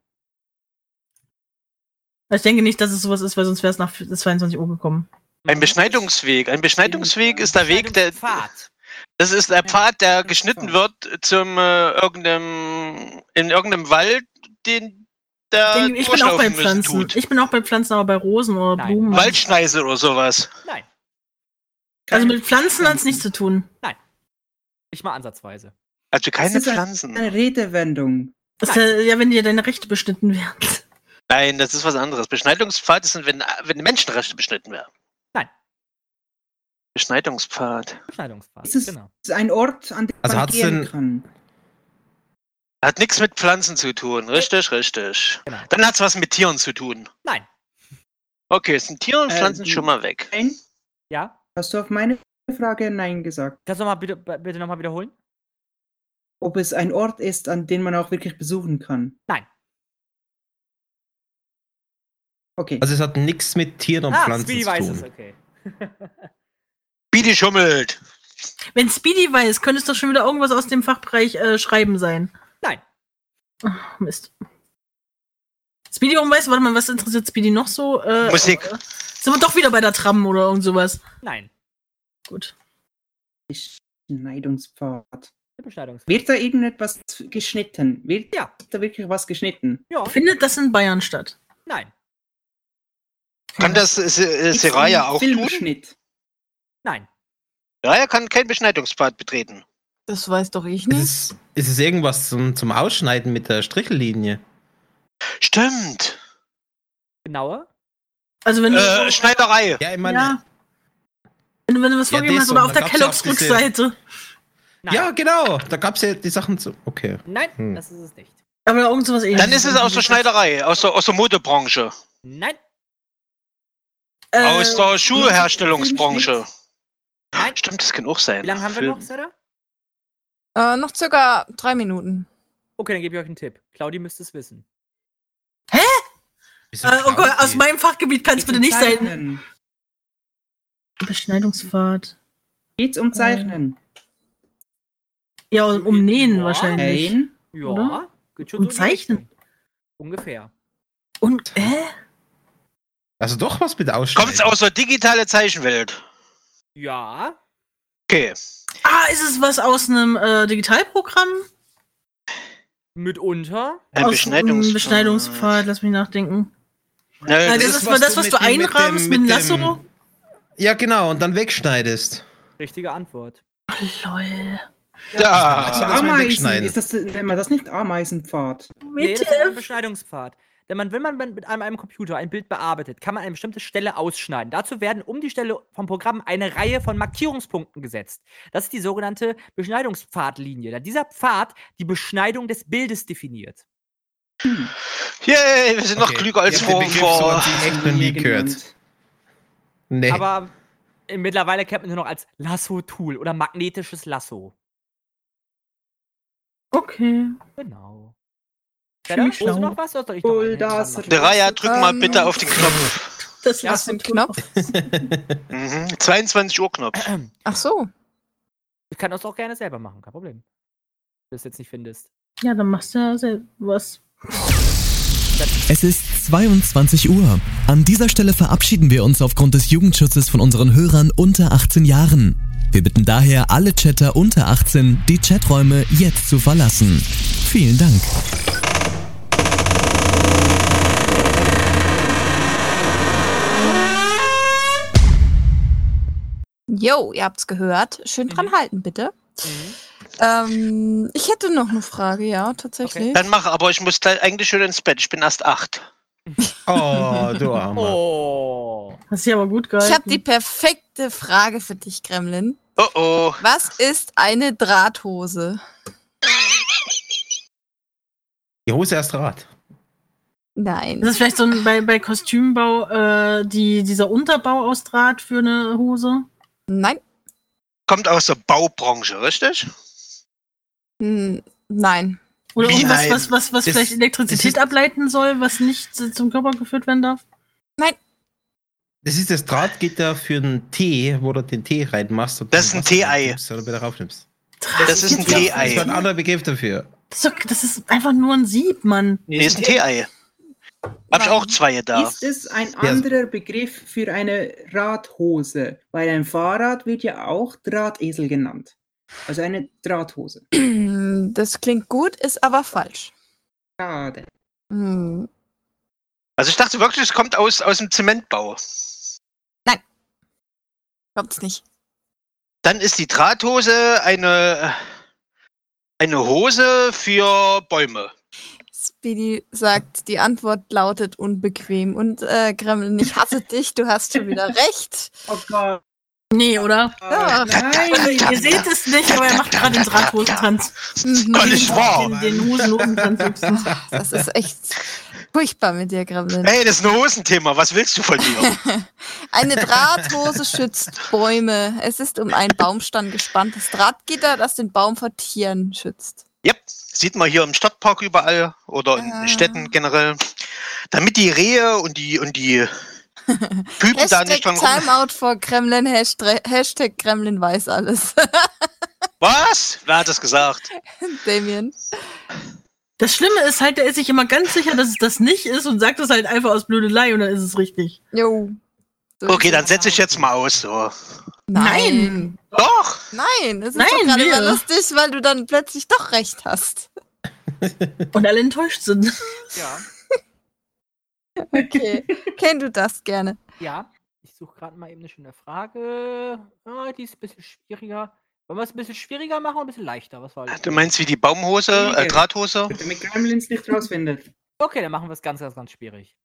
Speaker 6: Ich denke nicht, dass es sowas ist, weil sonst wäre es nach 22 Uhr gekommen.
Speaker 10: Äh, ein Beschneidungsweg. Ein Beschneidungsweg ist der Weg, der.
Speaker 11: Pfad.
Speaker 10: Das ist der Pfad, der geschnitten wird zum äh, irgendeinem in irgendeinem Wald, den
Speaker 6: Ich,
Speaker 10: der
Speaker 6: denke, ich bin auch bei
Speaker 10: durchlaufen müssen
Speaker 6: Pflanzen. Ich bin auch bei Pflanzen, aber bei Rosen oder
Speaker 11: Nein.
Speaker 6: Blumen.
Speaker 10: Waldschneise oder sowas.
Speaker 11: Nein,
Speaker 6: Also mit Pflanzen hat es nichts zu tun.
Speaker 11: nicht mal ansatzweise.
Speaker 10: Also keine
Speaker 9: Das ist
Speaker 10: Pflanzen.
Speaker 9: Eine Redewendung.
Speaker 6: Das ist ja, ja, wenn dir deine Rechte beschnitten werden.
Speaker 10: Nein, das ist was anderes. Beschneidungspfad ist, wenn, wenn Menschenrechte beschnitten werden.
Speaker 11: Nein.
Speaker 10: Beschneidungspfad.
Speaker 11: Beschneidungspfad,
Speaker 9: Es ist,
Speaker 11: genau.
Speaker 9: es ist ein Ort, an dem
Speaker 10: Also
Speaker 9: man
Speaker 10: hat's
Speaker 9: gehen
Speaker 10: denn-
Speaker 9: kann.
Speaker 10: Hat nichts mit Pflanzen zu tun. Richtig, richtig. Dann hat es was mit Tieren zu tun.
Speaker 11: Nein.
Speaker 10: Okay, es sind Tiere und
Speaker 9: Äh,
Speaker 10: Pflanzen
Speaker 9: die-
Speaker 10: schon mal weg.
Speaker 9: Nein?
Speaker 11: Ja?
Speaker 9: Hast du auf meine Frage Nein gesagt?
Speaker 11: Kannst du mal bitte, bitte nochmal wiederholen?
Speaker 9: Ob es ein Ort ist, an den man auch wirklich besuchen kann?
Speaker 11: Nein.
Speaker 9: Okay.
Speaker 8: Also es hat nichts mit Tieren und Pflanzen
Speaker 11: Speedy
Speaker 8: zu
Speaker 11: Ah, weiß
Speaker 8: tun.
Speaker 11: es, okay.
Speaker 10: Speedy schummelt.
Speaker 6: Wenn Speedy weiß, könnte es doch schon wieder irgendwas aus dem Fachbereich äh, Schreiben sein.
Speaker 11: Nein.
Speaker 6: Ach, Mist. Speedy, warum weiß, warte mal, was interessiert Speedy noch so? Äh,
Speaker 10: Musik.
Speaker 6: äh, Sind wir doch wieder bei der Tram oder irgend sowas?
Speaker 11: Nein.
Speaker 6: Gut.
Speaker 9: Schneidungspfad.
Speaker 11: Der Beschneidungspfad.
Speaker 9: Wird da irgendetwas geschnitten? Wird
Speaker 11: ja.
Speaker 9: da wirklich was geschnitten?
Speaker 11: Ja.
Speaker 6: Findet das in Bayern statt?
Speaker 11: Nein.
Speaker 10: Kann das äh, Se- äh, Seraya auch tun?
Speaker 9: Filmschnitt.
Speaker 11: Nein.
Speaker 10: Seraya kann keinen Beschneidungspfad betreten.
Speaker 7: Das weiß doch ich nicht.
Speaker 8: Ist es irgendwas zum, zum Ausschneiden mit der Strichellinie?
Speaker 10: Stimmt.
Speaker 11: Genauer?
Speaker 6: Also wenn du,
Speaker 10: Äh, Schneiderei.
Speaker 8: Ja, ich meine,
Speaker 6: ja. wenn, du- wenn du was
Speaker 8: Ja,
Speaker 6: vorgegeben
Speaker 8: das
Speaker 6: hast, aber
Speaker 8: so,
Speaker 6: auf
Speaker 8: da
Speaker 6: der
Speaker 8: gab's ja auch
Speaker 6: Kelloggs
Speaker 8: diese-
Speaker 6: Rückseite.
Speaker 8: ja, genau. Da gab es ja die Sachen zu. Okay.
Speaker 11: Nein,
Speaker 8: Hm.
Speaker 11: das ist es nicht.
Speaker 6: Aber irgend sowas ähnliches.
Speaker 10: Dann ist es aus der Schneiderei, aus der, aus der Modebranche,
Speaker 11: Nein,
Speaker 6: Äh,
Speaker 10: aus der Schuhherstellungsbranche.
Speaker 11: Nein.
Speaker 10: Stimmt, das kann auch sein.
Speaker 11: wie lange haben wir
Speaker 10: Film.
Speaker 11: noch, Sarah?
Speaker 7: Äh, noch circa drei Minuten.
Speaker 11: Okay, dann gebe ich euch einen Tipp. Claudi müsste es wissen.
Speaker 6: äh, oh Gott, aus meinem Fachgebiet kann es bitte nicht sein.
Speaker 9: um Zeichnen.
Speaker 6: Beschneidungspfad.
Speaker 9: Geht's um Zeichnen?
Speaker 6: Ja, um, um Nähen
Speaker 11: Ja.
Speaker 6: wahrscheinlich.
Speaker 9: Nein.
Speaker 11: Ja,
Speaker 6: Oder?
Speaker 11: geht schon
Speaker 6: Um
Speaker 11: in die
Speaker 6: Zeichnen.
Speaker 11: Richtung. Ungefähr.
Speaker 6: Und, hä?
Speaker 8: Also doch was mit Ausschneiden.
Speaker 10: Kommt's aus der digitalen Zeichenwelt?
Speaker 11: Ja.
Speaker 10: Okay.
Speaker 6: Ah, ist es was aus einem äh, Digitalprogramm?
Speaker 11: Mitunter.
Speaker 10: Ein
Speaker 6: aus
Speaker 10: Beschneidungspfad.
Speaker 6: einem Beschneidungspfad, lass mich nachdenken.
Speaker 8: Also
Speaker 10: Äh,
Speaker 6: Äh,
Speaker 10: das
Speaker 6: das,
Speaker 10: ist-
Speaker 6: ist mal das, was du
Speaker 8: mit dem- mit
Speaker 6: einrahmst
Speaker 8: dem-
Speaker 6: mit dem
Speaker 8: mit
Speaker 6: Lasso.
Speaker 8: dem- Ja, genau. Und dann wegschneidest.
Speaker 11: Richtige Antwort.
Speaker 6: Lol.
Speaker 10: ja.
Speaker 8: Also das mit
Speaker 9: Ameisen.
Speaker 8: wegschneiden.
Speaker 9: Ist das, nennt man das nicht Ameisenpfad?
Speaker 11: Nee, das ist ein
Speaker 6: WTF?
Speaker 11: Beschneidungspfad. Denn man, wenn man mit einem, einem Computer ein Bild bearbeitet, kann man eine bestimmte Stelle ausschneiden. Dazu werden um die Stelle vom Programm eine Reihe von Markierungspunkten gesetzt. Das ist die sogenannte Beschneidungspfadlinie. Da dieser Pfad die Beschneidung des Bildes definiert.
Speaker 10: Yay, wir sind noch klüger als
Speaker 8: Ich hab
Speaker 10: vor.
Speaker 8: den Begriff so
Speaker 10: vor.
Speaker 8: an sich echt noch nie gehört. Nee.
Speaker 11: Aber äh, mittlerweile kennt man ihn noch als Lasso-Tool oder magnetisches Lasso.
Speaker 6: Okay.
Speaker 11: Genau.
Speaker 6: fühl
Speaker 11: Sarah,
Speaker 6: mich
Speaker 11: brauchst du
Speaker 6: schlau.
Speaker 11: noch was? Oder soll ich noch
Speaker 9: Hol
Speaker 11: einen
Speaker 9: das
Speaker 11: dran machen?
Speaker 10: Deraya, drück mal
Speaker 7: Ähm.
Speaker 10: bitte auf den Knopf.
Speaker 6: Das
Speaker 11: Ja,
Speaker 6: war's
Speaker 7: Ein
Speaker 6: mit
Speaker 7: Knopf.
Speaker 10: Mhm. 22 Uhr Knopf.
Speaker 7: Ach so.
Speaker 11: Ich kann das auch gerne selber machen, kein Problem. Wenn du es jetzt nicht findest.
Speaker 6: Ja, dann machst du ja selber was.
Speaker 12: Es ist 22 Uhr. An dieser Stelle verabschieden wir uns aufgrund des Jugendschutzes von unseren Hörern unter 18 Jahren. Wir bitten daher alle Chatter unter 18, die Chaträume jetzt zu verlassen. Vielen Dank.
Speaker 7: Jo, ihr habt's gehört. Schön dran halten, bitte. Mhm. Ähm, ich hätte noch eine Frage, ja, tatsächlich.
Speaker 10: Dann mach, aber ich muss gleich eigentlich schon ins Bett. Ich bin erst 8.
Speaker 8: Oh, du Armer.
Speaker 11: Oh.
Speaker 6: Hast du ja aber gut gehalten.
Speaker 7: Ich habe die perfekte Frage für dich, Gremlin.
Speaker 10: Oh oh.
Speaker 7: Was ist eine Drahthose?
Speaker 8: Die Hose erst Rad.
Speaker 7: Nein.
Speaker 6: Das ist vielleicht so ein, bei, bei Kostümbau äh, die, dieser Unterbau aus Draht für eine Hose.
Speaker 7: Nein.
Speaker 10: Kommt aus der Baubranche, richtig?
Speaker 7: Hm, Nein. <clears throat>
Speaker 6: Oder
Speaker 8: Wie
Speaker 6: irgendwas,
Speaker 8: ein-
Speaker 6: was, was, was
Speaker 8: das-
Speaker 6: vielleicht Elektrizität
Speaker 8: das ist-
Speaker 6: ableiten soll, was nicht äh, zum Körper geführt werden darf.
Speaker 8: Das ist das Drahtgitter für den Tee, wo du den Tee reinmachst. Und
Speaker 10: Das ist ein Tee-Ei.
Speaker 8: Tee Oder wieder raufnimmst.
Speaker 10: Das ist ein
Speaker 8: Ja, Das war ein
Speaker 10: Tee-Ei.
Speaker 8: anderer Begriff dafür.
Speaker 6: Das ist, doch, das ist einfach nur ein Sieb, Mann.
Speaker 10: Nee, ist ein Tee-Ei. Hab ich auch zwei da.
Speaker 9: Ist es ein anderer Begriff für eine Radhose? Weil ein Fahrrad wird ja auch Drahtesel genannt. Also eine Drahthose.
Speaker 7: Das klingt gut, ist aber falsch.
Speaker 9: Schade.
Speaker 7: Hm.
Speaker 10: Also ich dachte wirklich, es kommt aus, aus dem Zementbau.
Speaker 7: Glaubt's nicht.
Speaker 10: Dann ist die Drahthose eine Eine Hose für Bäume.
Speaker 7: Speedy sagt, die Antwort lautet unbequem. Und äh, Gremlin, ich <laughs> hasse dich, du hast schon wieder recht. <laughs>
Speaker 9: Oh Gott.
Speaker 6: Nee, oder?
Speaker 11: Ah. <laughs>
Speaker 7: Ja.
Speaker 6: Nein, ihr seht es nicht, aber er macht gerade den Drahthosentanz.
Speaker 10: <laughs> Gott, ich war.
Speaker 6: Den, den Hosenlosentanz höchstens.
Speaker 7: Das ist echt furchtbar mit dir, Gremlin.
Speaker 10: Hey, das ist ein Hosenthema. Was willst du von mir?
Speaker 7: Eine Drahthose schützt Bäume. Es ist um einen Baumstamm gespanntes Drahtgitter, das den Baum vor Tieren schützt.
Speaker 10: Yep, sieht man hier im Stadtpark überall oder in
Speaker 7: Ah.
Speaker 10: Städten generell. Damit die Rehe und die und die Typen da
Speaker 7: Hashtag
Speaker 10: nicht dran rum.
Speaker 7: Timeout vor Gremlin, Hashtag, Hashtag Gremlin weiß alles. <laughs>
Speaker 10: Was? Wer hat das gesagt?
Speaker 7: Damien.
Speaker 6: Das Schlimme ist halt, der ist sich immer ganz sicher, dass es das nicht ist und sagt es halt einfach aus Blödelei und dann ist es richtig.
Speaker 7: Jo.
Speaker 10: Okay, dann setze ich jetzt mal aus. So.
Speaker 7: Nein.
Speaker 10: Doch!
Speaker 7: Nein, es ist
Speaker 6: Nein,
Speaker 7: doch gerade
Speaker 6: wir.
Speaker 7: mal lustig, weil du dann plötzlich doch recht hast.
Speaker 6: Und alle enttäuscht sind. <laughs>
Speaker 11: Ja.
Speaker 7: Okay. <laughs> Kenn du das gerne?
Speaker 11: Ja, ich suche gerade mal eben eine schöne Frage. Ah, die ist ein bisschen schwieriger. Wollen wir es ein bisschen schwieriger machen oder ein bisschen leichter? Was soll ich?
Speaker 10: Du meinst wie die Baumhose, äh, Drahthose?
Speaker 9: Damit Gremlins nicht rausfindet.
Speaker 11: Okay, dann machen wir es ganz, ganz, ganz schwierig.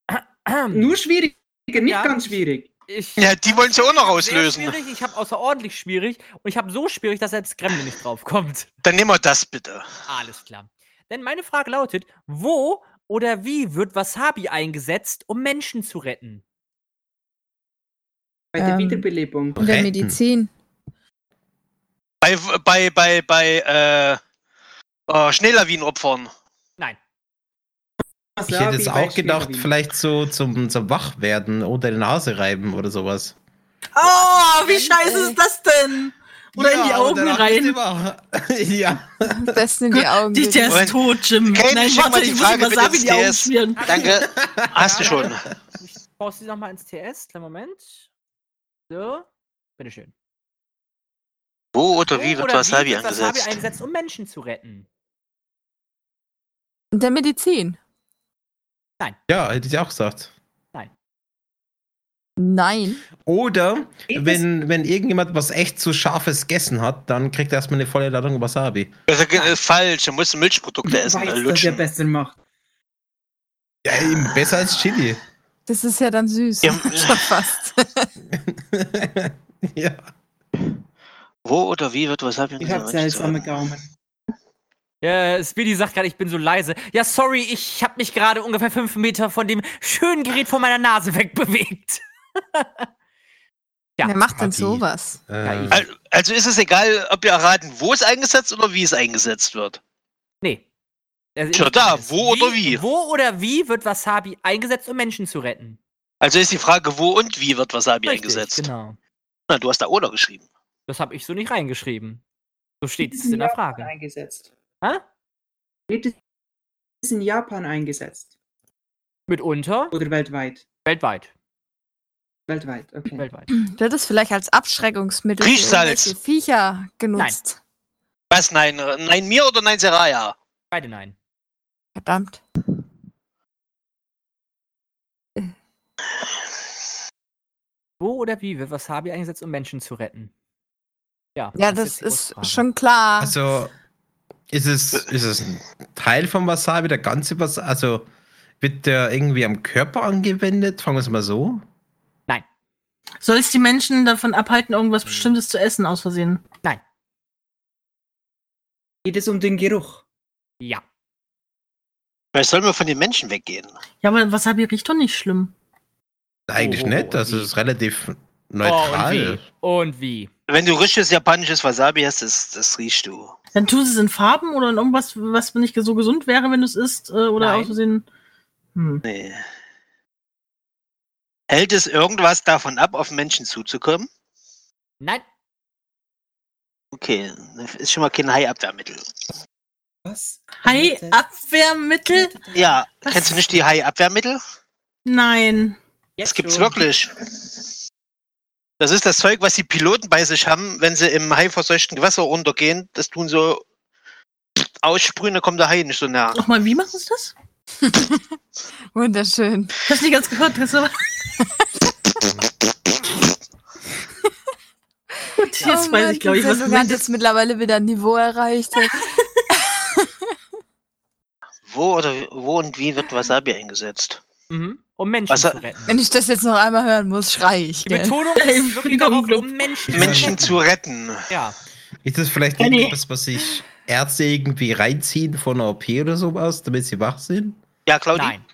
Speaker 11: <clears throat>
Speaker 9: Nur schwierig, nicht
Speaker 11: Ja.
Speaker 9: ganz schwierig.
Speaker 11: Ich,
Speaker 10: Ja, die wollen sie auch noch
Speaker 11: sehr
Speaker 10: auslösen.
Speaker 11: schwierig, ich habe außerordentlich schwierig und ich habe so schwierig, dass selbst Gremlin nicht drauf kommt.
Speaker 10: Dann nehmen wir das bitte.
Speaker 11: Alles klar. Denn meine Frage lautet: Wo oder wie wird Wasabi eingesetzt, um Menschen zu retten?
Speaker 9: Bei der
Speaker 7: Ähm,
Speaker 9: Wiederbelebung.
Speaker 7: In der Medizin.
Speaker 10: Bei bei bei bei äh, äh, Schneelawinenopfern.
Speaker 11: Nein.
Speaker 8: Ich hätte jetzt auch gedacht, vielleicht so zum, zum Wachwerden oder die Nase reiben oder sowas.
Speaker 6: Oh, wie scheiße ist das denn? Oder in die Augen rein.
Speaker 8: ja.
Speaker 7: Das
Speaker 10: <laughs>
Speaker 7: sind die Augen.
Speaker 6: Die, der ist
Speaker 10: Moment.
Speaker 6: tot, Jim.
Speaker 10: Kate,
Speaker 6: Nein,
Speaker 10: schick mal
Speaker 6: warte,
Speaker 10: die
Speaker 6: ich muss ihm
Speaker 10: Frage bitte
Speaker 6: Wasabi in
Speaker 10: ins
Speaker 6: die Augen
Speaker 10: TS.
Speaker 6: schmieren.
Speaker 10: Danke. Hast du schon.
Speaker 11: Ich brauchst du nochmal ins TS. Kleinen Moment. So. Bitteschön.
Speaker 10: Wo oder wie
Speaker 11: Wo
Speaker 10: wird
Speaker 11: oder
Speaker 10: Wasabi
Speaker 11: wird Wasabi
Speaker 10: eingesetzt?
Speaker 11: eingesetzt, um Menschen zu retten?
Speaker 7: In der Medizin.
Speaker 8: <laughs> Ja, hätte ich auch gesagt.
Speaker 7: Nein.
Speaker 8: Oder
Speaker 9: Geht
Speaker 8: wenn, wenn irgendjemand was echt zu scharfes gegessen hat, dann kriegt er erstmal eine volle Ladung Wasabi.
Speaker 10: Das ist äh, falsch. Du musst Milchprodukte
Speaker 9: Ich
Speaker 10: essen. äh,
Speaker 9: weiß, dass er
Speaker 10: lutschen.
Speaker 9: besser macht.
Speaker 8: Ja, eben besser als Chili.
Speaker 7: Das ist ja dann süß. <laughs>
Speaker 10: Ja.
Speaker 7: Schon fast.
Speaker 8: <laughs> ja.
Speaker 10: Wo oder wie wird Wasabi
Speaker 9: Ich habe seltsame Gaumen.
Speaker 11: Ja, Speedy sagt gerade, ich bin so leise. Ja, sorry, ich habe mich gerade ungefähr fünf Meter von dem schönen Gerät vor meiner Nase wegbewegt. <laughs> Ja.
Speaker 7: <laughs>
Speaker 11: also,
Speaker 7: Wer macht denn
Speaker 8: Party.
Speaker 7: sowas?
Speaker 8: Äh,
Speaker 10: Al- Also ist es egal, ob wir erraten, wo es eingesetzt oder wie es eingesetzt wird.
Speaker 11: Nee. Also,
Speaker 10: Tja, da, wo oder wie?
Speaker 11: Wo oder wie wird Wasabi eingesetzt, um Menschen zu retten?
Speaker 10: Also ist die Frage, wo und wie wird Wasabi
Speaker 11: Richtig,
Speaker 10: eingesetzt?
Speaker 11: Genau.
Speaker 10: Na, du hast da oder geschrieben.
Speaker 11: Das habe ich so nicht reingeschrieben. So steht es in der Frage.
Speaker 9: Eingesetzt.
Speaker 11: Hä?
Speaker 9: Wird es in Japan eingesetzt?
Speaker 11: Mitunter
Speaker 9: Oder weltweit?
Speaker 11: weltweit.
Speaker 9: Weltweit, okay.
Speaker 11: Weltweit.
Speaker 7: Wird es vielleicht als Abschreckungsmittel für
Speaker 10: Riechsalz.
Speaker 7: irgendwelche Viecher genutzt?
Speaker 10: Was? Nein, äh, nein mir oder nein Seraya?
Speaker 11: Beide nein.
Speaker 7: Verdammt.
Speaker 11: Wo oder wie wird Wasabi eingesetzt, um Menschen zu retten?
Speaker 7: Ja,
Speaker 11: jetzt
Speaker 7: das
Speaker 11: die
Speaker 7: ist
Speaker 11: Großfrage.
Speaker 7: schon klar.
Speaker 8: also ist es, ist es ein Teil von Wasabi, der ganze Wasabi? Also wird der irgendwie am Körper angewendet? Fangen wir es mal so.
Speaker 6: Soll es die Menschen davon abhalten, irgendwas Bestimmtes zu essen, aus Versehen?
Speaker 9: Geht es um den Geruch?
Speaker 11: Ja.
Speaker 10: Vielleicht sollen wir von den Menschen weggehen.
Speaker 6: Ja, aber Wasabi riecht doch nicht schlimm.
Speaker 8: Eigentlich
Speaker 11: Oh, oh,
Speaker 8: nicht.
Speaker 11: oh,
Speaker 8: Also
Speaker 11: wie?
Speaker 8: es ist relativ
Speaker 11: Oh,
Speaker 8: neutral.
Speaker 11: und wie? Und wie?
Speaker 10: Wenn du richtiges japanisches Wasabi hast, das, das riechst du.
Speaker 6: Dann tun sie es in Farben oder in irgendwas, was nicht so gesund wäre, wenn du es isst. äh, Oder
Speaker 11: Nein.
Speaker 6: aus Versehen. Hm.
Speaker 10: Nee. Hält es irgendwas davon ab, auf Menschen zuzukommen?
Speaker 11: Nein.
Speaker 10: Okay, das ist schon mal kein Hai-Abwehrmittel.
Speaker 9: Was?
Speaker 6: Hai-Abwehrmittel?
Speaker 10: Ja, kennst du nicht die Hai-Abwehrmittel?
Speaker 6: Nein.
Speaker 10: Das gibt's wirklich. Das ist das Zeug, was die Piloten bei sich haben, wenn sie im haiverseuchten Gewässer runtergehen. Das tun so aussprühen, da kommt der Hai nicht
Speaker 7: <laughs>
Speaker 10: so nah.
Speaker 6: Nochmal, wie machen sie das?
Speaker 7: Wunderschön.
Speaker 6: Ich hab's nicht ganz gehört. Das war Gut, hier <laughs>
Speaker 7: Oh
Speaker 6: Jetzt weiß ich, glaube ich, was du
Speaker 7: man
Speaker 6: meinst.
Speaker 7: jetzt mittlerweile wieder ein
Speaker 6: <laughs>
Speaker 7: Niveau erreicht hat.
Speaker 10: Wo oder wo und wie wird Wasabi eingesetzt?
Speaker 11: Mhm. Um Menschen
Speaker 10: Wasa-
Speaker 11: zu retten.
Speaker 7: Wenn ich das jetzt noch einmal hören muss, schrei ich.
Speaker 11: Die
Speaker 7: gell?
Speaker 11: Betonung ist wirklich darauf, um Menschen zu
Speaker 10: Menschen
Speaker 11: retten.
Speaker 10: zu retten.
Speaker 11: Ja.
Speaker 8: Ist das vielleicht
Speaker 6: Nee.
Speaker 8: irgendwas, was sich Ärzte irgendwie reinziehen von einer OP oder sowas, damit sie wach sind?
Speaker 10: Ja, Claudi.
Speaker 11: Nein.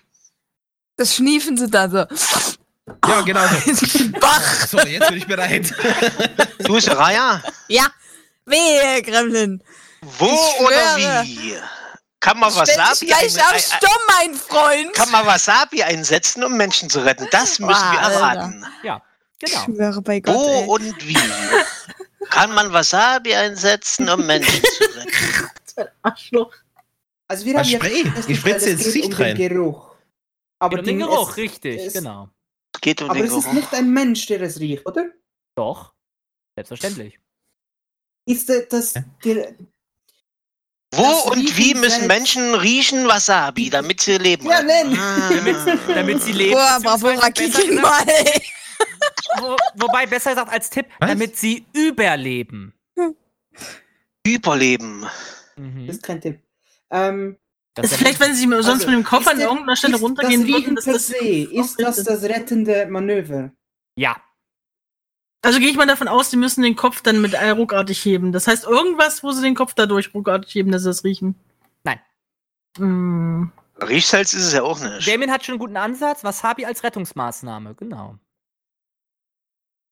Speaker 7: Das schniefen sie da so. <laughs>
Speaker 11: <laughs>
Speaker 8: Ja, genau.
Speaker 7: Bach!
Speaker 8: So, jetzt bin ich bereit.
Speaker 10: Du Raya,
Speaker 7: Ja! Wehe, Gremlin!
Speaker 10: wo
Speaker 7: Ich
Speaker 10: oder
Speaker 7: schwöre.
Speaker 10: wie kann
Speaker 11: Oh,
Speaker 10: man
Speaker 7: Stell dich
Speaker 10: Wasabi,
Speaker 7: gleich
Speaker 10: ein-
Speaker 7: auf Stumm, mein Freund!
Speaker 10: kann man Wasabi einsetzen, um Menschen zu retten? Das müssen
Speaker 7: Boah,
Speaker 10: wir
Speaker 7: Alter.
Speaker 10: erraten.
Speaker 11: Ja.
Speaker 7: Ich
Speaker 11: Genau.
Speaker 7: schwöre bei Gott,
Speaker 10: Wo
Speaker 7: ey.
Speaker 10: und wie kann man Wasabi einsetzen, um Menschen zu retten?
Speaker 6: Arschloch.
Speaker 9: Also wir
Speaker 8: Was
Speaker 9: haben jetzt
Speaker 8: Spray?
Speaker 9: festgestellt,
Speaker 8: Ah, Ich spritze
Speaker 9: es
Speaker 8: ins
Speaker 9: geht
Speaker 8: Gesicht
Speaker 9: um den
Speaker 8: rein.
Speaker 9: Geruch. Aber
Speaker 11: Aber um den
Speaker 9: Ding
Speaker 11: Geruch,
Speaker 9: ist-
Speaker 11: richtig,
Speaker 9: ist-
Speaker 11: genau.
Speaker 10: Geht um
Speaker 9: Aber
Speaker 10: den
Speaker 9: es ist
Speaker 10: Geruch.
Speaker 9: nicht ein Mensch, der es riecht, oder?
Speaker 11: Doch. Selbstverständlich.
Speaker 9: Ist da- das
Speaker 8: Hm?
Speaker 9: Ge-
Speaker 10: Wo
Speaker 9: Das
Speaker 10: und
Speaker 9: Riechen
Speaker 10: wie müssen
Speaker 9: selbst.
Speaker 10: Menschen riechen Wasabi, damit sie leben?
Speaker 9: Ja,
Speaker 10: retten?
Speaker 9: nein.
Speaker 10: Ah.
Speaker 11: Damit sie leben.
Speaker 7: Boah,
Speaker 11: beziehungsweise
Speaker 7: Bravura,
Speaker 11: besser
Speaker 7: kick ihn
Speaker 11: gesagt- ne?
Speaker 7: mal, ey.
Speaker 11: Wo, wobei, besser gesagt als Tipp,
Speaker 8: Was?
Speaker 11: damit sie überleben.
Speaker 10: Überleben.
Speaker 9: Das ist kein Tipp. Ähm,
Speaker 11: Mhm. Das
Speaker 6: Ist vielleicht, wenn sie sonst
Speaker 9: also,
Speaker 6: mit dem Koffer an
Speaker 9: ist der-
Speaker 6: irgendeiner Stelle
Speaker 9: ist
Speaker 6: runtergehen
Speaker 9: das
Speaker 6: würden,
Speaker 9: Riechen
Speaker 6: dass
Speaker 9: per
Speaker 6: das.
Speaker 9: se, ist das das rettende Manöver?
Speaker 11: ja.
Speaker 6: Also gehe ich mal davon aus, die müssen den Kopf dann mit äh, ruckartig heben. Das heißt, irgendwas, wo sie den Kopf dadurch ruckartig heben, dass sie das riechen.
Speaker 11: Nein.
Speaker 6: Mm.
Speaker 10: Riechsalz ist es ja auch nicht.
Speaker 11: Damien hat schon einen guten Ansatz. Wasabi als Rettungsmaßnahme, genau.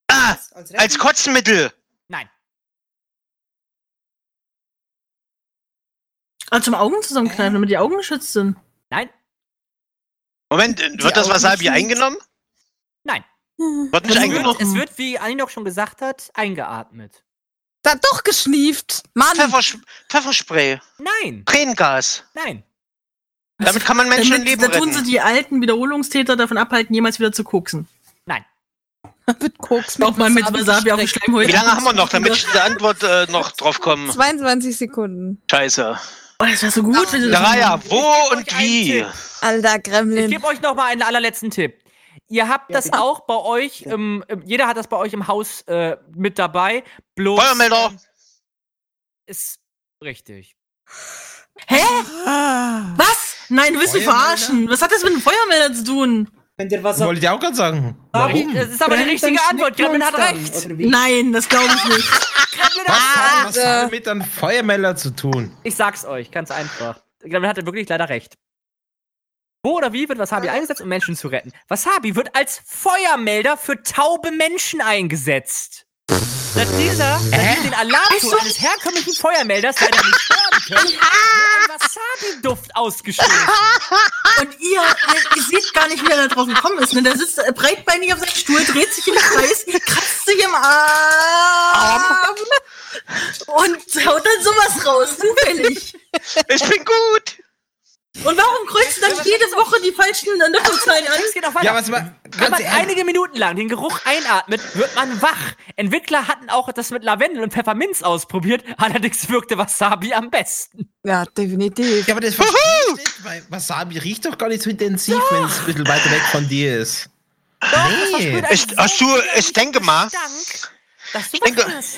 Speaker 10: Ah,
Speaker 9: Als,
Speaker 10: als
Speaker 9: Retten-
Speaker 10: Kotzmittel.
Speaker 11: Nein.
Speaker 6: Ah, zum Augen zusammenkneifen, damit die Augen geschützt sind.
Speaker 11: Nein.
Speaker 10: Moment, äh, wird das
Speaker 7: Augen
Speaker 10: Wasabi
Speaker 7: sind-
Speaker 10: eingenommen?
Speaker 11: Nein.
Speaker 10: Wird nicht
Speaker 11: Es
Speaker 10: eingenommen.
Speaker 11: wird, es wird, wie Annie auch schon gesagt hat, eingeatmet.
Speaker 7: Da doch geschnieft! Mann!
Speaker 10: Pfeffersch Pfefferspray,
Speaker 11: Nein,
Speaker 10: Tränengas.
Speaker 11: nein.
Speaker 10: Damit kann man Menschen
Speaker 6: Damit,
Speaker 10: Leben
Speaker 6: da tun sie
Speaker 10: retten.
Speaker 6: die alten Wiederholungstäter davon abhalten, jemals wieder zu koksen.
Speaker 7: mit Koks
Speaker 6: Nochmal mit Wasabi auf dem
Speaker 7: gestreckt.
Speaker 6: Schleimhäuten.
Speaker 10: Wie lange haben wir noch, damit ich der Antwort äh, noch drauf komme?
Speaker 7: 22 Sekunden.
Speaker 10: Scheiße.
Speaker 6: Oh, das war so gut. wenn du das-
Speaker 10: Daraya, wo
Speaker 11: geb
Speaker 10: und
Speaker 11: euch einen
Speaker 10: wie?
Speaker 11: Tipp.
Speaker 7: Alter
Speaker 11: Ich
Speaker 7: Gremlin.
Speaker 11: gebe euch noch mal einen allerletzten Tipp. Ihr habt
Speaker 9: Ja,
Speaker 11: das
Speaker 9: bitte.
Speaker 11: auch bei euch,
Speaker 9: Ja.
Speaker 11: im, im, jeder hat das bei euch im Haus äh, mit dabei. Bloß,
Speaker 10: Feuermelder.
Speaker 11: ähm, Ist richtig.
Speaker 6: Hä? Was? Nein, du willst mich
Speaker 8: Feuermelder?
Speaker 6: verarschen. Was hat das mit dem Feuermelder zu tun?
Speaker 9: Wenn der Wasser
Speaker 8: Wollte ich auch gerade sagen.
Speaker 11: Warum? Äh, Das ist aber die
Speaker 9: brennt,
Speaker 11: richtige
Speaker 9: dann
Speaker 11: Antwort.
Speaker 9: schmeckt
Speaker 11: Gremlin
Speaker 9: man
Speaker 11: hat
Speaker 9: es dann,
Speaker 11: recht.
Speaker 9: oder wie?
Speaker 6: Nein, das glaube ich nicht.
Speaker 11: Gremlin hat
Speaker 8: Was hat was
Speaker 7: Ah,
Speaker 8: hat mit einem Feuermelder zu tun?
Speaker 11: Ich sag's euch, ganz einfach. Gremlin hatte wirklich leider recht. Wo oder wie wird Wasabi eingesetzt, um Menschen zu retten? Wasabi wird als Feuermelder für taube Menschen eingesetzt. Da dieser da die den Alarmton eines herkömmlichen Feuermelders leider nicht hören können, wird ein Wasabi-Duft ausgestoßen.
Speaker 6: Und ihr, ihr seht gar nicht, wie er da drauf gekommen ist. Ne? Der sitzt äh, breitbeinig auf seinem Stuhl, dreht sich im Kreis, kratzt sich im Arm und haut dann sowas raus, zufällig.
Speaker 10: Ich bin gut.
Speaker 6: Und warum kreuzt du dann jede Woche die falschen Nöpfelzeilen an?
Speaker 11: Es geht auch weiter.
Speaker 8: Ja, was war.
Speaker 11: Wenn
Speaker 8: Ganz
Speaker 11: man
Speaker 8: ehrlich,
Speaker 11: einige Minuten lang den Geruch einatmet, wird man wach. Entwickler hatten auch das mit Lavendel und Pfefferminz ausprobiert, allerdings wirkte Wasabi am besten.
Speaker 7: Ja, definitiv.
Speaker 8: ja, aber das verstehe ich nicht, weil Wasabi riecht doch gar nicht so intensiv, wenn es ein bisschen weiter weg von dir ist. nee.
Speaker 11: Spürt ein
Speaker 10: Ich,
Speaker 11: so
Speaker 10: hast du, ich denke mal,
Speaker 11: Gestank, dass du
Speaker 10: denke-
Speaker 11: wach wirst.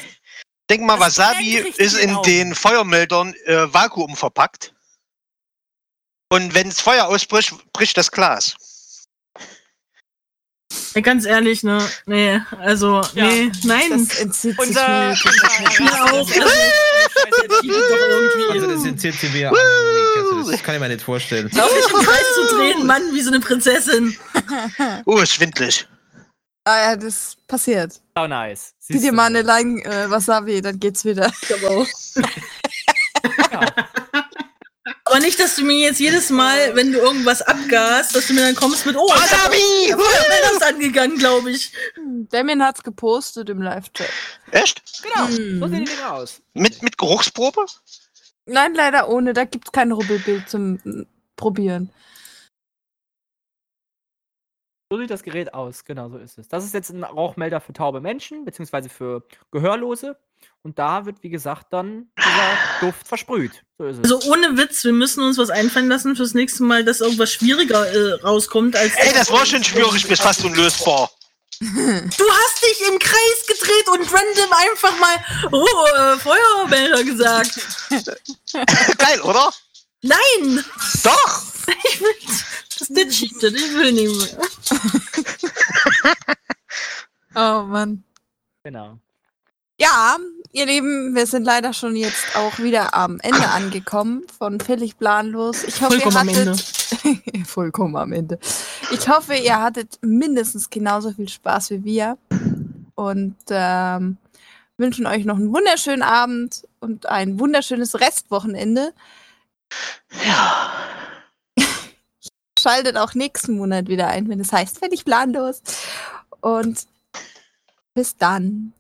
Speaker 10: denk mal,
Speaker 11: Das
Speaker 10: Wasabi
Speaker 11: brennt richtig
Speaker 10: ist
Speaker 11: in den
Speaker 10: in
Speaker 11: Augen.
Speaker 10: den Feuermeldern äh, Vakuum verpackt. Und wenn das Feuer ausbricht, bricht das Glas.
Speaker 6: Ja, ganz ehrlich, ne? Nee, also,
Speaker 11: Ja.
Speaker 6: nee, nein.
Speaker 7: Das entzieht sich
Speaker 11: Unser.
Speaker 7: mir.
Speaker 11: unser-
Speaker 6: auch.
Speaker 11: unser- Scheiße,
Speaker 8: Also, das sind CCW. Also, das kann ich mir nicht vorstellen.
Speaker 6: Auf sich im um Kreis zu drehen, Mann, wie so eine Prinzessin.
Speaker 10: Oh, ist schwindelig.
Speaker 7: Ah ja, das passiert.
Speaker 11: Oh, nice.
Speaker 7: Gib
Speaker 11: Siehst
Speaker 7: dir
Speaker 11: du.
Speaker 7: mal eine lang äh, Wasabi, dann geht's wieder.
Speaker 6: <laughs> Aber nicht, dass du mir jetzt jedes Mal, wenn du irgendwas abgast, dass du mir dann kommst mit, oh, ich hab
Speaker 10: Wasabi!
Speaker 6: Feuermelder ist angegangen, glaube ich.
Speaker 7: Damien hat's gepostet im Live-Chat.
Speaker 10: Echt?
Speaker 11: Genau, so sehen die Dinge aus.
Speaker 10: Mit, mit Geruchsprobe?
Speaker 7: Nein, leider ohne. Da gibt's kein Rubbelbild zum mm, Probieren.
Speaker 11: So sieht das Gerät aus, genau so ist es. Das ist jetzt ein Rauchmelder für taube Menschen, beziehungsweise für Gehörlose. Und da wird, wie gesagt, dann dieser Duft versprüht. So ist es.
Speaker 6: Also ohne Witz, wir müssen uns was einfallen lassen fürs nächste Mal, dass irgendwas schwieriger äh, rauskommt als.
Speaker 10: Ey, das war schon schwierig, bis fast unlösbar.
Speaker 6: Du hast dich im Kreis gedreht und random einfach mal oh, äh, Feuermelder gesagt.
Speaker 10: Geil, oder?
Speaker 6: Nein! <laughs>
Speaker 10: Doch!
Speaker 6: Ich will, das ist der Cheater, ich will nicht mehr.
Speaker 7: Oh Mann.
Speaker 11: Genau.
Speaker 7: Ja, ihr Lieben, wir sind leider schon jetzt auch wieder am Ende angekommen von völlig planlos. Ich hoffe,
Speaker 6: Vollkommen
Speaker 7: ihr
Speaker 6: am Ende.
Speaker 7: hattet <laughs> vollkommen am Ende. Ich hoffe, ihr hattet mindestens genauso viel Spaß wie wir und ähm, wünschen euch noch einen wunderschönen Abend und ein wunderschönes Restwochenende. Ja. <laughs> Schaltet auch nächsten Monat wieder ein, wenn es heißt völlig planlos. Und bis dann.